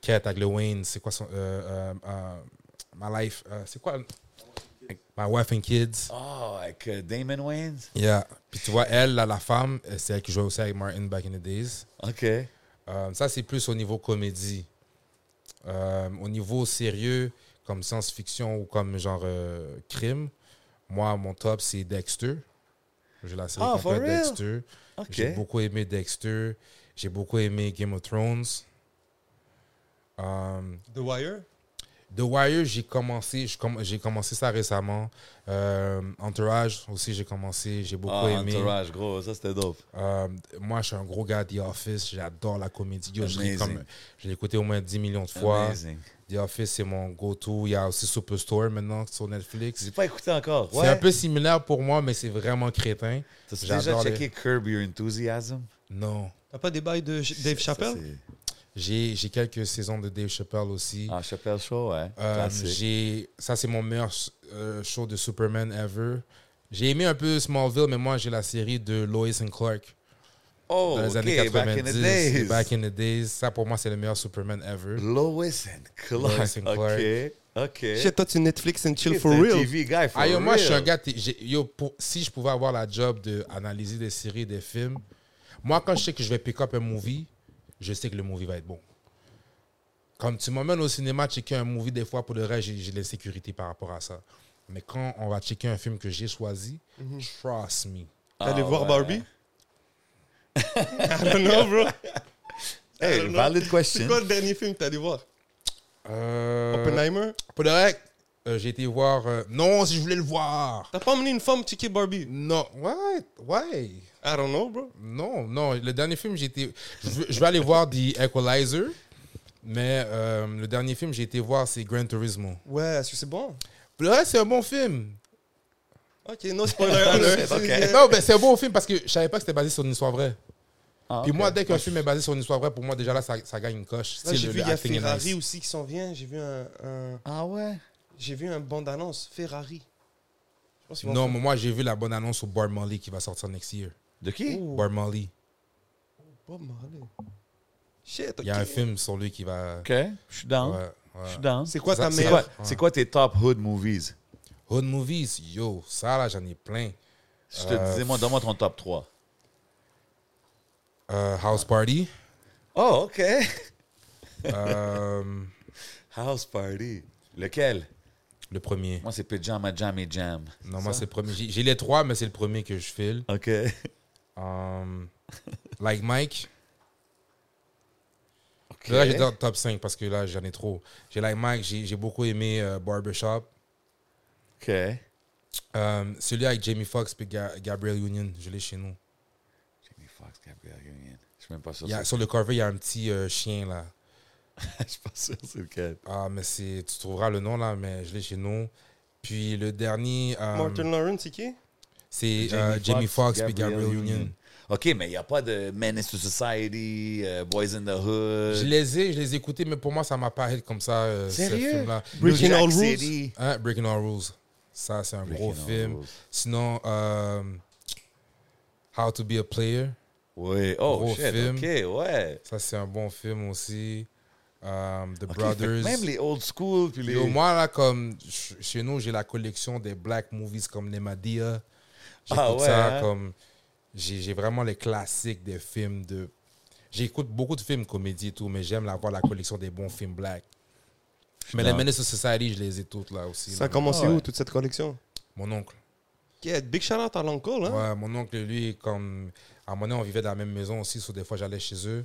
Cat avec le Wayne. C'est quoi son. euh, euh, euh, My Life. euh, c'est quoi My Wife and Kids. Oh, avec euh, Damon Wayans. Yeah. Puis tu vois, elle, là, la femme, euh, c'est elle qui jouait aussi avec Martin back in the days. OK. Euh, ça, c'est plus au niveau comédie. Euh, au niveau sérieux, comme science-fiction ou comme genre euh, crime, moi, mon top, c'est Dexter. J'ai la série Ah, for complète real? Dexter. OK. J'ai beaucoup aimé Dexter. J'ai beaucoup aimé Game of Thrones. Euh, The Wire. The Wire, j'ai commencé, je comm- j'ai commencé ça récemment. Euh, Entourage aussi, j'ai commencé, j'ai beaucoup Ah, aimé. Entourage, gros. Ça, c'était dope. Euh, moi, je suis un gros gars de The Office. J'adore la comédie. Yo, je l'ai Amazing. comme- je l'ai écouté au moins 10 millions de fois. Amazing. The Office, c'est mon go-to. Il y a aussi Superstore maintenant sur Netflix. J'ai pas écouté encore. Ouais. C'est un peu similaire pour moi, mais c'est vraiment crétin. T'as déjà J'adore les- checké Curb Your Enthusiasm? Non. T'as pas des bails de J- Dave Ça, Chappelle c'est- J'ai j'ai quelques saisons de Dave Chappelle aussi. Ah, Chappelle Show, ouais. Euh, Classique. j'ai ça c'est mon meilleur euh, show de Superman ever. J'ai aimé un peu Smallville, mais moi j'ai la série de Lois and Clark Oh, dans les OK, années 90. back in the days. Back in the days. Ça pour moi c'est le meilleur Superman ever. Lois and Clark. Lois and Clark. OK. OK. Chez toi, tu Netflix and chill T'es for un real. TV guy, for Ah, yo, moi, je real. suis un gars. t'es- j'ai- yo, pour- si je pouvais avoir la job d'analyser des séries, des films, moi, quand je sais que je vais pick up un movie, je sais que le movie va être bon. Comme tu m'emmènes au cinéma checker un movie, des fois, pour le reste, j'ai j'ai de l'insécurité par rapport à ça. Mais quand on va checker un film que j'ai choisi, Mhm. trust me. T'es Ah, allé voir ouais. Barbie? I don't know, bro. I Hey, don't know. valid C'est question. quoi le dernier film que t'es allé voir? Euh, Oppenheimer? pour le reste, euh, j'ai été voir. euh, non, si je voulais le voir. T'as pas emmené une femme checker Barbie? Non, ouais, ouais. I don't know, bro. Non, non. Le dernier film, j'ai été. Je veux- je vais aller voir The Equalizer, mais euh, le dernier film, j'ai été voir, c'est Gran Turismo. Ouais, est-ce que c'est bon? Le reste, c'est un bon film. Ok, no spoiler alert. Ok. Non, mais c'est un bon film parce que je savais pas que c'était basé sur une histoire vraie. Ah, Puis ok. moi, dès qu'un film est basé sur une histoire vraie, pour moi, déjà là, ça, ça gagne une coche. Là, Si j'ai le- vu, le il y a acting est Ferrari nice. aussi qui s'en vient. J'ai vu un, un- Ah ouais? j'ai vu un bande-annonce Ferrari. Je pense qu'ils vont Non, faire- mais moi, j'ai vu la bonne annonce sur Bar Molly qui va sortir next year. De qui? Oh, Bar Molly. Bob Marley. Shit, Il y a un ok. film sur lui qui va. OK, je suis down. Ouais, ouais. Je suis down. C'est quoi ta C'est meilleure? quoi, c'est quoi tes top hood movies? Hood Movies, yo, ça là, j'en ai plein. Je te Euh, disais, moi, donne-moi ton top 3. Euh, House Party. Oh, OK. euh, House Party. Lequel? le premier. Moi, c'est Pyjama Jam et Jam. Non, moi, c'est le premier. J'ai j'ai les trois, mais c'est le premier que je file. OK. Um, like Mike. OK. Là, j'étais en top 5 parce que là, j'en ai trop. J'ai Like Mike, j'ai j'ai beaucoup aimé euh, Barbershop. OK. Um, celui avec Jamie Foxx et Gabriel Union, je l'ai chez nous. Jamie Foxx, Gabriel Union. Je suis même pas sûr. Il y a- c'est- sur le cover, il y a un petit euh, chien là. Je suis pas sûr c'est lequel. Ah, mais c'est tu trouveras le nom là, mais je l'ai chez nous. Puis le dernier, um, Martin Lawrence, c'est qui? c'est euh, Jamie Foxx et Gabriel Union. OK, mais il n'y a pas de Menace to Society, euh, Boys in the Hood. Je les ai, je les ai écoutés, mais pour moi, ça m'a pas hit comme ça, euh, ce Sérieux? film-là. Breaking Jack All Rules? City. Hein, Breaking All Rules. Ça, c'est un Breaking gros All film. Rules. Sinon, euh, How to Be a Player. Oui. Oh, Gros shit. film. OK, ouais. Ça, c'est un bon film aussi. Euh, The OK, fait que Brothers. Même les old school. Puis les... Yo, moi, là, comme ch- chez nous, j'ai la collection des black movies comme Les Madia. J'écoute Ah ouais, ça hein? comme. J'ai j'ai vraiment les classiques des films de. J'écoute beaucoup de films comédie et tout, mais j'aime avoir la collection des bons films black. Mais les down. Menace to Society, je les ai toutes là aussi. Ça a là. commencé Ah ouais. où, toute cette collection? Mon oncle. Yeah, big shout out à l'oncle, hein? Ouais, mon oncle, lui, comme à un moment donné, on vivait dans la même maison aussi, so des fois j'allais chez eux.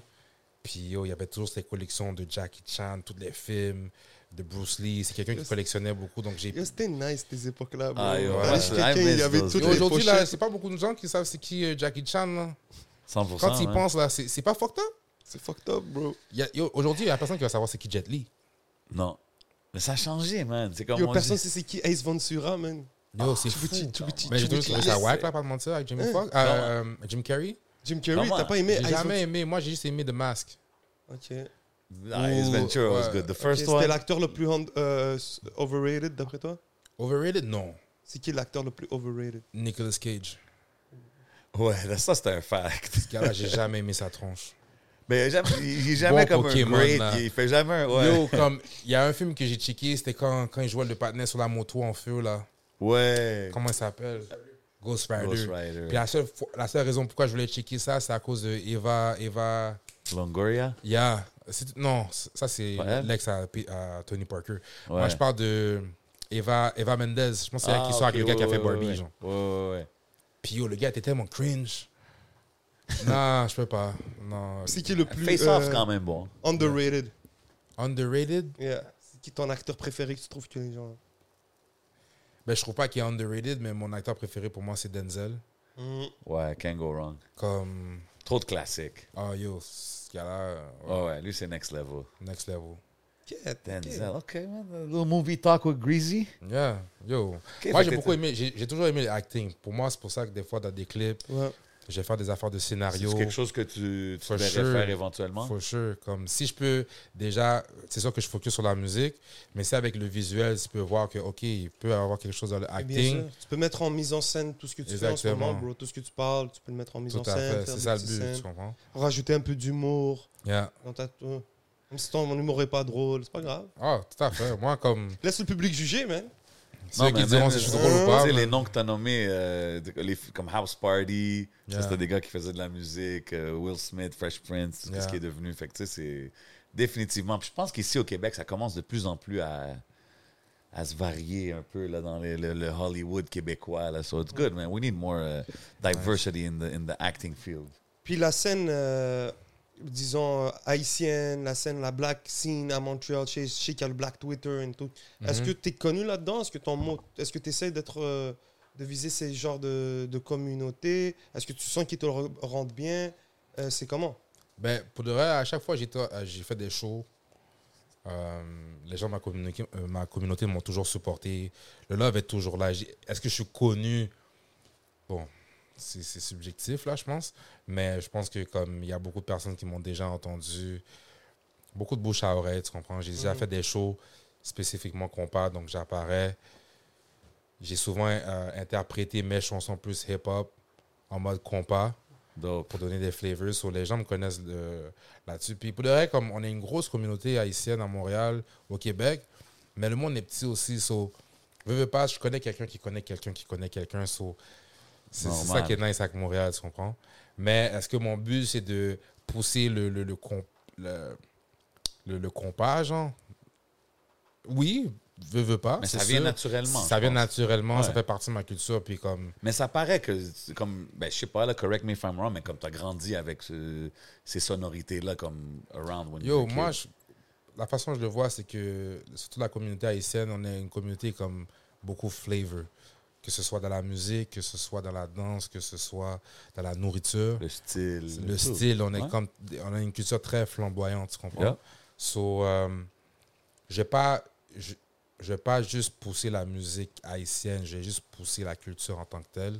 Puis yo, il y avait toujours ces collections de Jackie Chan, tous les films, de Bruce Lee. C'est quelqu'un qui collectionnait beaucoup, donc j'ai. Yo, c'était nice, tes époques-là, bro. Ah, yo, Aller ouais. chez I quelqu'un, miss il y avait those. toutes Yo, les Aujourd'hui, là, pochettes. c'est pas beaucoup de gens qui savent c'est qui euh, Jackie Chan. là. 100%. Quand ils hein. pensent, là, c'est c'est pas fucked up. C'est fucked up, bro. Il y a- yo, Aujourd'hui, il y a personne qui va savoir c'est qui Jet Li. Non. Mais ça a changé, man. C'est comme Yo, on personne dit. sait c'est qui Ace Ventura, man. Yo, Ah, c'est fou. Choubuti, Choubuti, Mais j'ai toujours Choubuti. trouvé ça whack, là, pas de mentir, avec Jimmy Fox, euh, euh, Jim Carrey. Jim Carrey, Comment? t'as pas aimé J'ai Ace jamais aimé. Moi, j'ai juste aimé The Mask. Ventura? Ok. Ah, Ace Ou- Ventura was Oh, ouais. good. The Ok, first C'était one. l'acteur le plus hand- euh, s- overrated, d'après toi? Overrated? Non. C'est qui l'acteur le plus overrated? Nicolas Cage. Ouais, là, ça, c'était un fact. Ce gars-là, j'ai jamais aimé sa tronche. Mais jamais- il il est jamais comme Bon Pokémon, un great. là. Il fait jamais un. Ouais. Yo, comme, il y a un film que j'ai checké, c'était quand, quand il jouait le partenaire sur la moto en feu, là. Ouais. Comment il s'appelle Ghost Rider. Ghost Rider. Puis la seule, fois- la seule raison pourquoi je voulais checker ça, c'est à cause de Eva. Eva. Longoria. Yeah. C'est- Non, c'est- ça, c'est Pas elle? l'ex à, P- à Tony Parker. Moi, Ouais. je parle de Eva, Eva Mendez. Je pense que c'est elle qui sort soit avec le gars qui a fait Barbie, Ah, ouais, genre. Ouais, ouais, ouais. Puis yo, le gars était tellement cringe. non, je peux pas. Non. C'est qui le plus Face Off, euh, quand même bon. underrated? Underrated Yeah. C'est qui ton acteur préféré que tu trouves que les gens... Ben, je trouve pas qu'il est underrated, mais mon acteur préféré pour moi, c'est Denzel. Mm. Hmm. Ouais, can't go wrong. Comme, Trop de classiques. ah yo, ce gars-là, euh, ouais, Ouais, ouais, lui, c'est next level. next level. Yeah, Denzel. OK, man. A little movie talk with Greasy. Yeah, yo. Ok, moi, fait j'ai que beaucoup t'es- aimé, j'ai j'ai toujours aimé l'acting. Pour moi, c'est pour ça que des fois, dans des clips, Ouais. je vais faire des affaires de C'est scénario. quelque chose que tu, tu For devrais sure. faire éventuellement. For sure. Comme si je peux déjà, c'est sûr que je focus sur la musique, mais c'est avec le visuel, tu peux voir que, OK, il peut avoir quelque chose dans Et Eh Bien l'acting. sûr, tu peux mettre en mise en scène tout ce que tu fais en ce Exactement. moment, bro. Tout ce que tu parles, tu peux le mettre en mise Tout en à scène. fait. faire C'est des ça le petites but, scènes. tu comprends? Rajouter un peu d'humour Yeah. dans ta. euh, Même si ton humour est pas drôle, c'est pas grave. Ah, tout à fait. Moi, comme. Laisse le public juger, man. C'est eux qui diront si je suis drôle ou pas. Tu sais, mais- les noms que t'as nommés, euh, de- les f- comme House Party, ça, Yeah. c'était des gars qui faisaient de la musique, euh, Will Smith, Fresh Prince, tout Yeah. ce qui est devenu. Fait que tu sais, c'est définitivement. Puis je pense qu'ici au Québec, ça commence de plus en plus à, à se varier un peu là, dans les- le, le Hollywood québécois. Là. So it's good, man. We need more uh, diversity in, the, in the acting field. Puis la scène, euh, disons, euh, haïtienne, la scène, la black scene à Montréal, chez, chez qu'il y a le black Twitter et tout. Mhm. Est-ce que tu es connu là-dedans Est-ce que ton mot, est-ce que tu essaies d'être, euh, de viser ces genres de, de communautés Est-ce que tu sens qu'ils te le re- rendent bien Euh, C'est comment Ben, pour de vrai, à chaque fois, j'étais- euh, j'ai fait des shows. euh, les gens de ma communauté, euh, ma communauté m'ont toujours supporté. Le love est toujours là. J'ai- Est-ce que je suis connu Bon, c'est c'est subjectif, là, je pense. Mais je pense que comme il y a beaucoup de personnes qui m'ont déjà entendu, beaucoup de bouche à oreille, tu comprends J'ai déjà fait des shows spécifiquement compas, donc j'apparais. J'ai souvent euh, interprété mes chansons plus hip-hop en mode compas Dope. pour donner des flavors. So, les gens me connaissent de- là-dessus. Puis pour de vrai, comme on est une grosse communauté haïtienne à Montréal, au Québec, mais le monde est petit aussi. So, veux, veux pas, je connais quelqu'un qui connaît quelqu'un qui connaît quelqu'un. So, c'est c'est ça Normal. qui est nice avec Montréal, tu comprends? Mais est-ce que mon but, c'est de pousser le, le, le, comp- le, le- le compas, genre? Oui, veux, veux pas. Mais Ah, c'est ça vient sûr. naturellement, Ça je vient pense. naturellement, ça Ouais. fait partie de ma culture. Puis comme, Mais ça paraît que, c'est comme, ben, je sais pas, là, correct me if I'm wrong, mais comme t'as grandi avec ce- ces sonorités-là, comme around when you Yo, were a moi, kid. je- la façon dont je le vois, c'est que, surtout la communauté haïtienne, on est une communauté comme beaucoup flavor. Que ce soit dans la musique, que ce soit dans la danse, que ce soit dans la nourriture. le style. Le tout. style, on, est Ouais. comme, on a une culture très flamboyante, tu comprends? Yeah. So, euh, je vais pas, je, je vais pas juste pousser la musique haïtienne, je vais juste pousser la culture en tant que telle.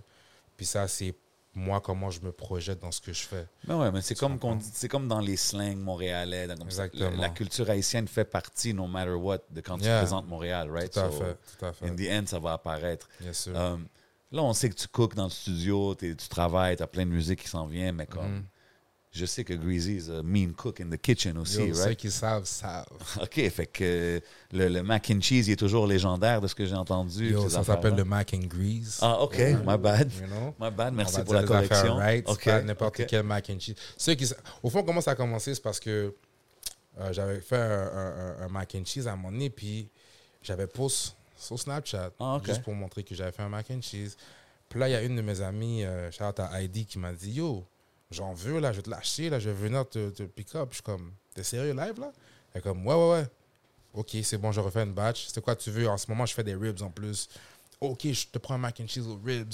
Puis ça, c'est moi, comment je me projette dans ce que je fais. Mais ouais, mais c'est comme comprends? qu'on dit, c'est comme dans les slangs montréalais, dans- comme ça, la, Exactement. la culture haïtienne fait partie, no matter what, de quand Yeah. tu présentes Montréal, right? Tout à So, fait, tout à fait. In the end, ça va apparaître. Bien sûr. Euh, là, on sait que tu cooks dans le studio, t'es- tu travailles, t'as plein de musique qui s'en vient, mais comme je sais que Greasy is a mean cook in the kitchen aussi, Mm-hmm. Yo, Ceux right? qui savent, savent. Ok, fait que le, le mac and cheese, il est toujours légendaire de ce que j'ai entendu. Yo, ces ça s'appelle affaires-là. le mac and grease. Ah, ok, my bad. You know? My bad, On merci va pour la dire les affaires correction. right, c'est Ok, pas n'importe ok. quel mac and cheese. Ceux qui, sa- au fond, comment ça a commencé, c'est parce que euh, j'avais fait un, un- un- un mac and cheese à mon nez, puis j'avais posté sur Snapchat, Ah, ok. juste pour montrer que j'avais fait un mac and cheese. Puis là, il y a une de mes amies, euh, shout out à Heidi, qui m'a dit Yo, j'en veux, là, je vais te lâcher, là, je vais venir te, te pick up. Je suis comme T'es sérieux live, là Elle est comme Ouais, ouais, ouais. Ok, c'est bon, je refais une batch. C'est quoi tu veux En ce moment, je fais des ribs en plus. Ok, je te prends un mac and cheese aux ribs.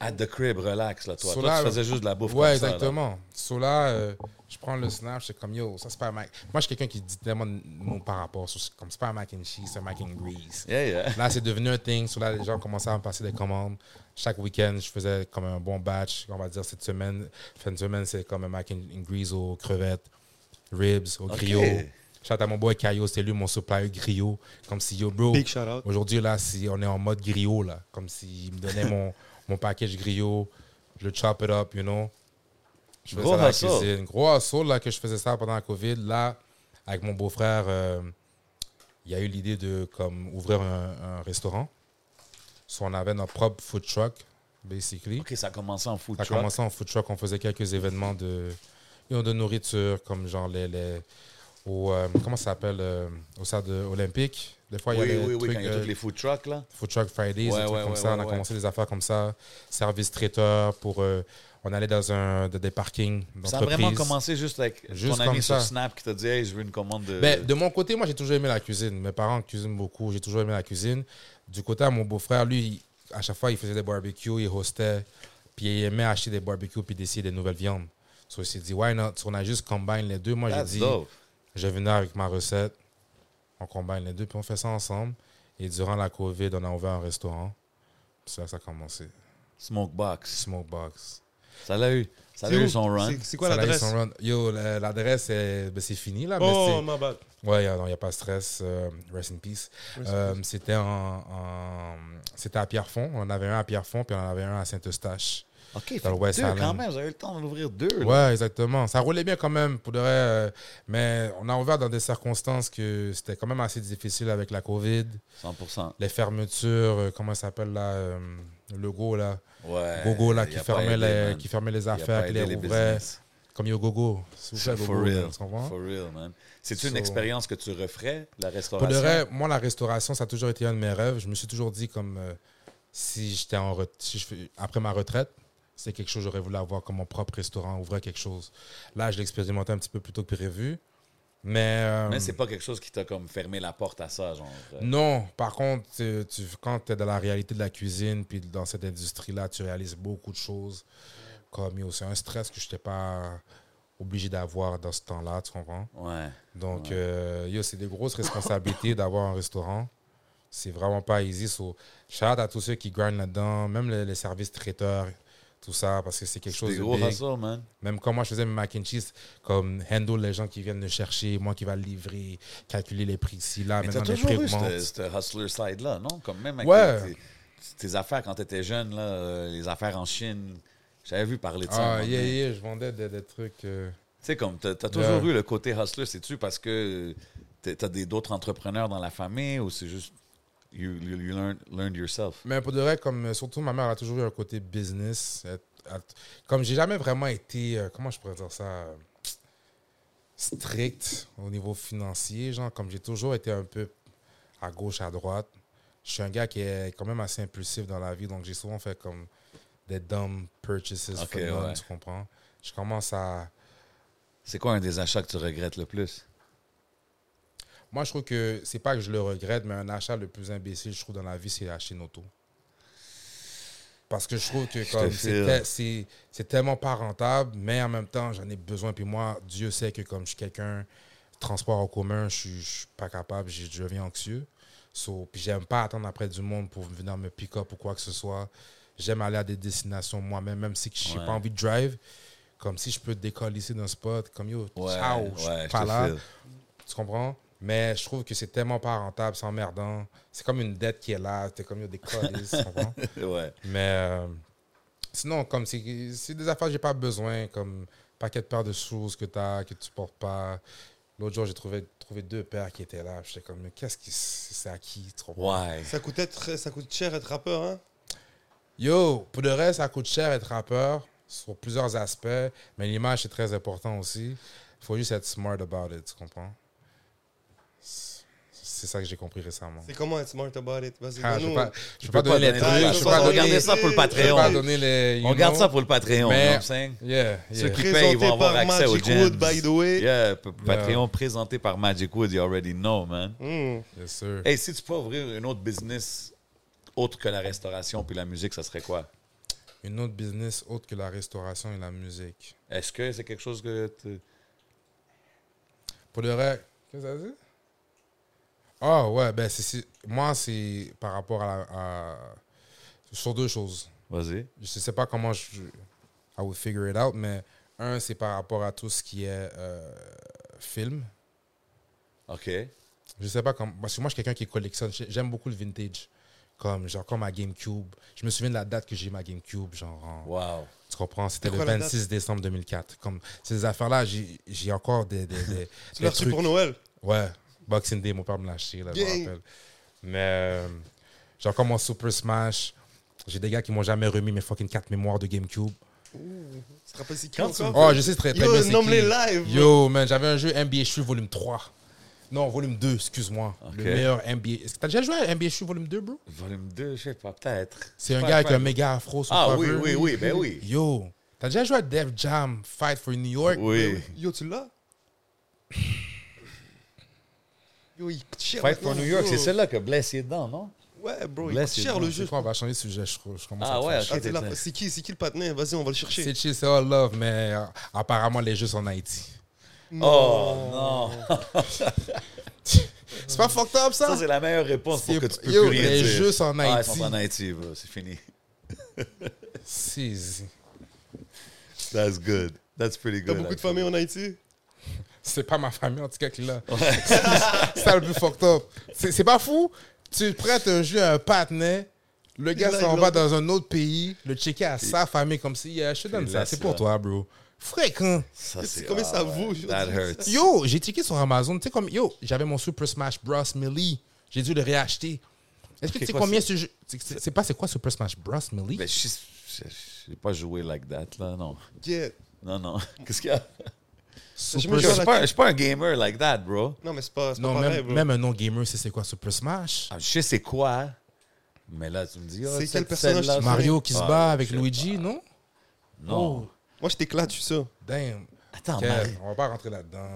At the crib, relax, là, toi. So Toi, là, tu faisais juste de la bouffe Ouais, comme ça, là. exactement. So là, euh, je prends le snap, c'est comme yo, ça c'est pas un mac. Moi, je suis quelqu'un qui dit tellement de mots par rapport. so, c'est comme c'est pas un mac and cheese, c'est un mac and grease. Yeah, euh. yeah. Là, c'est devenu un thing. So là, les gens commençaient à me passer des commandes. Chaque week-end, je faisais comme un bon batch. On va dire cette semaine, fin de semaine, c'est comme un mac and, and grease aux crevettes, ribs, au griot. Shout à mon boy Caillot, c'est lui mon supplier griot. Comme si yo, bro. Big shout out. Aujourd'hui, là, si on est en mode griot, là, comme s'il me donnait mon, mon package griot, je le chop it up, you know. Je faisais Gros ça dans la hustle. cuisine. Gros assaut, là, que je faisais ça pendant la COVID. Là, avec mon beau-frère, euh, il y a eu l'idée de, comme, ouvrir un, un restaurant. So, on avait notre propre food truck, basically. OK, ça a commencé en food Ça a truck. commencé en food truck. On faisait quelques événements de, you know, de nourriture, comme genre les. les au, euh, comment ça s'appelle euh, Au stade olympique. Des fois, Oui, il y a oui, des oui, trucs, quand il y a euh, tous les food trucks, là. Food Truck Fridays, Ouais, des trucs ouais, comme ouais, ça. on a ouais, commencé des affaires comme ça. Service traiteur pour. euh, on allait dans un, de- des parkings. Ça a vraiment d'entreprises. commencé juste avec Juste ton ami comme ça. sur Snap qui t'a dit « Hey, je veux une commande Euh, de... Ben, de mon côté, moi, j'ai toujours aimé la cuisine. Mes parents cuisinent beaucoup. J'ai toujours aimé la cuisine. Du côté à mon beau-frère, lui, il- à chaque fois, il faisait des barbecues, il hostait. Puis il aimait acheter des barbecues puis d'essayer des nouvelles viandes. So, il s'est dit, why not? So, on a juste combine les deux. Moi, j'ai That's dit, dope. je venais avec ma recette. On combine les deux, puis on fait ça ensemble. Et durant la COVID, on a ouvert un restaurant. C'est là que ça a commencé. Smoke Box. Smokebox. Ça l'a eu. Ça C'est l'a eu où? son run. C'est- C'est quoi Ça, là, ils l'adresse sont run- Yo, la- l'adresse, est- ben, c'est fini là. mais c'est- Oh, ma bad. Ouais, il n'y a pas de stress. euh, rest in peace. Euh, C'était en, en- c'était à Pierrefonds. On en avait un à Pierrefonds, puis on en avait un à Saint-Eustache. OK, fait Dans le West deux Island. quand même. Vous avez eu le temps d'en ouvrir deux. là. Ouais, exactement. Ça roulait bien quand même, pour de vrai. euh, mais on a ouvert dans des circonstances que c'était quand même assez difficile avec la COVID, 100 les fermetures, euh, comment ça s'appelle là, euh, le go là, Ouais. gogo là il qui Euh, a pas fermait, aidé, les, man. qui fermait les Il a affaires, pas qui aidé les rouvrait. business. Comme yo gogo, s'il vous plaît, For gogo, real. tu comprends? For real, man. C'est So- une expérience que tu referais, la Pour restauration? de vrai, moi, la restauration, ça a toujours été un de mes rêves. Je me suis toujours dit, comme euh, si j'étais en ret- si je fais- après ma retraite, c'est quelque chose que j'aurais voulu avoir comme mon propre restaurant, ouvrir quelque chose. Là, je l'ai expérimenté un petit peu plus tôt que prévu. Mais, euh, Mais c'est pas quelque chose qui t'a comme fermé la porte à ça, genre. euh, non, par contre, euh, tu, quand tu es dans la réalité de la cuisine, puis dans cette industrie-là, tu réalises beaucoup de choses. Comme yo, c'est un stress que je n'étais pas obligé d'avoir dans ce temps-là, tu comprends? Ouais. Donc, euh, yo, c'est des grosses responsabilités d'avoir un restaurant. C'est vraiment pas easy. So, shout out à tous ceux qui grindent là-dedans, même les, les services traiteurs, tout ça, parce que c'est quelque C'est chose des de gros big. Ah, hustles, man. Même quand moi, je faisais mes mac and cheese, comme handle les gens qui viennent le chercher, moi qui va le livrer, calculer les prix ici, là, Mais t'as maintenant les toujours prix eu augmentent. ce ce hustler side-là, non? Comme même avec Ouais. tes, tes- tes affaires quand t'étais jeune, là, euh, les affaires en Chine. J'avais vu parler de ça. à un Ah, moment yeah, donné. yeah, je vendais des, des trucs. euh, Tu sais, comme, t'as t'as toujours Ouais. eu le côté hustler, c'est-tu parce que t'es- t'as des- d'autres entrepreneurs dans la famille ou c'est juste you, you, you learn, learned yourself? Mais pour de vrai, comme euh, surtout ma mère elle a toujours eu un côté business. Elle- elle- comme j'ai jamais vraiment été, euh, comment je pourrais dire ça, euh, strict au niveau financier, genre comme j'ai toujours été un peu à gauche, à droite. Je suis un gars qui est quand même assez impulsif dans la vie, donc j'ai souvent fait comme des dumb purchases Ok, for none, ouais. tu comprends? Je commence à... C'est quoi un des achats que tu regrettes le plus? Moi, je trouve que c'est pas que je le regrette, mais un achat le plus imbécile, je trouve, dans la vie, c'est acheter une auto. Parce que je trouve que comme, c'est file. te- c'est c'est tellement pas rentable, mais en même temps, j'en ai besoin. Puis moi, Dieu sait que comme je suis quelqu'un, transport en commun, je suis, je suis pas capable, je je deviens anxieux. So, puis j'aime pas attendre après du monde pour venir me pick-up ou quoi que ce soit. J'aime aller à des destinations moi-même, même si je n'ai Ouais. pas envie de drive. Comme si je peux décoller ici d'un spot, comme yo, Ouais, ciao, Ah, je suis ouais, je pas te là. file. Tu comprends? Mais je trouve que c'est tellement pas rentable, c'est emmerdant. C'est comme une dette qui est là, t'es comme yo, des colis, tu comprends? ouais. Mais euh, sinon, comme c'est c'est des affaires que j'ai pas besoin, comme paquet de paires de choses que t'as, que tu portes pas. L'autre jour, j'ai trouvé, trouvé deux paires qui étaient là. J'étais comme, mais qu'est-ce qui. C'est à qui? tu comprends? Ouais. Ça, coûtait très- ça coûte cher être rappeur, hein Yo, pour le reste, ça coûte cher être rappeur sur plusieurs aspects, mais l'image, c'est très important aussi. Il faut juste être smart about it, tu comprends? C'est c'est ça que j'ai compris récemment. C'est comment être smart about it Vas-y, Ah, je donne-nous. ne peux peux pas donner les donner trucs. de- Ah, Je je vais peux pas regarder donner- Regardez ça pour le je vais je peux pas Patreon. donner les. you On garde know. ça pour le Patreon, Mais- non, c'est- Yeah, yeah. Ceux qui payent, ils Présenté vont avoir par accès au Magic Wood, gym. by the way. Yeah, p- Patreon présenté par Magic Wood, you already know, man. Hmm. Yes, sir. Hey, si tu peux ouvrir un autre business autre que la restauration puis la musique, ça serait quoi? Une autre business autre que la restauration et la musique. Est-ce que c'est quelque chose que tu... Pour le reste, qu'est-ce que ça dit? Ah ouais, ben c'est- c'est- moi c'est par rapport à, la- à- sur deux choses. Vas-y. Je sais pas comment je I would figure it out, mais un c'est par rapport à tout ce qui est euh, film. OK. Je sais pas comment. Parce que moi, je suis quelqu'un qui collectionne. J'ai- J'aime beaucoup le vintage. Comme, genre, comme ma GameCube. Je me souviens de la date que j'ai eu ma GameCube. Genre, en- Wow. tu comprends? C'était le quoi la date? 26 décembre 2004. Comme, ces affaires-là, j'ai j'ai encore des, des, des, Tu des l'as reçu trucs. pour Noël Ouais, Boxing Day, mon père me l'a acheté, là, je me Gang. rappelle. Mais, euh, genre, comme mon Super Smash, j'ai des gars qui m'ont jamais remis mes fucking cartes mémoire de GameCube. Tu te rappelles c'est qui Quand tu- encore Oh, je sais très, très Yo, bien. c'est nomme-les qui. live. Yo, man, j'avais un jeu NBA Shoe Volume 3. Non, Volume 2, excuse-moi. Ok. Le meilleur NBA. Est-ce que t'as déjà joué à NBA Shoe Volume 2, bro? Volume 2, je sais pas, peut-être. C'est un Pas- gars avec pas- un méga afro sur Ah oui, cover. oui, oui, ben oui. Yo, t'as déjà joué à Def Jam Fight for New York? Oui. Yo, tu l'as Yo, il coûte cher. Fight for maintenant, New York, bro. c'est celle-là que Bless est dedans, non? Ouais, bro, il Là, coûte c'est cher bon, le Je jeu. crois qu'on va changer de sujet, je, je commence Ah à ouais, être Ah, ok. t'es là. t'es- C'est qui, c'est qui le patiné Vas-y, on va le chercher. C'est chill, c'est all love, mais euh, apparemment les jeux sont en Haïti. Oh non! C'est pas fucked up ça? Ça, c'est la meilleure réponse pour C'est- que tu peux Yo, plus rien les dire. jeux sont en Ah, ils Haïti. sont en Haïti, bro, c'est fini. Si, si. That's good. That's pretty T'as good. beaucoup de actually. familles en Haïti C'est pas ma famille en tout cas qui l'a. c'est ça le plus fucked up. C'est c'est pas fou? Tu prêtes un jeu à un patinet, Le gars Il a- s'en il a- va dans un autre pays, le checker à sa famille comme si, yeah, je te donne il ça, laisse c'est pour là. toi, bro. Fréquent. Ça, c'est Combien ça ah, vaut, ouais, je veux That dire. hurts. Yo, j'ai checké sur Amazon, tu sais, comme, yo, j'avais mon Super Smash Bros. Melee, j'ai dû le réacheter. Est-ce que Ok, tu sais quoi, Ben, combien ce jeu. tu sais- C'est pas c'est quoi Super Smash Bros. Melee? Mais je je- j'ai pas joué like that, là, non. Yeah. Non, non. Qu'est-ce qu'il y a? me Yo, Super Je jure, Smash. suis pas, je suis pas un gamer like that, bro. Non, mais c'est pas, c'est pas Non, pareil, même, bro. même un non-gamer, c'est c'est quoi Super Smash? Ah, je sais c'est quoi, mais là, tu me dis... ah, C'est quel cette personnage scène-là, tu c'est- Mario qui se Ah, bat avec je sais Luigi, pas. non? Non. Moi, je t'éclate, je suis sûr. Damn. Attends, Kev, Mario... on va pas rentrer là-dedans.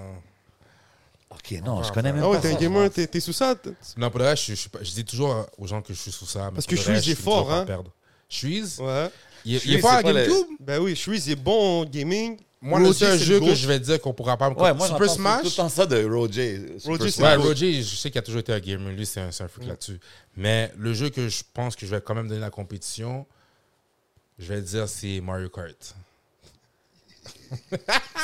OK, non, je connais même Ah ouais, pas t'es un ça. gamer, t'es t'es sous ça. t- Non, pour le reste, je, je suis pas- je dis toujours euh, aux gens que je suis sous ça. mais Parce pour que le reste, Shuiz est suis toujours fort, pas à hein. perdre. Shuiz, Ouais. il, est- il est Shuiz, fort à c'est pas le- GameCube. Ben oui, Shreeze, il est bon en gaming. Moi, le Roger, seul c'est jeu GOAT. que je vais dire qu'on pourra pas me Ouais, moi, Super j'entends Smash. tout le temps ça de Roger. Super Roger, Smash. c'est le Ouais, GOAT. Roger, je sais qu'il a toujours été un gamer. Lui, c'est un, c'est un freak là-dessus. Mais le jeu que je pense que je vais quand même donner la compétition, je vais dire, c'est Mario Kart.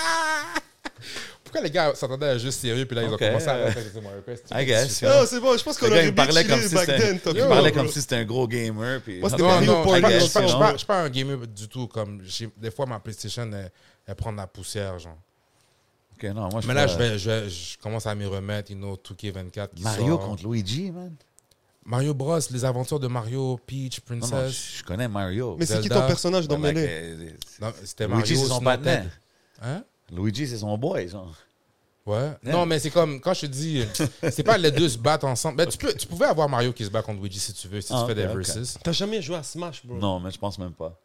Pourquoi les gars s'attendaient à un jeu sérieux puis là, ils ont Ok, commencé à euh, répéter c'est Mario Kart? I guess. yeah. Non, Ah, Oh, c'est bon, je pense qu'on Le gars, aurait il bien parlait comme chillé si back c'était then. un- top. il parlait Yo, comme bro. si c'était un gros gamer. Puis, Moi, c'était Non, Mario non, Party, je ne là, suis pas- sinon. je suis pas- je suis pas un gamer du tout. Comme j'ai- des fois, ma PlayStation, elle, elle prend de la poussière, genre. Ok, non, moi, je Mais là, suis je, pas- vais, je, vais- je commence à m'y remettre. You know, 2K24 qui Mario sort. contre Luigi, man. Mario Bros, les aventures de Mario, Peach, Non, non, Princess. je je connais Mario. Mais c'est qui Zelda. ton personnage dans Ouais, like, Melee euh, c'est- Non, C'était Mario, Luigi, c'est son Snow partenaire. Ted. Hein? Luigi, c'est son boy, genre. Ouais. Non, mais c'est comme, quand je te dis, c'est pas les deux se battent ensemble. Ben, tu, peux, tu pouvais avoir Mario qui se bat contre Luigi si tu veux, si Ah, tu fais des ok, ok. versus. T'as jamais joué à Smash, bro. Non, mais je pense même pas.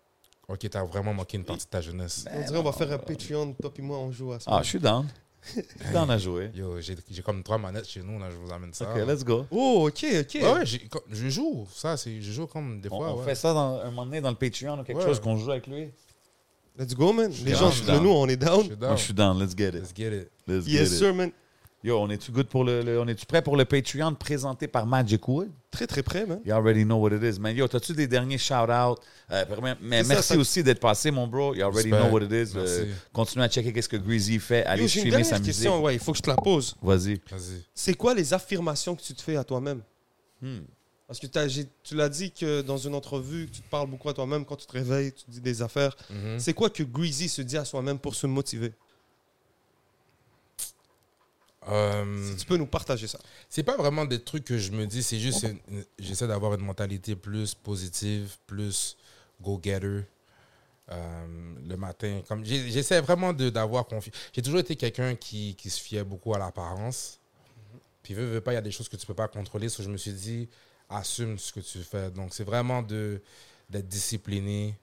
Ok, t'as vraiment manqué une partie de ta jeunesse. On dirait on va faire un Patreon, toi et moi, on joue à Ah, Smash. je suis down. Je suis down à jouer. Yo, j'ai j'ai comme trois manettes chez nous, là, je vous amène ça. Ok, let's go. Oh, ok, ok. Ouais, ouais, j'ai- comme- je joue, ça, c'est- je joue comme des On, fois. on ouais. fait ça dans, un moment donné dans le Patreon ou quelque Ouais. chose qu'on joue avec lui. Let's go, man. Les down, gens, je suis le down. nous, on est Je suis down. down. Moi, je suis down. Let's get it. Let's get it. Let's get Yes, it. sir, man. Yo, on est-tu good pour le, le- on est-tu prêt pour le Patreon présenté par Magic Wood? Très, très près, man. You already know what it is, man. Yo, t'as-tu des derniers shout-outs? Euh, mais- mais C'est ça, merci ça- aussi d'être passé, mon bro. You already Respect. know what it is. Euh, Merci. continue à checker qu'est-ce que Greasy fait. Allez Yo, J'ai une streamer sa dernière musique. question, ouais, il faut que je te la pose. Vas-y. Vas-y. C'est quoi les affirmations que tu te fais à toi-même Hmm. Parce que t'as- j'ai- tu l'as dit que dans une entrevue, que tu te parles beaucoup à toi-même quand tu te réveilles, tu dis des affaires. Mhm. C'est quoi que Greasy se dit à soi-même pour se motiver Euh, Hmm. Si tu peux nous partager ça. C'est pas vraiment des trucs que je me dis, c'est juste une- une- j'essaie d'avoir une mentalité plus positive, plus go-getter. Euh, le matin, comme j'ai- j'essaie vraiment de- d'avoir confiance. J'ai toujours été quelqu'un qui, qui se fiait beaucoup à l'apparence. Puis veux, veux pas, il y a des choses que tu peux pas contrôler. So, je me suis dit, assume ce que tu fais. Donc c'est vraiment de d'être discipliné.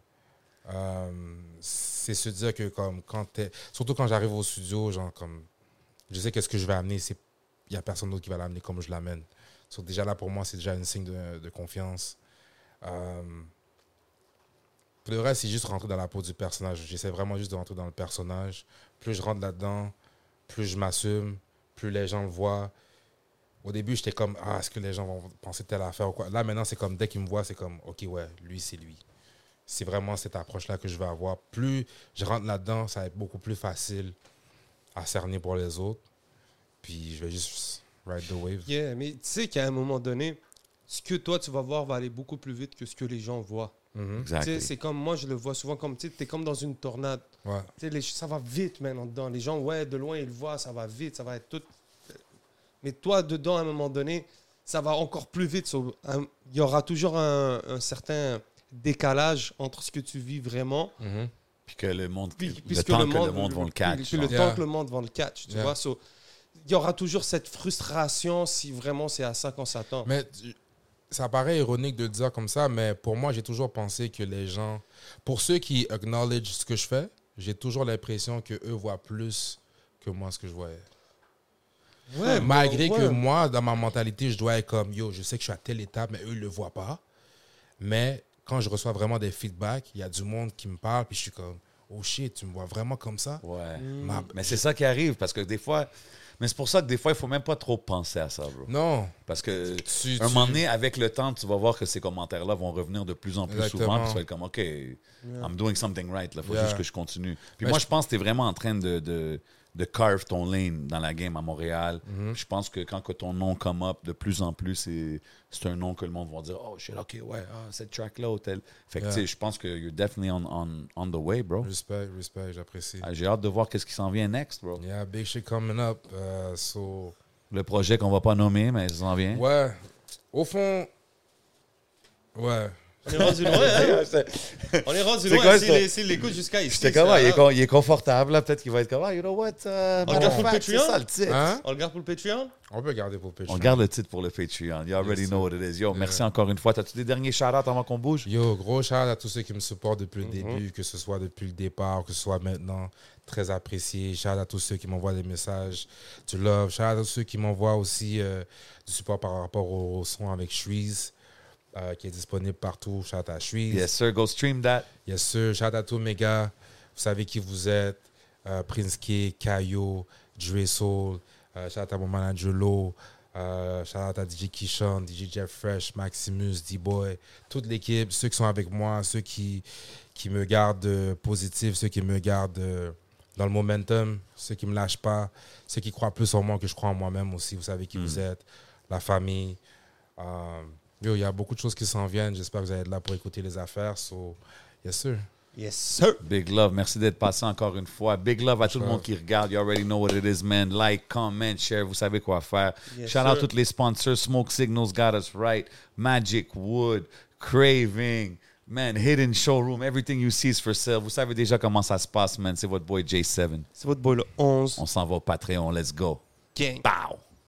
Euh, c'est se dire que comme quand t'es- surtout quand j'arrive au studio, genre comme je sais qu'est-ce que je vais amener, c'est il n'y a personne d'autre qui va l'amener comme je l'amène. Donc déjà là, pour moi, c'est déjà un signe de, de confiance. Euh, pour le reste, c'est juste rentrer dans la peau du personnage. J'essaie vraiment juste de rentrer dans le personnage. Plus je rentre là-dedans, plus je m'assume, plus les gens le voient. Au début, j'étais comme, ah, est-ce que les gens vont penser telle affaire ou quoi Là, maintenant, c'est comme, dès qu'ils me voient, c'est comme, ok, ouais, lui, c'est lui. C'est vraiment cette approche-là que je vais avoir. Plus je rentre là-dedans, ça va être beaucoup plus facile à cerner pour les autres. Puis je vais juste ride the wave. Yeah, mais tu sais qu'à un moment donné, ce que toi tu vas voir va aller beaucoup plus vite que ce que les gens voient. Mhm. Tu sais, Exactly. C'est comme moi, je le vois souvent comme tu es comme dans une tornade. Ouais. Tu sais, les- ça va vite maintenant dedans. Les gens, ouais, de loin, ils le voient, ça va vite, ça va être tout. Mais toi, dedans, à un moment donné, ça va encore plus vite. So, un- Il y aura toujours un, un certain décalage entre ce que tu vis vraiment Mhm. Puis que le monde, puis- le puisque temps que le monde vont le puis- catch. puis le genre. genre. temps que le monde va le catch, tu Yeah. vois. So, il y aura toujours cette frustration si vraiment c'est à ça qu'on s'attend. Mais tu- ça paraît ironique de dire comme ça, mais pour moi, j'ai toujours pensé que les gens, pour ceux qui acknowledge ce que je fais, j'ai toujours l'impression que eux voient plus que moi ce que je voyais. Ouais, Malgré bon, que ouais. moi, dans ma mentalité, je dois être comme yo, je sais que je suis à telle étape, mais eux ne le voient pas. Mais quand je reçois vraiment des feedbacks, il y a du monde qui me parle, puis je suis comme oh shit, tu me vois vraiment comme ça. Ouais. Mm. Ma- Mais c'est ça qui arrive parce que des fois. Mais c'est pour ça que des fois, il faut même pas trop penser à ça, bro. Non, Parce que Tu- un tu- moment donné, avec le temps, tu vas voir que ces commentaires-là vont revenir de plus en plus souvent. Exactement. puis Tu vas être comme, OK, I'm doing something right. Il faut Yeah. juste que je continue. Puis Ben, moi, je- je pense que tu es vraiment en train de, de, de carve ton lane dans la game à Montréal. Mm-hmm. Je pense que quand que ton nom come up, de plus en plus, c'est- c'est un nom que le monde va dire Oh shit, ok, ouais, ah, cette track-là ou telle. Fait que Yeah. tu sais, je pense que you're definitely on, on, on the way, bro. Respect, respect, j'apprécie. Ah, J'ai hâte de voir qu'est-ce qui s'en vient next, bro. Yeah, big shit coming up. euh, so, Le projet qu'on va pas nommer, mais ça s'en vient. ouais, au fond, ouais. On est rendu loin, hein? On est rendu C'est loin. quoi, S'il ça? les- s'il l'écoute jusqu'à ici. J'étais ça, comme, ah, il, est hein? con- il est confortable, là. Peut-être qu'il va être comme, ah, you know what? euh, On bon, garde pour le fact, c'est Patreon? ça le titre. Hein? On le garde pour le Patreon? On peut garder pour pêcher. On garde le titre pour le Patreon. You already know what it is. Yo, merci encore une fois. T'as-tu des derniers shout avant qu'on bouge? Yo, gros shout à tous ceux qui me supportent depuis le début, que ce soit depuis le départ, que ce soit maintenant. Très apprécié. Shout à tous ceux qui m'envoient des messages. Tu love. Shout à tous ceux qui m'envoient aussi euh, du support par rapport au, au son avec Shreeze, euh, qui est disponible partout. Shout à Shreeze. Yes, sir. Go stream that. Yes, sir. Shout à tous mes gars. Vous savez qui vous êtes. Euh, Prince K, Kayo, Dre Soul. Euh, shout à mon manager Lo. Euh, shout out à DJ Kishon, DJ Jeff Fresh, Maximus, D-Boy, toute l'équipe, ceux qui sont avec moi, ceux qui, qui me gardent euh, positif, ceux qui me gardent euh, dans le momentum, ceux qui me lâchent pas, ceux qui croient plus en moi que je crois en moi-même aussi. Vous savez qui vous êtes, la famille. Euh, yo, Il y a beaucoup de choses qui s'en viennent. J'espère que vous allez être là pour écouter les affaires. So, yes, sir. Yes, sir. Big love. Merci d'être passé encore une fois. Big love à tout le monde qui regarde. You already know what it is, man. Like, comment, share. Vous savez quoi faire. Yes, Shout out sir. tous les sponsors. Smoke Signals got us right. Magic Wood. Craving. Man, Hidden Showroom. Everything you see is for sale. Vous savez déjà comment ça se passe, man. C'est votre boy J7. C'est votre boy le 11. On s'en va au Patreon. Let's go. Gang. Pow.